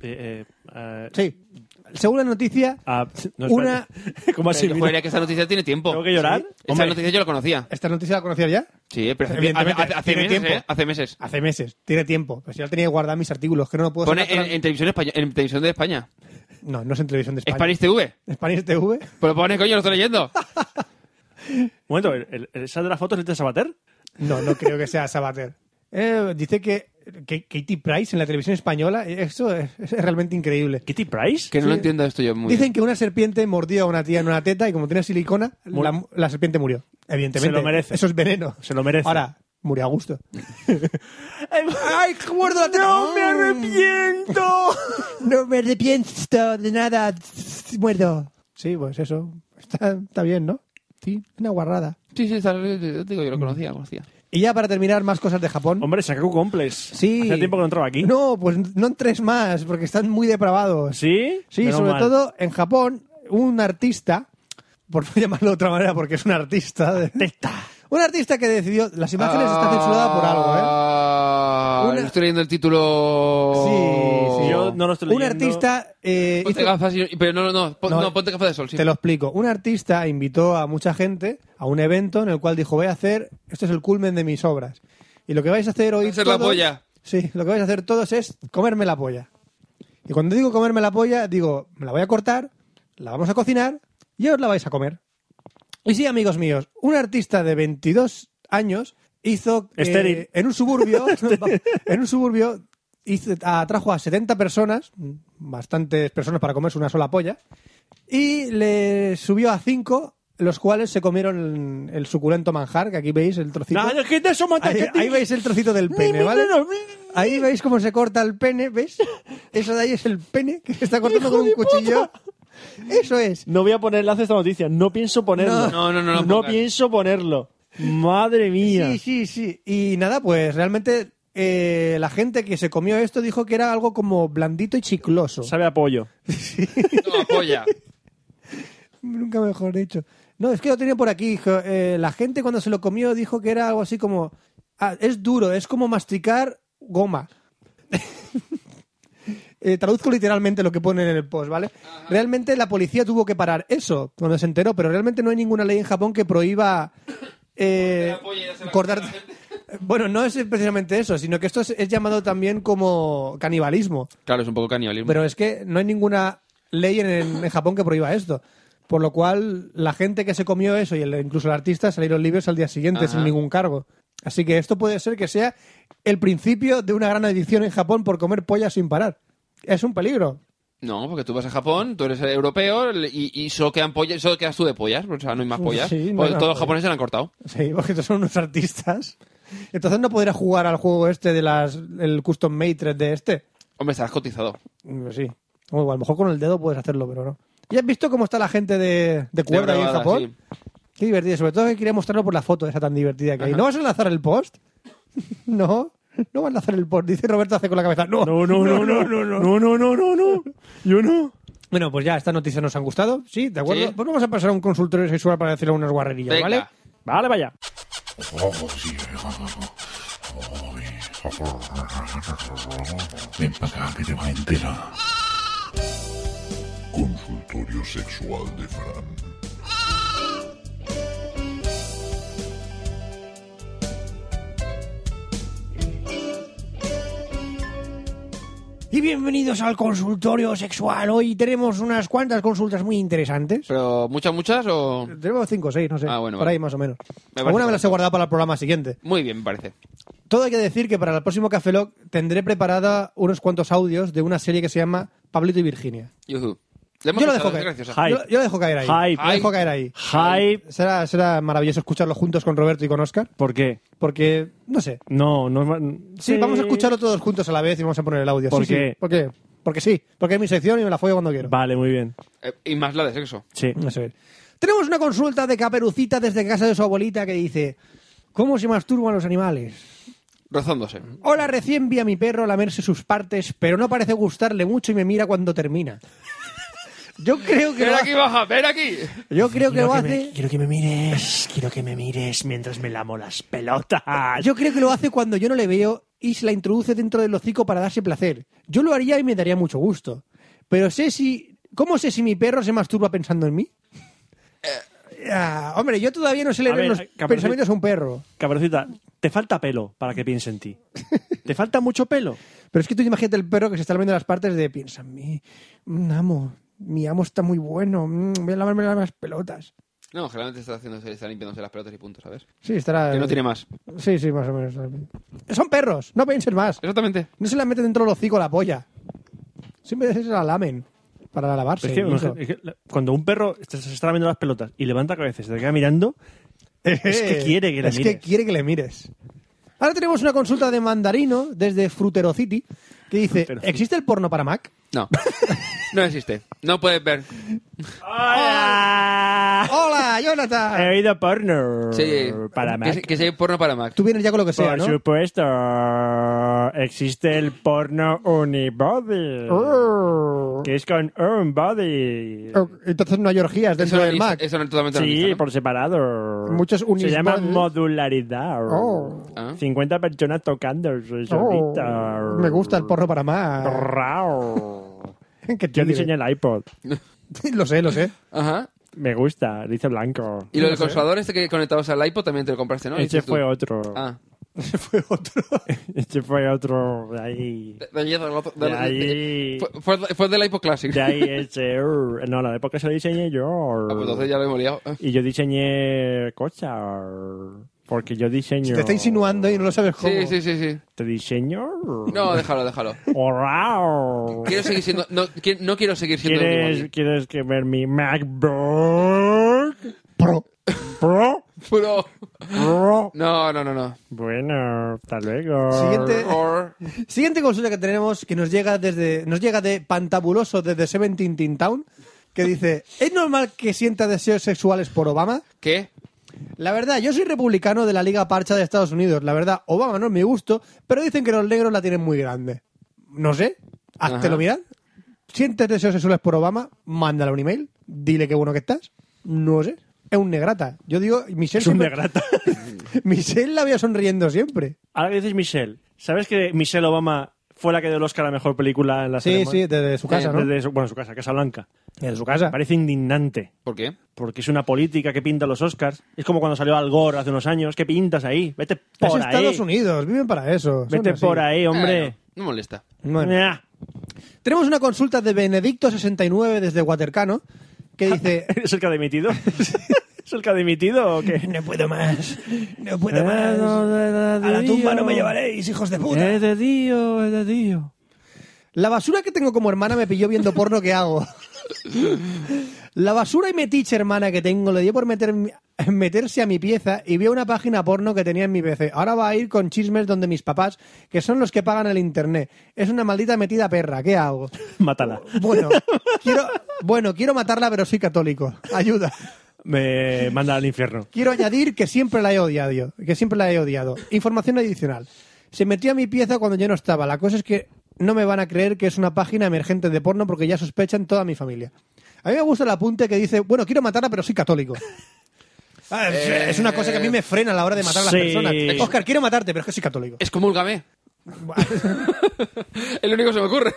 Eh, eh, eh, Sí. Según la noticia, ah, no, Una- espérate. ¿Cómo así? Yo juraría que esta noticia tiene tiempo. ¿Tengo que llorar? Esta Hombre. noticia yo la conocía. ¿esta noticia la conocía ya? Sí, pero hace, Evidentemente, hace- hace tiene meses, tiempo. Ah, ¿eh? Hace meses. Hace meses, tiene tiempo. Pues yo la tenía guardada en mis artículos, que no lo puedo Pone sacar en, toda- en televisión española, en televisión de España. No, no es en televisión de España. Ah, Spanish TV. Spanish TV. Pues lo pone, coño, lo estoy leyendo. Un momento, ¿el- el- ¿esa de las fotos es de Sabater? No, no creo que sea Sabater. Eh, dice que, que Katie Price en la televisión española, eh, eso es, es realmente increíble. ¿Kitty Price? Que no lo entiendo esto yo muy Dicen bien. que una serpiente mordió a una tía en una teta y como tenía silicona, Mu- la, la serpiente murió. Evidentemente. Se lo merece. Eso es veneno. Se lo merece. Ahora, murió a gusto. ¡Ay, muerdo la teta! ¡No me arrepiento! ¡No me arrepiento de nada! ¡Muerdo! Sí, pues eso. Está, está bien, ¿no? Sí, una guarrada. Sí, sí, está- yo digo, yo lo conocía, lo conocía. Y ya para terminar, más cosas de Japón. Hombre, Sakaku Complex. Sí. Hace tiempo que no entraba aquí. No, pues no en tres más, porque están muy depravados. ¿Sí? Sí, Menos sobre mal. todo en Japón, un artista, por no llamarlo de otra manera, porque es un artista. de- Un artista que decidió. Las imágenes están censuradas por algo, ¿eh? Ah, Una- Estoy leyendo el título. Sí, sí. Yo no lo estoy Un leyendo. artista. eh, Ponte hizo- gafas y- Pero no, no, no, pon- No, no, ponte gafas de sol. Sí. Te lo explico. Un artista invitó a mucha gente a un evento en el cual dijo: Voy a hacer. Esto es el culmen de mis obras. Y lo que vais a hacer hoy. Va a ser la todos- polla. Sí, lo que vais a hacer todos es comerme la polla. Y cuando digo comerme la polla, digo: Me la voy a cortar, la vamos a cocinar y os la vais a comer. Y sí, amigos míos, un artista de 22 años hizo que Estéril. en un suburbio, en un suburbio hizo- atrajo a 70 personas, bastantes personas para comerse una sola polla, y le subió a 5, los cuales se comieron el, el suculento manjar, que aquí veis el trocito. No, es que te eso mata, Ahí, que te- ahí veis el trocito del pene, mi ¿vale? dedo, Ahí veis cómo se corta el pene, ¿ves? Eso de ahí es el pene que se está cortando con un cuchillo. Eso es. No voy a poner enlace a esta noticia. No pienso ponerlo. No, no, no, no, No pongas. pienso ponerlo. Madre mía. Sí, sí, sí. Y nada, pues realmente eh, la gente que se comió esto dijo que era algo como blandito y chicloso. Sabe apoyo. No, polla. Nunca mejor dicho. No, es que lo tenía por aquí. hijo. Eh, la gente cuando se lo comió dijo que era algo así como... "Ah, es duro, es como masticar goma. Eh, traduzco literalmente lo que pone en el post, ¿vale? Realmente la policía tuvo que parar eso cuando se enteró, pero realmente no hay ninguna ley en Japón que prohíba eh, cortar... Bueno, no es precisamente eso, sino que esto es, es llamado también como canibalismo. Claro, es un poco canibalismo. Pero es que no hay ninguna ley en, en Japón que prohíba esto. Por lo cual, la gente que se comió eso y el- incluso el artista salieron libres al día siguiente Ajá. sin ningún cargo. Así que esto puede ser que sea el principio de una gran adicción en Japón por comer polla sin parar. Es un peligro. No, porque tú vas a Japón, tú eres europeo le- y, y solo, quedan pollas, solo quedas tú de pollas. O sea, no hay más Sí, pollas. no hay Porque más todos los pollas. japoneses la han cortado. Sí, porque estos son unos artistas. Entonces no podría jugar al juego este de las el custom made 3D este. Hombre, estarás cotizado. Mm, Sí. O igual, a lo mejor con el dedo puedes hacerlo, pero no. ¿Ya has visto cómo está la gente de, de cuerda ahí en bravada, Japón? sí. Qué divertido, sobre todo que quería mostrarlo por la foto esa tan divertida que hay. ¿No vas a enlazar el post? no, no va a enlazar el post, dice Roberto hace con la cabeza. No, No, no, no, no, no, no, no, no, no, no. Yo no. Bueno, pues ya estas noticias nos han gustado, sí, de acuerdo. Sí. Pues vamos a pasar a un consultorio sexual para decirle unas guarrerías, Venga. ¿vale? Vale, vaya. Ven para acá que te va entera. Consultorio sexual de Fran. Y bienvenidos al consultorio sexual. Hoy tenemos unas cuantas consultas muy interesantes. Pero muchas, muchas o... Tenemos cinco o seis, no sé, Ah, bueno, por vale. ahí más o menos. Me Alguna parece me las he guardado para el programa siguiente. Muy bien, me parece. Todo hay que decir que para el próximo Café Lock tendré preparada unos cuantos audios de una serie que se llama Pablito y Virginia. Yujú. Le hemos Yo lo escuchado, dejo caer. es graciosa. Ja. Hype. Yo, yo lo dejo caer ahí. Hype. Lo dejo caer ahí. Hype. Será, será maravilloso escucharlo juntos con Roberto y con Oscar, ¿Por qué? porque, no sé. No, no. es ma- Sí, vamos a escucharlo todos juntos a la vez y vamos a poner el audio. ¿Por Sí, sí. qué? ¿Por qué? Porque sí, porque es mi sección y me la follo cuando quiero. Vale, muy bien. Eh, y más la de sexo. Sí. Eso es. Tenemos una consulta de Caperucita desde casa de su abuelita que dice, ¿cómo se masturban los animales? Rozándose. Hola, recién vi a mi perro lamerse sus partes, pero no parece gustarle mucho y me mira cuando termina. Yo creo que ¡Ven lo aquí, hace. baja! ¡Ven aquí! Yo creo que Quiero lo que me- hace. quiero que me mires, quiero que me mires mientras me lamo las pelotas. Ah, Yo creo que lo hace cuando yo no le veo y se la introduce dentro del hocico para darse placer. Yo lo haría y me daría mucho gusto. Pero sé si. ¿Cómo sé si mi perro se masturba pensando en mí? Ah, hombre, yo todavía no sé leer ver, los Caperucita- pensamientos a un perro. Cabroncita, te falta pelo para que piense en ti. ¿Te falta mucho pelo? Pero es que tú imagínate el perro que se está lamiendo las partes de piensa en mí. Mm, amo, mi amo está muy bueno. Mm, voy a lavarme las pelotas. No, generalmente está, haciendo, está limpiándose las pelotas y punto, ¿sabes? Sí, estará. Que no tiene más. Sí, sí, más o menos. Son perros, no piensen más. Exactamente. No se la meten dentro del hocico la polla. Siempre se la lamen para lavarse. Es que, incluso. es que la- cuando un perro se se está viendo las pelotas y levanta cabeza y se te queda mirando, es que quiere que le Es mires. que quiere que le mires. Ahora tenemos una consulta de Mandarino desde Frutero City que dice, Frutero City. ¿existe el porno para Mac? No. No existe. No puedes ver. ¡Hola! ¡Hola, Jonathan! He oído porno Sí. para que Mac. se- Que sea porno para Mac. Tú vienes ya con lo que sea, Por ¿no? supuesto, existe el porno unibody, Oh. que es con un body. Oh, Entonces no hay orgías Eso dentro no del es- Mac. Eso no es totalmente Sí, anonista, ¿no? por separado. Muchos Se unis llama bodies. modularidad. Oh. Ah. 50 personas tocando Oh, solita. me gusta el porno para Mac. Rao. Qué Yo tigre. diseñé el iPod. lo sé, lo sé. Ajá. Me gusta, dice Blanco. Y lo del consolador este que conectabas al iPod también te lo compraste, ¿no? Ese Dices tú. fue otro. Ah. Fue otro. Ese fue otro. De ahí. De, de allí- de- de- De ahí. eh, fue- fue, fue el del iPod Classic. De ahí ese. uh, No, la época se lo diseñé yo. Ah, pues entonces ya lo hemos liado. Y yo diseñé cosas. Porque yo diseño. Te está insinuando y no lo sabes cómo. Sí, sí, sí, sí. ¿Te diseño? No, déjalo, déjalo. Oh, rao. Quiero seguir siendo... No, qui- no quiero seguir siendo... el mismo ¿Quieres, alguien. ¿Quieres que ver mi MacBook? Pro. Pro, Pero... pro. No, no, no, no. Bueno, hasta luego. Siguiente. Or- Siguiente consulta que tenemos que nos llega desde nos llega de Pantabuloso desde Seventeen Tin Town que dice ¿Es normal que sienta deseos sexuales por Obama? ¿Qué? La verdad, yo soy republicano de la Liga Parcha de Estados Unidos. La verdad, Obama no es mi gusto, pero dicen que los negros la tienen muy grande. No sé, hazte lo Ajá. mirar. ¿Sientes deseos sexuales por Obama? Mándale un email, dile qué bueno que estás. No sé, es un negrata. Yo digo, Michelle Es un siempre- negrata. Michelle la veo sonriendo siempre. Ahora que dices Michelle, ¿sabes que Michelle Obama fue la que dio el Oscar a la mejor película en la Sí, sí, ceremonia? Eh, desde su casa, ¿no? Desde su- bueno, su casa, Casa Blanca. Desde su casa. Parece indignante. ¿Por qué? Porque es una política que pinta los Oscars. Es como cuando salió Al Gore hace unos años. ¿Qué pintas ahí? Vete Es por ahí. Estados Unidos, viven para eso. son Vete así. por ahí, Eh, hombre. no, no molesta. Bueno. Nah. Tenemos una consulta de Benedicto69 desde Watercano que dice... ¿Es el que ha dimitido? ¿Es el que ha dimitido o qué? No puedo más, no Eh, no, no, no, tío. hijos Eh, de Es de Dios, es de Dios. La basura que tengo como hermana me pilló viendo porno que hago. La basura y metiche hermana que tengo le dio por meter, meterse a mi pieza y vio una página porno que tenía en mi PC. Ahora va a ir con chismes donde mis papás, que son los que pagan el internet. Es una maldita metida perra, ¿qué hago? Mátala. Bueno, quiero, bueno, quiero matarla, pero soy católico. Ayuda. Me manda al infierno. Quiero añadir que siempre la he odiado, que siempre la he odiado. Información adicional. Se metió a mi pieza cuando yo no estaba. La cosa es que no me van a creer que es una página emergente de porno porque ya sospechan toda mi familia. A mí me gusta el apunte que dice, bueno, quiero matarla, pero soy católico. Ah, es- Eh, es una cosa que a mí me frena a la hora de matar a las sí. personas. Oscar, quiero matarte, pero es que soy católico. Excomúlgame. es lo único que se me ocurre.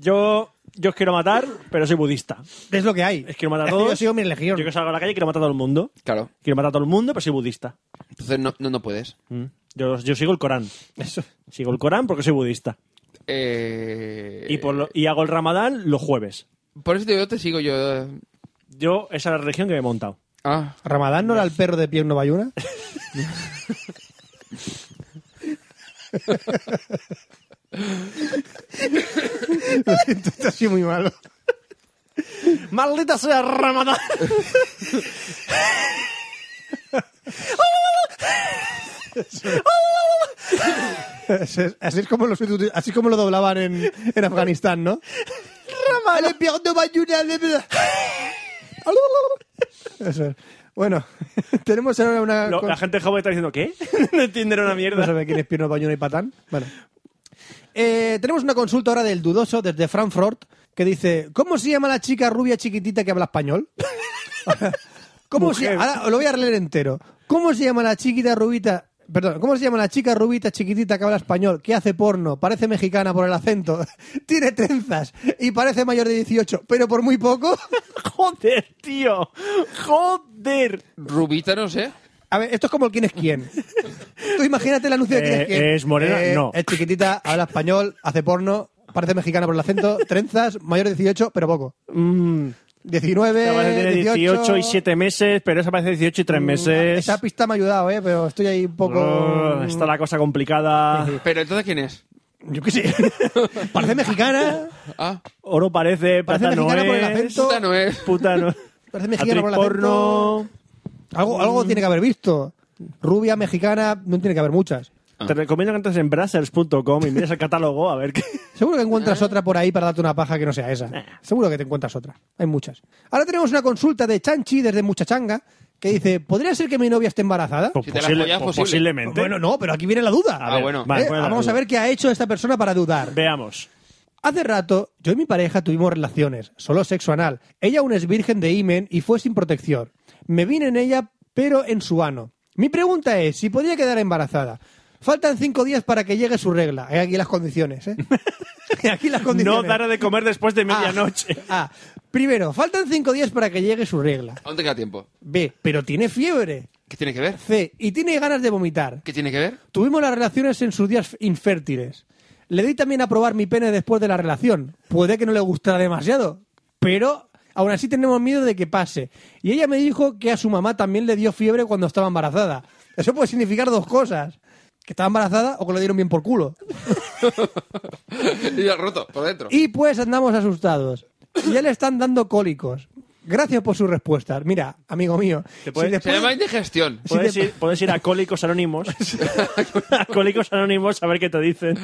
Yo, yo os quiero matar, pero soy budista. Es lo que hay. Es quiero matar a Es que todos. Yo sigo mi religión. Yo que salgo a la calle quiero matar a todo el mundo. Claro. Quiero matar a todo el mundo, pero soy budista. Entonces no, no, no puedes. Mm. Yo, yo sigo el Corán. Eso. Sigo el Corán porque soy budista. Eh, Y, por lo- y hago el Ramadán los jueves. Por eso te digo, te sigo yo. eh. Yo, esa es la religión que me he montado. Ah, ¿Ramadán no era el perro de pie en Nueva York? Lo siento, esto ha sido muy malo. ¡Maldita sea Ramadán! Así es, así es como lo, sustitu- así como lo doblaban en, en Afganistán, ¿no? ¡Ramadán! Eso es. Bueno, tenemos ahora una... Lo- con- la gente joven está diciendo, ¿qué? no entienden una No mierda. sabe quién es Pierno Bañona y Patán. Bueno. Eh, tenemos una consulta ahora del dudoso desde Frankfurt que dice, ¿cómo se llama la chica rubia chiquitita que habla español? ¿Cómo se, Mujer. ahora lo voy a leer entero. ¿Cómo se llama la chiquita rubita? Perdón, ¿cómo se llama la chica rubita chiquitita que habla español, que hace porno, parece mexicana por el acento, tiene trenzas y parece mayor de 18, pero por muy poco? Joder, tío. Joder. Rubita, no sé. A ver, esto es como el quién es quién. Tú imagínate el anuncio de quién Eh, es quién. ¿es morena? Eh, No. Es chiquitita, habla español, hace porno, parece mexicana por el acento, trenzas, mayor de 18, pero poco. 19, Esta parece que Mm. tiene 18, 18 y 7 meses, pero esa parece 18 y Mm, 3 meses. Esa pista me ha ayudado, eh, pero estoy ahí un poco. Oh, está la cosa complicada. Pero entonces, ¿quién es? Yo qué sé. Parece mexicana. Ah, Oro parece, Parece plata no mexicana por el es. acento. puta no es. Puta no. Parece mexicana Actriz por el porno. Algo, algo tiene que haber visto. Rubia, mexicana, no tiene que haber muchas. Ah. Te recomiendo que entres en brazzers.com y mires el catálogo a ver qué. Seguro que encuentras otra por ahí para darte una paja que no sea esa. Seguro que te encuentras otra. Hay muchas. Ahora tenemos una consulta de Chanchi desde Muchachanga que dice, ¿podría ser que mi novia esté embarazada? Pues Si te la follas, pues posible. posiblemente. Bueno, no, pero aquí viene la duda. Ah, bueno. vale, Eh, bueno, vamos la a ver qué ha hecho esta persona para dudar. Veamos. Hace rato, yo y mi pareja tuvimos relaciones, solo sexo anal. Ella aún es virgen de himen y fue sin protección. Me vine en ella, pero en su ano. Mi pregunta es si podría quedar embarazada. Faltan cinco días para que llegue su regla. Hay aquí las condiciones, ¿eh? He aquí las condiciones. No dará de comer después de Ah, medianoche. ah, primero, faltan cinco días para que llegue su regla. ¿A dónde queda tiempo? B, pero tiene fiebre. ¿Qué tiene que ver? C, y tiene ganas de vomitar. ¿Qué tiene que ver? Tuvimos las relaciones en sus días infértiles. Le di también a probar mi pene después de la relación. Puede que no le gustara demasiado, pero aún así tenemos miedo de que pase. Y ella me dijo que a su mamá también le dio fiebre cuando estaba embarazada. Eso puede significar dos cosas. Que estaba embarazada o que le dieron bien por culo. Y el roto, por dentro. Y pues andamos asustados. Ya le están dando cólicos. Gracias por sus respuestas. Mira, amigo mío. ¿Te puede- si Se después- llama indigestión. Sí, Puedes te- ir, puedes ir a Cólicos Anónimos. a Cólicos Anónimos a ver qué te dicen.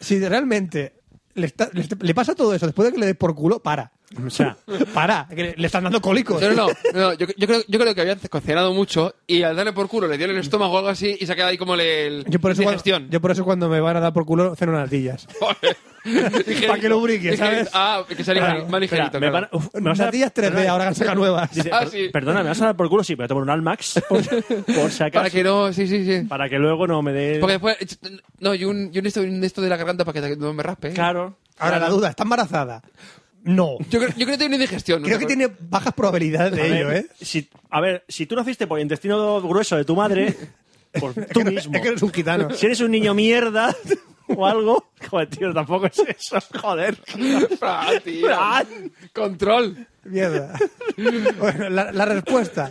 si realmente le, está- le está- le pasa todo eso después de que le des por culo, para. O sea, Para, que le, le están dando cólicos. No, no, no, no, yo, yo creo, yo creo que había cocinado mucho y al darle por culo le dio en el estómago o algo así y se ha quedado ahí como el, el Yo por, eso cuando, digestión. yo por eso cuando me van a dar por culo, ceno natillas. Pa' que lo lubrique, ¿sabes? Ah, que sea espera, ligero- más espera, ligerito. me claro. van- uf, me vas a- Natillas 3D, ahora han sacado nuevas. Dice, Ah, per- sí. Perdona, ¿me vas a dar por culo? Sí, pero toma un Almax por, por si acaso. Para que no, sí, sí, sí. Para que luego no me dé... Porque después, no, y un, y un esto, un esto de la garganta para que no me raspe. ¿eh? Claro. Ahora la duda, ¿está embarazada? No. Yo, creo, yo creo que tiene una indigestión. Creo que tiene bajas probabilidades A de ver, ello, ¿eh? Si, a ver, si tú naciste por el intestino grueso de tu madre, por tú mismo. Es que eres un gitano. Si eres un niño mierda o algo... Joder, tío, tampoco es eso. Joder. Fran, tío. Fran. Control. Mierda. Bueno, la, la respuesta.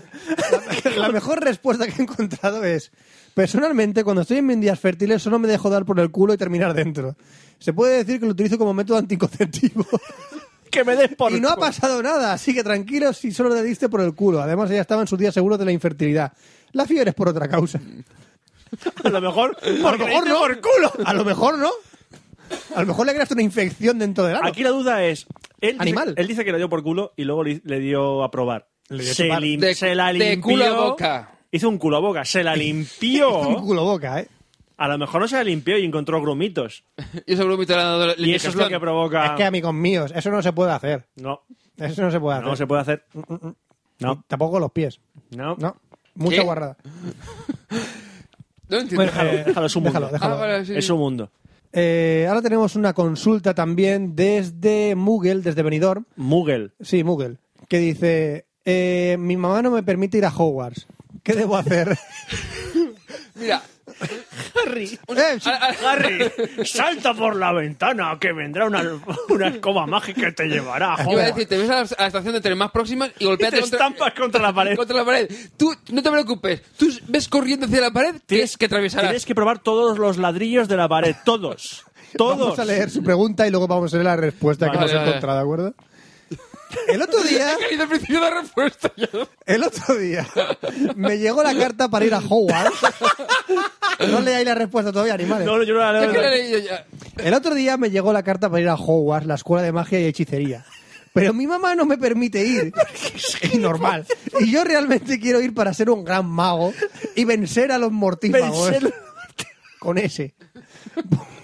La, la mejor respuesta que he encontrado es: Personalmente, cuando estoy en mis días fértiles, solo me dejo dar por el culo y terminar dentro. Se puede decir que lo utilizo como método anticonceptivo. Que me des por y no ha culo. pasado nada, así que tranquilo si solo le diste por el culo. Además, ella estaba en sus días seguros de la infertilidad. La fiebre es por otra causa. A lo mejor... A lo mejor no. culo. A lo mejor no. A lo mejor le creaste una infección dentro del ano. Aquí la duda es. Él dice, Animal. Él dice que le dio por culo y luego le, le dio a probar. Le dio a se, chupar. lim- De- se la limpió. de culo a boca. Hizo un culo a boca. Se la Un limpió. culo boca, ¿eh? a lo mejor no se la limpió y encontró grumitos. Y eso grumito le ha dado la Y eso es lo indigestión. que provoca. Es que, amigos míos, eso no se puede hacer. No, Eso no se puede hacer. no se puede hacer. Mm, No, Tampoco con los pies. no. No. Mucha ¿Qué? guarrada. No entiendo. Bueno, Déjalo, déjalo, es un mundo. Déjalo, déjalo. Ah, vale, sí. Es un mundo. Eh, ahora tenemos una consulta también desde Mugel, desde Benidorm. Mugel. Sí, Mugel. Que dice, eh, mi mamá no me permite ir a Hogwarts. ¿Qué debo hacer? Mira, Eh, sí. ah, Harry, salta por la ventana que vendrá una, una escoba mágica que te llevará. yo iba a Joder. decir, te ves a la, a la estación de tren más próxima y Y golpeate te contra, estampas contra Este la pared. contra la pared. Tú, no te preocupes. Tú ves corriendo hacia la pared, tienes que atravesarás. Tienes que probar todos los ladrillos de la pared, todos. Todos. Vamos a leer su pregunta y luego vamos a leer la respuesta Vale, que hemos vale, vale. encontrado, ¿de acuerdo? El otro día, He leído al principio de la respuesta. ya. el otro día, me llegó la carta para ir a Hogwarts. No leáis la respuesta todavía, animales. No, no, yo no la leo. Es que la he leído ya. El otro día me llegó la carta para ir a Hogwarts, la escuela de magia y hechicería. Pero mi mamá no me permite ir. Es normal. Y yo realmente quiero ir para ser un gran mago y vencer a los mortífagos. Vencer- Con ese.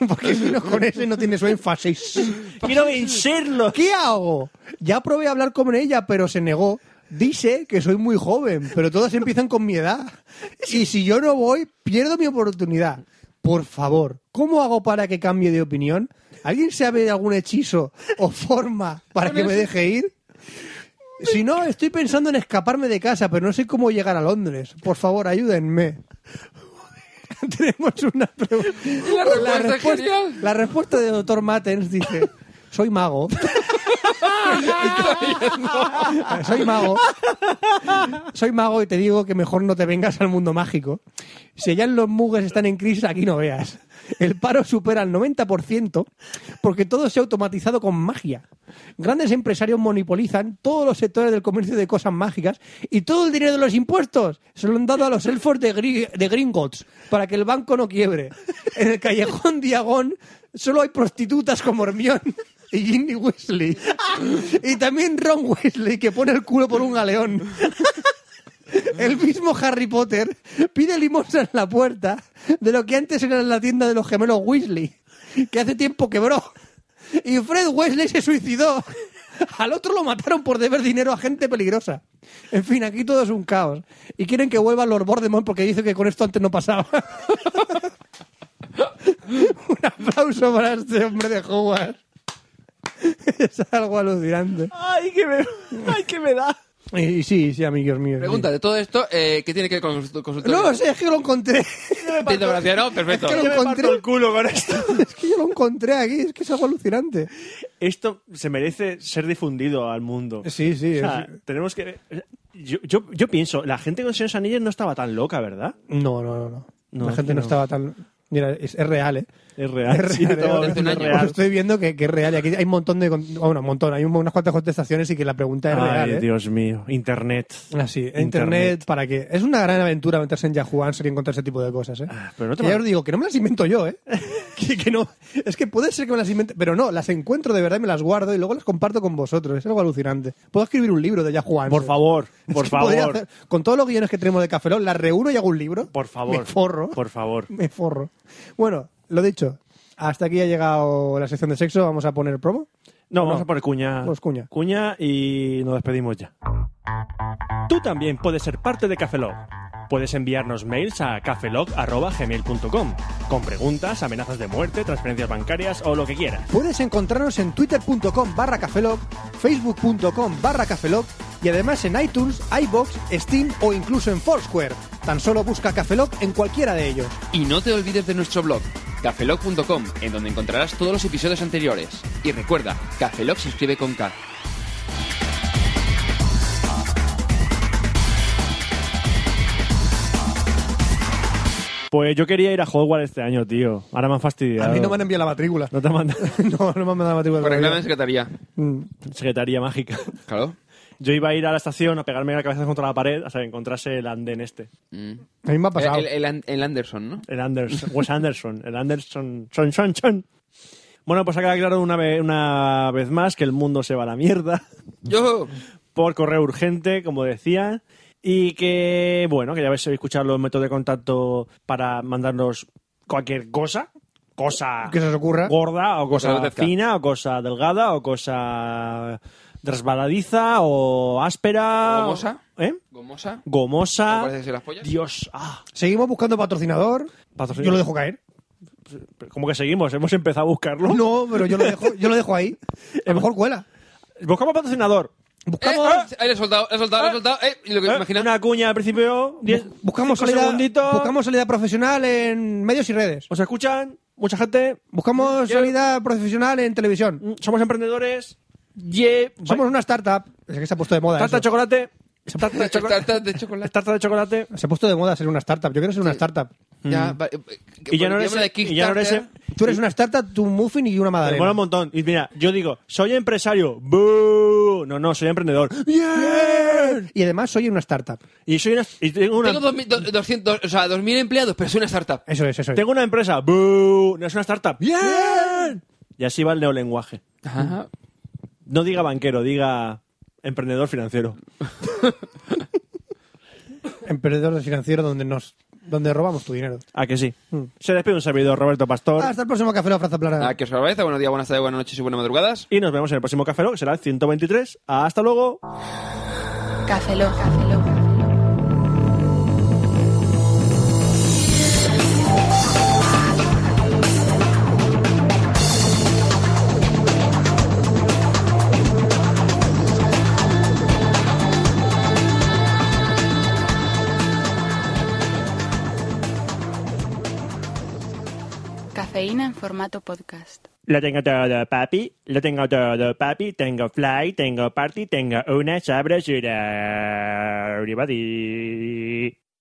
Porque si no es con ese no tiene su énfasis. quiero vencerlo. ¿Qué hago? Ya probé a hablar con ella, pero se negó. Dice que soy muy joven, pero todas empiezan con mi edad. Y si yo no voy, pierdo mi oportunidad. Por favor, ¿cómo hago para que cambie de opinión? ¿Alguien sabe de algún hechizo o forma para que me deje ir? Si no, estoy pensando en escaparme de casa, pero no sé cómo llegar a Londres. Por favor, ayúdenme. Tenemos una pregunta. La respuesta es genial. la respuesta de doctor Matens dice: Soy mago. Soy mago. Soy mago y te digo que mejor no te vengas al mundo mágico. Si allá en los mugues están en crisis, aquí no veas. El paro supera el 90% porque todo se ha automatizado con magia. Grandes empresarios monopolizan todos los sectores del comercio de cosas mágicas y todo el dinero de los impuestos se lo han dado a los elfos de, Gri- de Gringotts para que el banco no quiebre. En el callejón Diagón solo hay prostitutas como Hermión y Ginny Weasley. Y también Ron Weasley, que pone el culo por un galeón. El mismo Harry Potter pide limosna en la puerta de lo que antes era la tienda de los gemelos Weasley, que hace tiempo quebró. Y Fred Weasley se suicidó. Al otro lo mataron por deber dinero a gente peligrosa. En fin, aquí todo es un caos. Y quieren que vuelva Lord Voldemort porque dice que con esto antes no pasaba. un aplauso para este hombre de Hogwarts. Es algo alucinante. Ay, que me, ay, que me da. Y sí, sí, amigos míos. sí. Pregunta de todo esto, eh, ¿qué tiene que ver con el consultorio? No lo sé, es que lo encontré. Entiendo, Graciano, perfecto. Es que Yo lo me parto encontré. el culo con esto. Es que yo lo encontré aquí, es que es algo alucinante. Esto se merece ser difundido al mundo. Sí, sí. O sea, tenemos que. Yo, yo, yo pienso, la gente con Señor Anillos no estaba tan loca, ¿verdad? No, no, no, no. No, La es gente que no no. estaba tan. Mira, es, es real, ¿eh? Es real. sí, real, estaba ¿eh? hace un hablando año. real. Os estoy viendo que, que es real y aquí hay un montón de. con- Bueno, un montón, hay un- unas cuantas contestaciones y que la pregunta es real. Ay, ¿eh? Ah, Dios mío. Internet. Así, internet, Internet. para que. Es una gran aventura meterse en Yahoo Answer y encontrar ese tipo de cosas, ¿eh? Ah, pero no te Que ya ma- os digo, que no me las invento yo, ¿eh? que, que no. Es que puede ser que me las invente, pero no, las encuentro de verdad y me las guardo y luego las comparto con vosotros. Es algo alucinante. Puedo escribir un libro de Yahoo ¿eh? Answer. Por favor, ah, Es por que podría favor. hacer- con todos los guiones que tenemos de Café Lock, las reúno y hago un libro. Por favor. Me forro. Por favor. Me forro. Bueno, lo dicho. Hasta aquí ha llegado la sección de sexo. Vamos a poner promo. No, No. vamos a poner cuña. Pues cuña. Cuña y nos despedimos ya. Tú también puedes ser parte de Cafelog. Puedes enviarnos mails a cafelog.gmail.com con preguntas, amenazas de muerte, transferencias bancarias o lo que quieras. Puedes encontrarnos en twitter.com barra cafelog, facebook.com barra cafelog y además en iTunes, iBox, Steam o incluso en Foursquare. Tan solo busca cafelog en cualquiera de ellos. Y no te olvides de nuestro blog, cafelog.com, en donde encontrarás todos los episodios anteriores. Y recuerda, Cafelog se escribe con K. Pues yo quería ir a Hogwarts este año, tío. Ahora me han fastidiado. A mí no me han enviado la matrícula. No te mandan No, no me han mandado la matrícula. Por todavía. reclamo de secretaría. Mm. Secretaría mágica. Claro. Yo iba a ir a la estación a pegarme la cabeza contra la pared hasta que encontrase el andén este. Mm. A mí me ha pasado. El, el- el- el Anderson, ¿no? El Anderson. Wes Anderson. El Anderson. Son, son, son. Bueno, pues ha quedado claro una ve- una vez más que el mundo se va a la mierda. Yo. por correo urgente, como decía. Y que, bueno, que ya habéis escuchado los métodos de contacto para mandarnos cualquier cosa. Cosa Que se os ocurra. gorda, o Cosa cosa grotesca. fina, o cosa delgada, o cosa resbaladiza, o áspera. Gomosa. ¿Eh? Gomosa. Gomosa. ¿O parece que se las pollas? Dios, ah. Seguimos buscando patrocinador. Patrocinador. Yo lo dejo caer. ¿Cómo que seguimos? Hemos empezado a buscarlo. No, pero yo lo dejo, yo lo dejo ahí. A lo Em, mejor cuela. Buscamos patrocinador. Eh, Buscamos. ah, ahí le he soltado, le he soltado, le he soltado. Eh, y lo que eh, imagina- Una cuña al principio. diez- Buscamos cinco salida, segunditos. buscamos salida profesional en medios y redes. ¿Os escuchan? Mucha gente. Buscamos salida profesional en televisión. Mm, somos emprendedores. Yeah. Somos una startup. Es que se ha puesto de moda. Tarta de eso. chocolate. Tarta de chocolate. Tartas de chocolate. Tarta de chocolate. Se ha puesto de moda ser una startup. Yo quiero ser una startup. Ya, va- eh, Mm. Y ya no eres. llama de Y ya no eres. Kickstarter. Tú eres una startup, tú un muffin y una Me madalena. mola un montón. Y mira, yo digo, soy empresario. ¡Bú! No, no, soy emprendedor. ¡Bien! Y además soy una startup. Y soy una. y tengo una. Tengo dos mil- dos- 200, o sea, 2.000 empleados, pero soy una startup. Eso es, eso es. Tengo una empresa. ¡Bú! No es una startup. ¡Bien! Y así va el neolenguaje. Ajá. No diga banquero, diga emprendedor financiero. Emprendedor de financiero donde nos donde robamos tu dinero. ¿A que sí? Se despide un servidor, Roberto Pastor. Hasta el próximo Café La Fraza Plana. Ah, que os agradezco. Buenos días, buenas tardes, buenas noches y buenas madrugadas. Y nos vemos en el próximo Café Lock, que será el 123. Hasta luego. Café Lock. Café Lock. Cafeína en formato podcast. Lo tengo todo, papi. Lo tengo todo, papi. Tengo fly, tengo party, tengo una sabrosura. Everybody.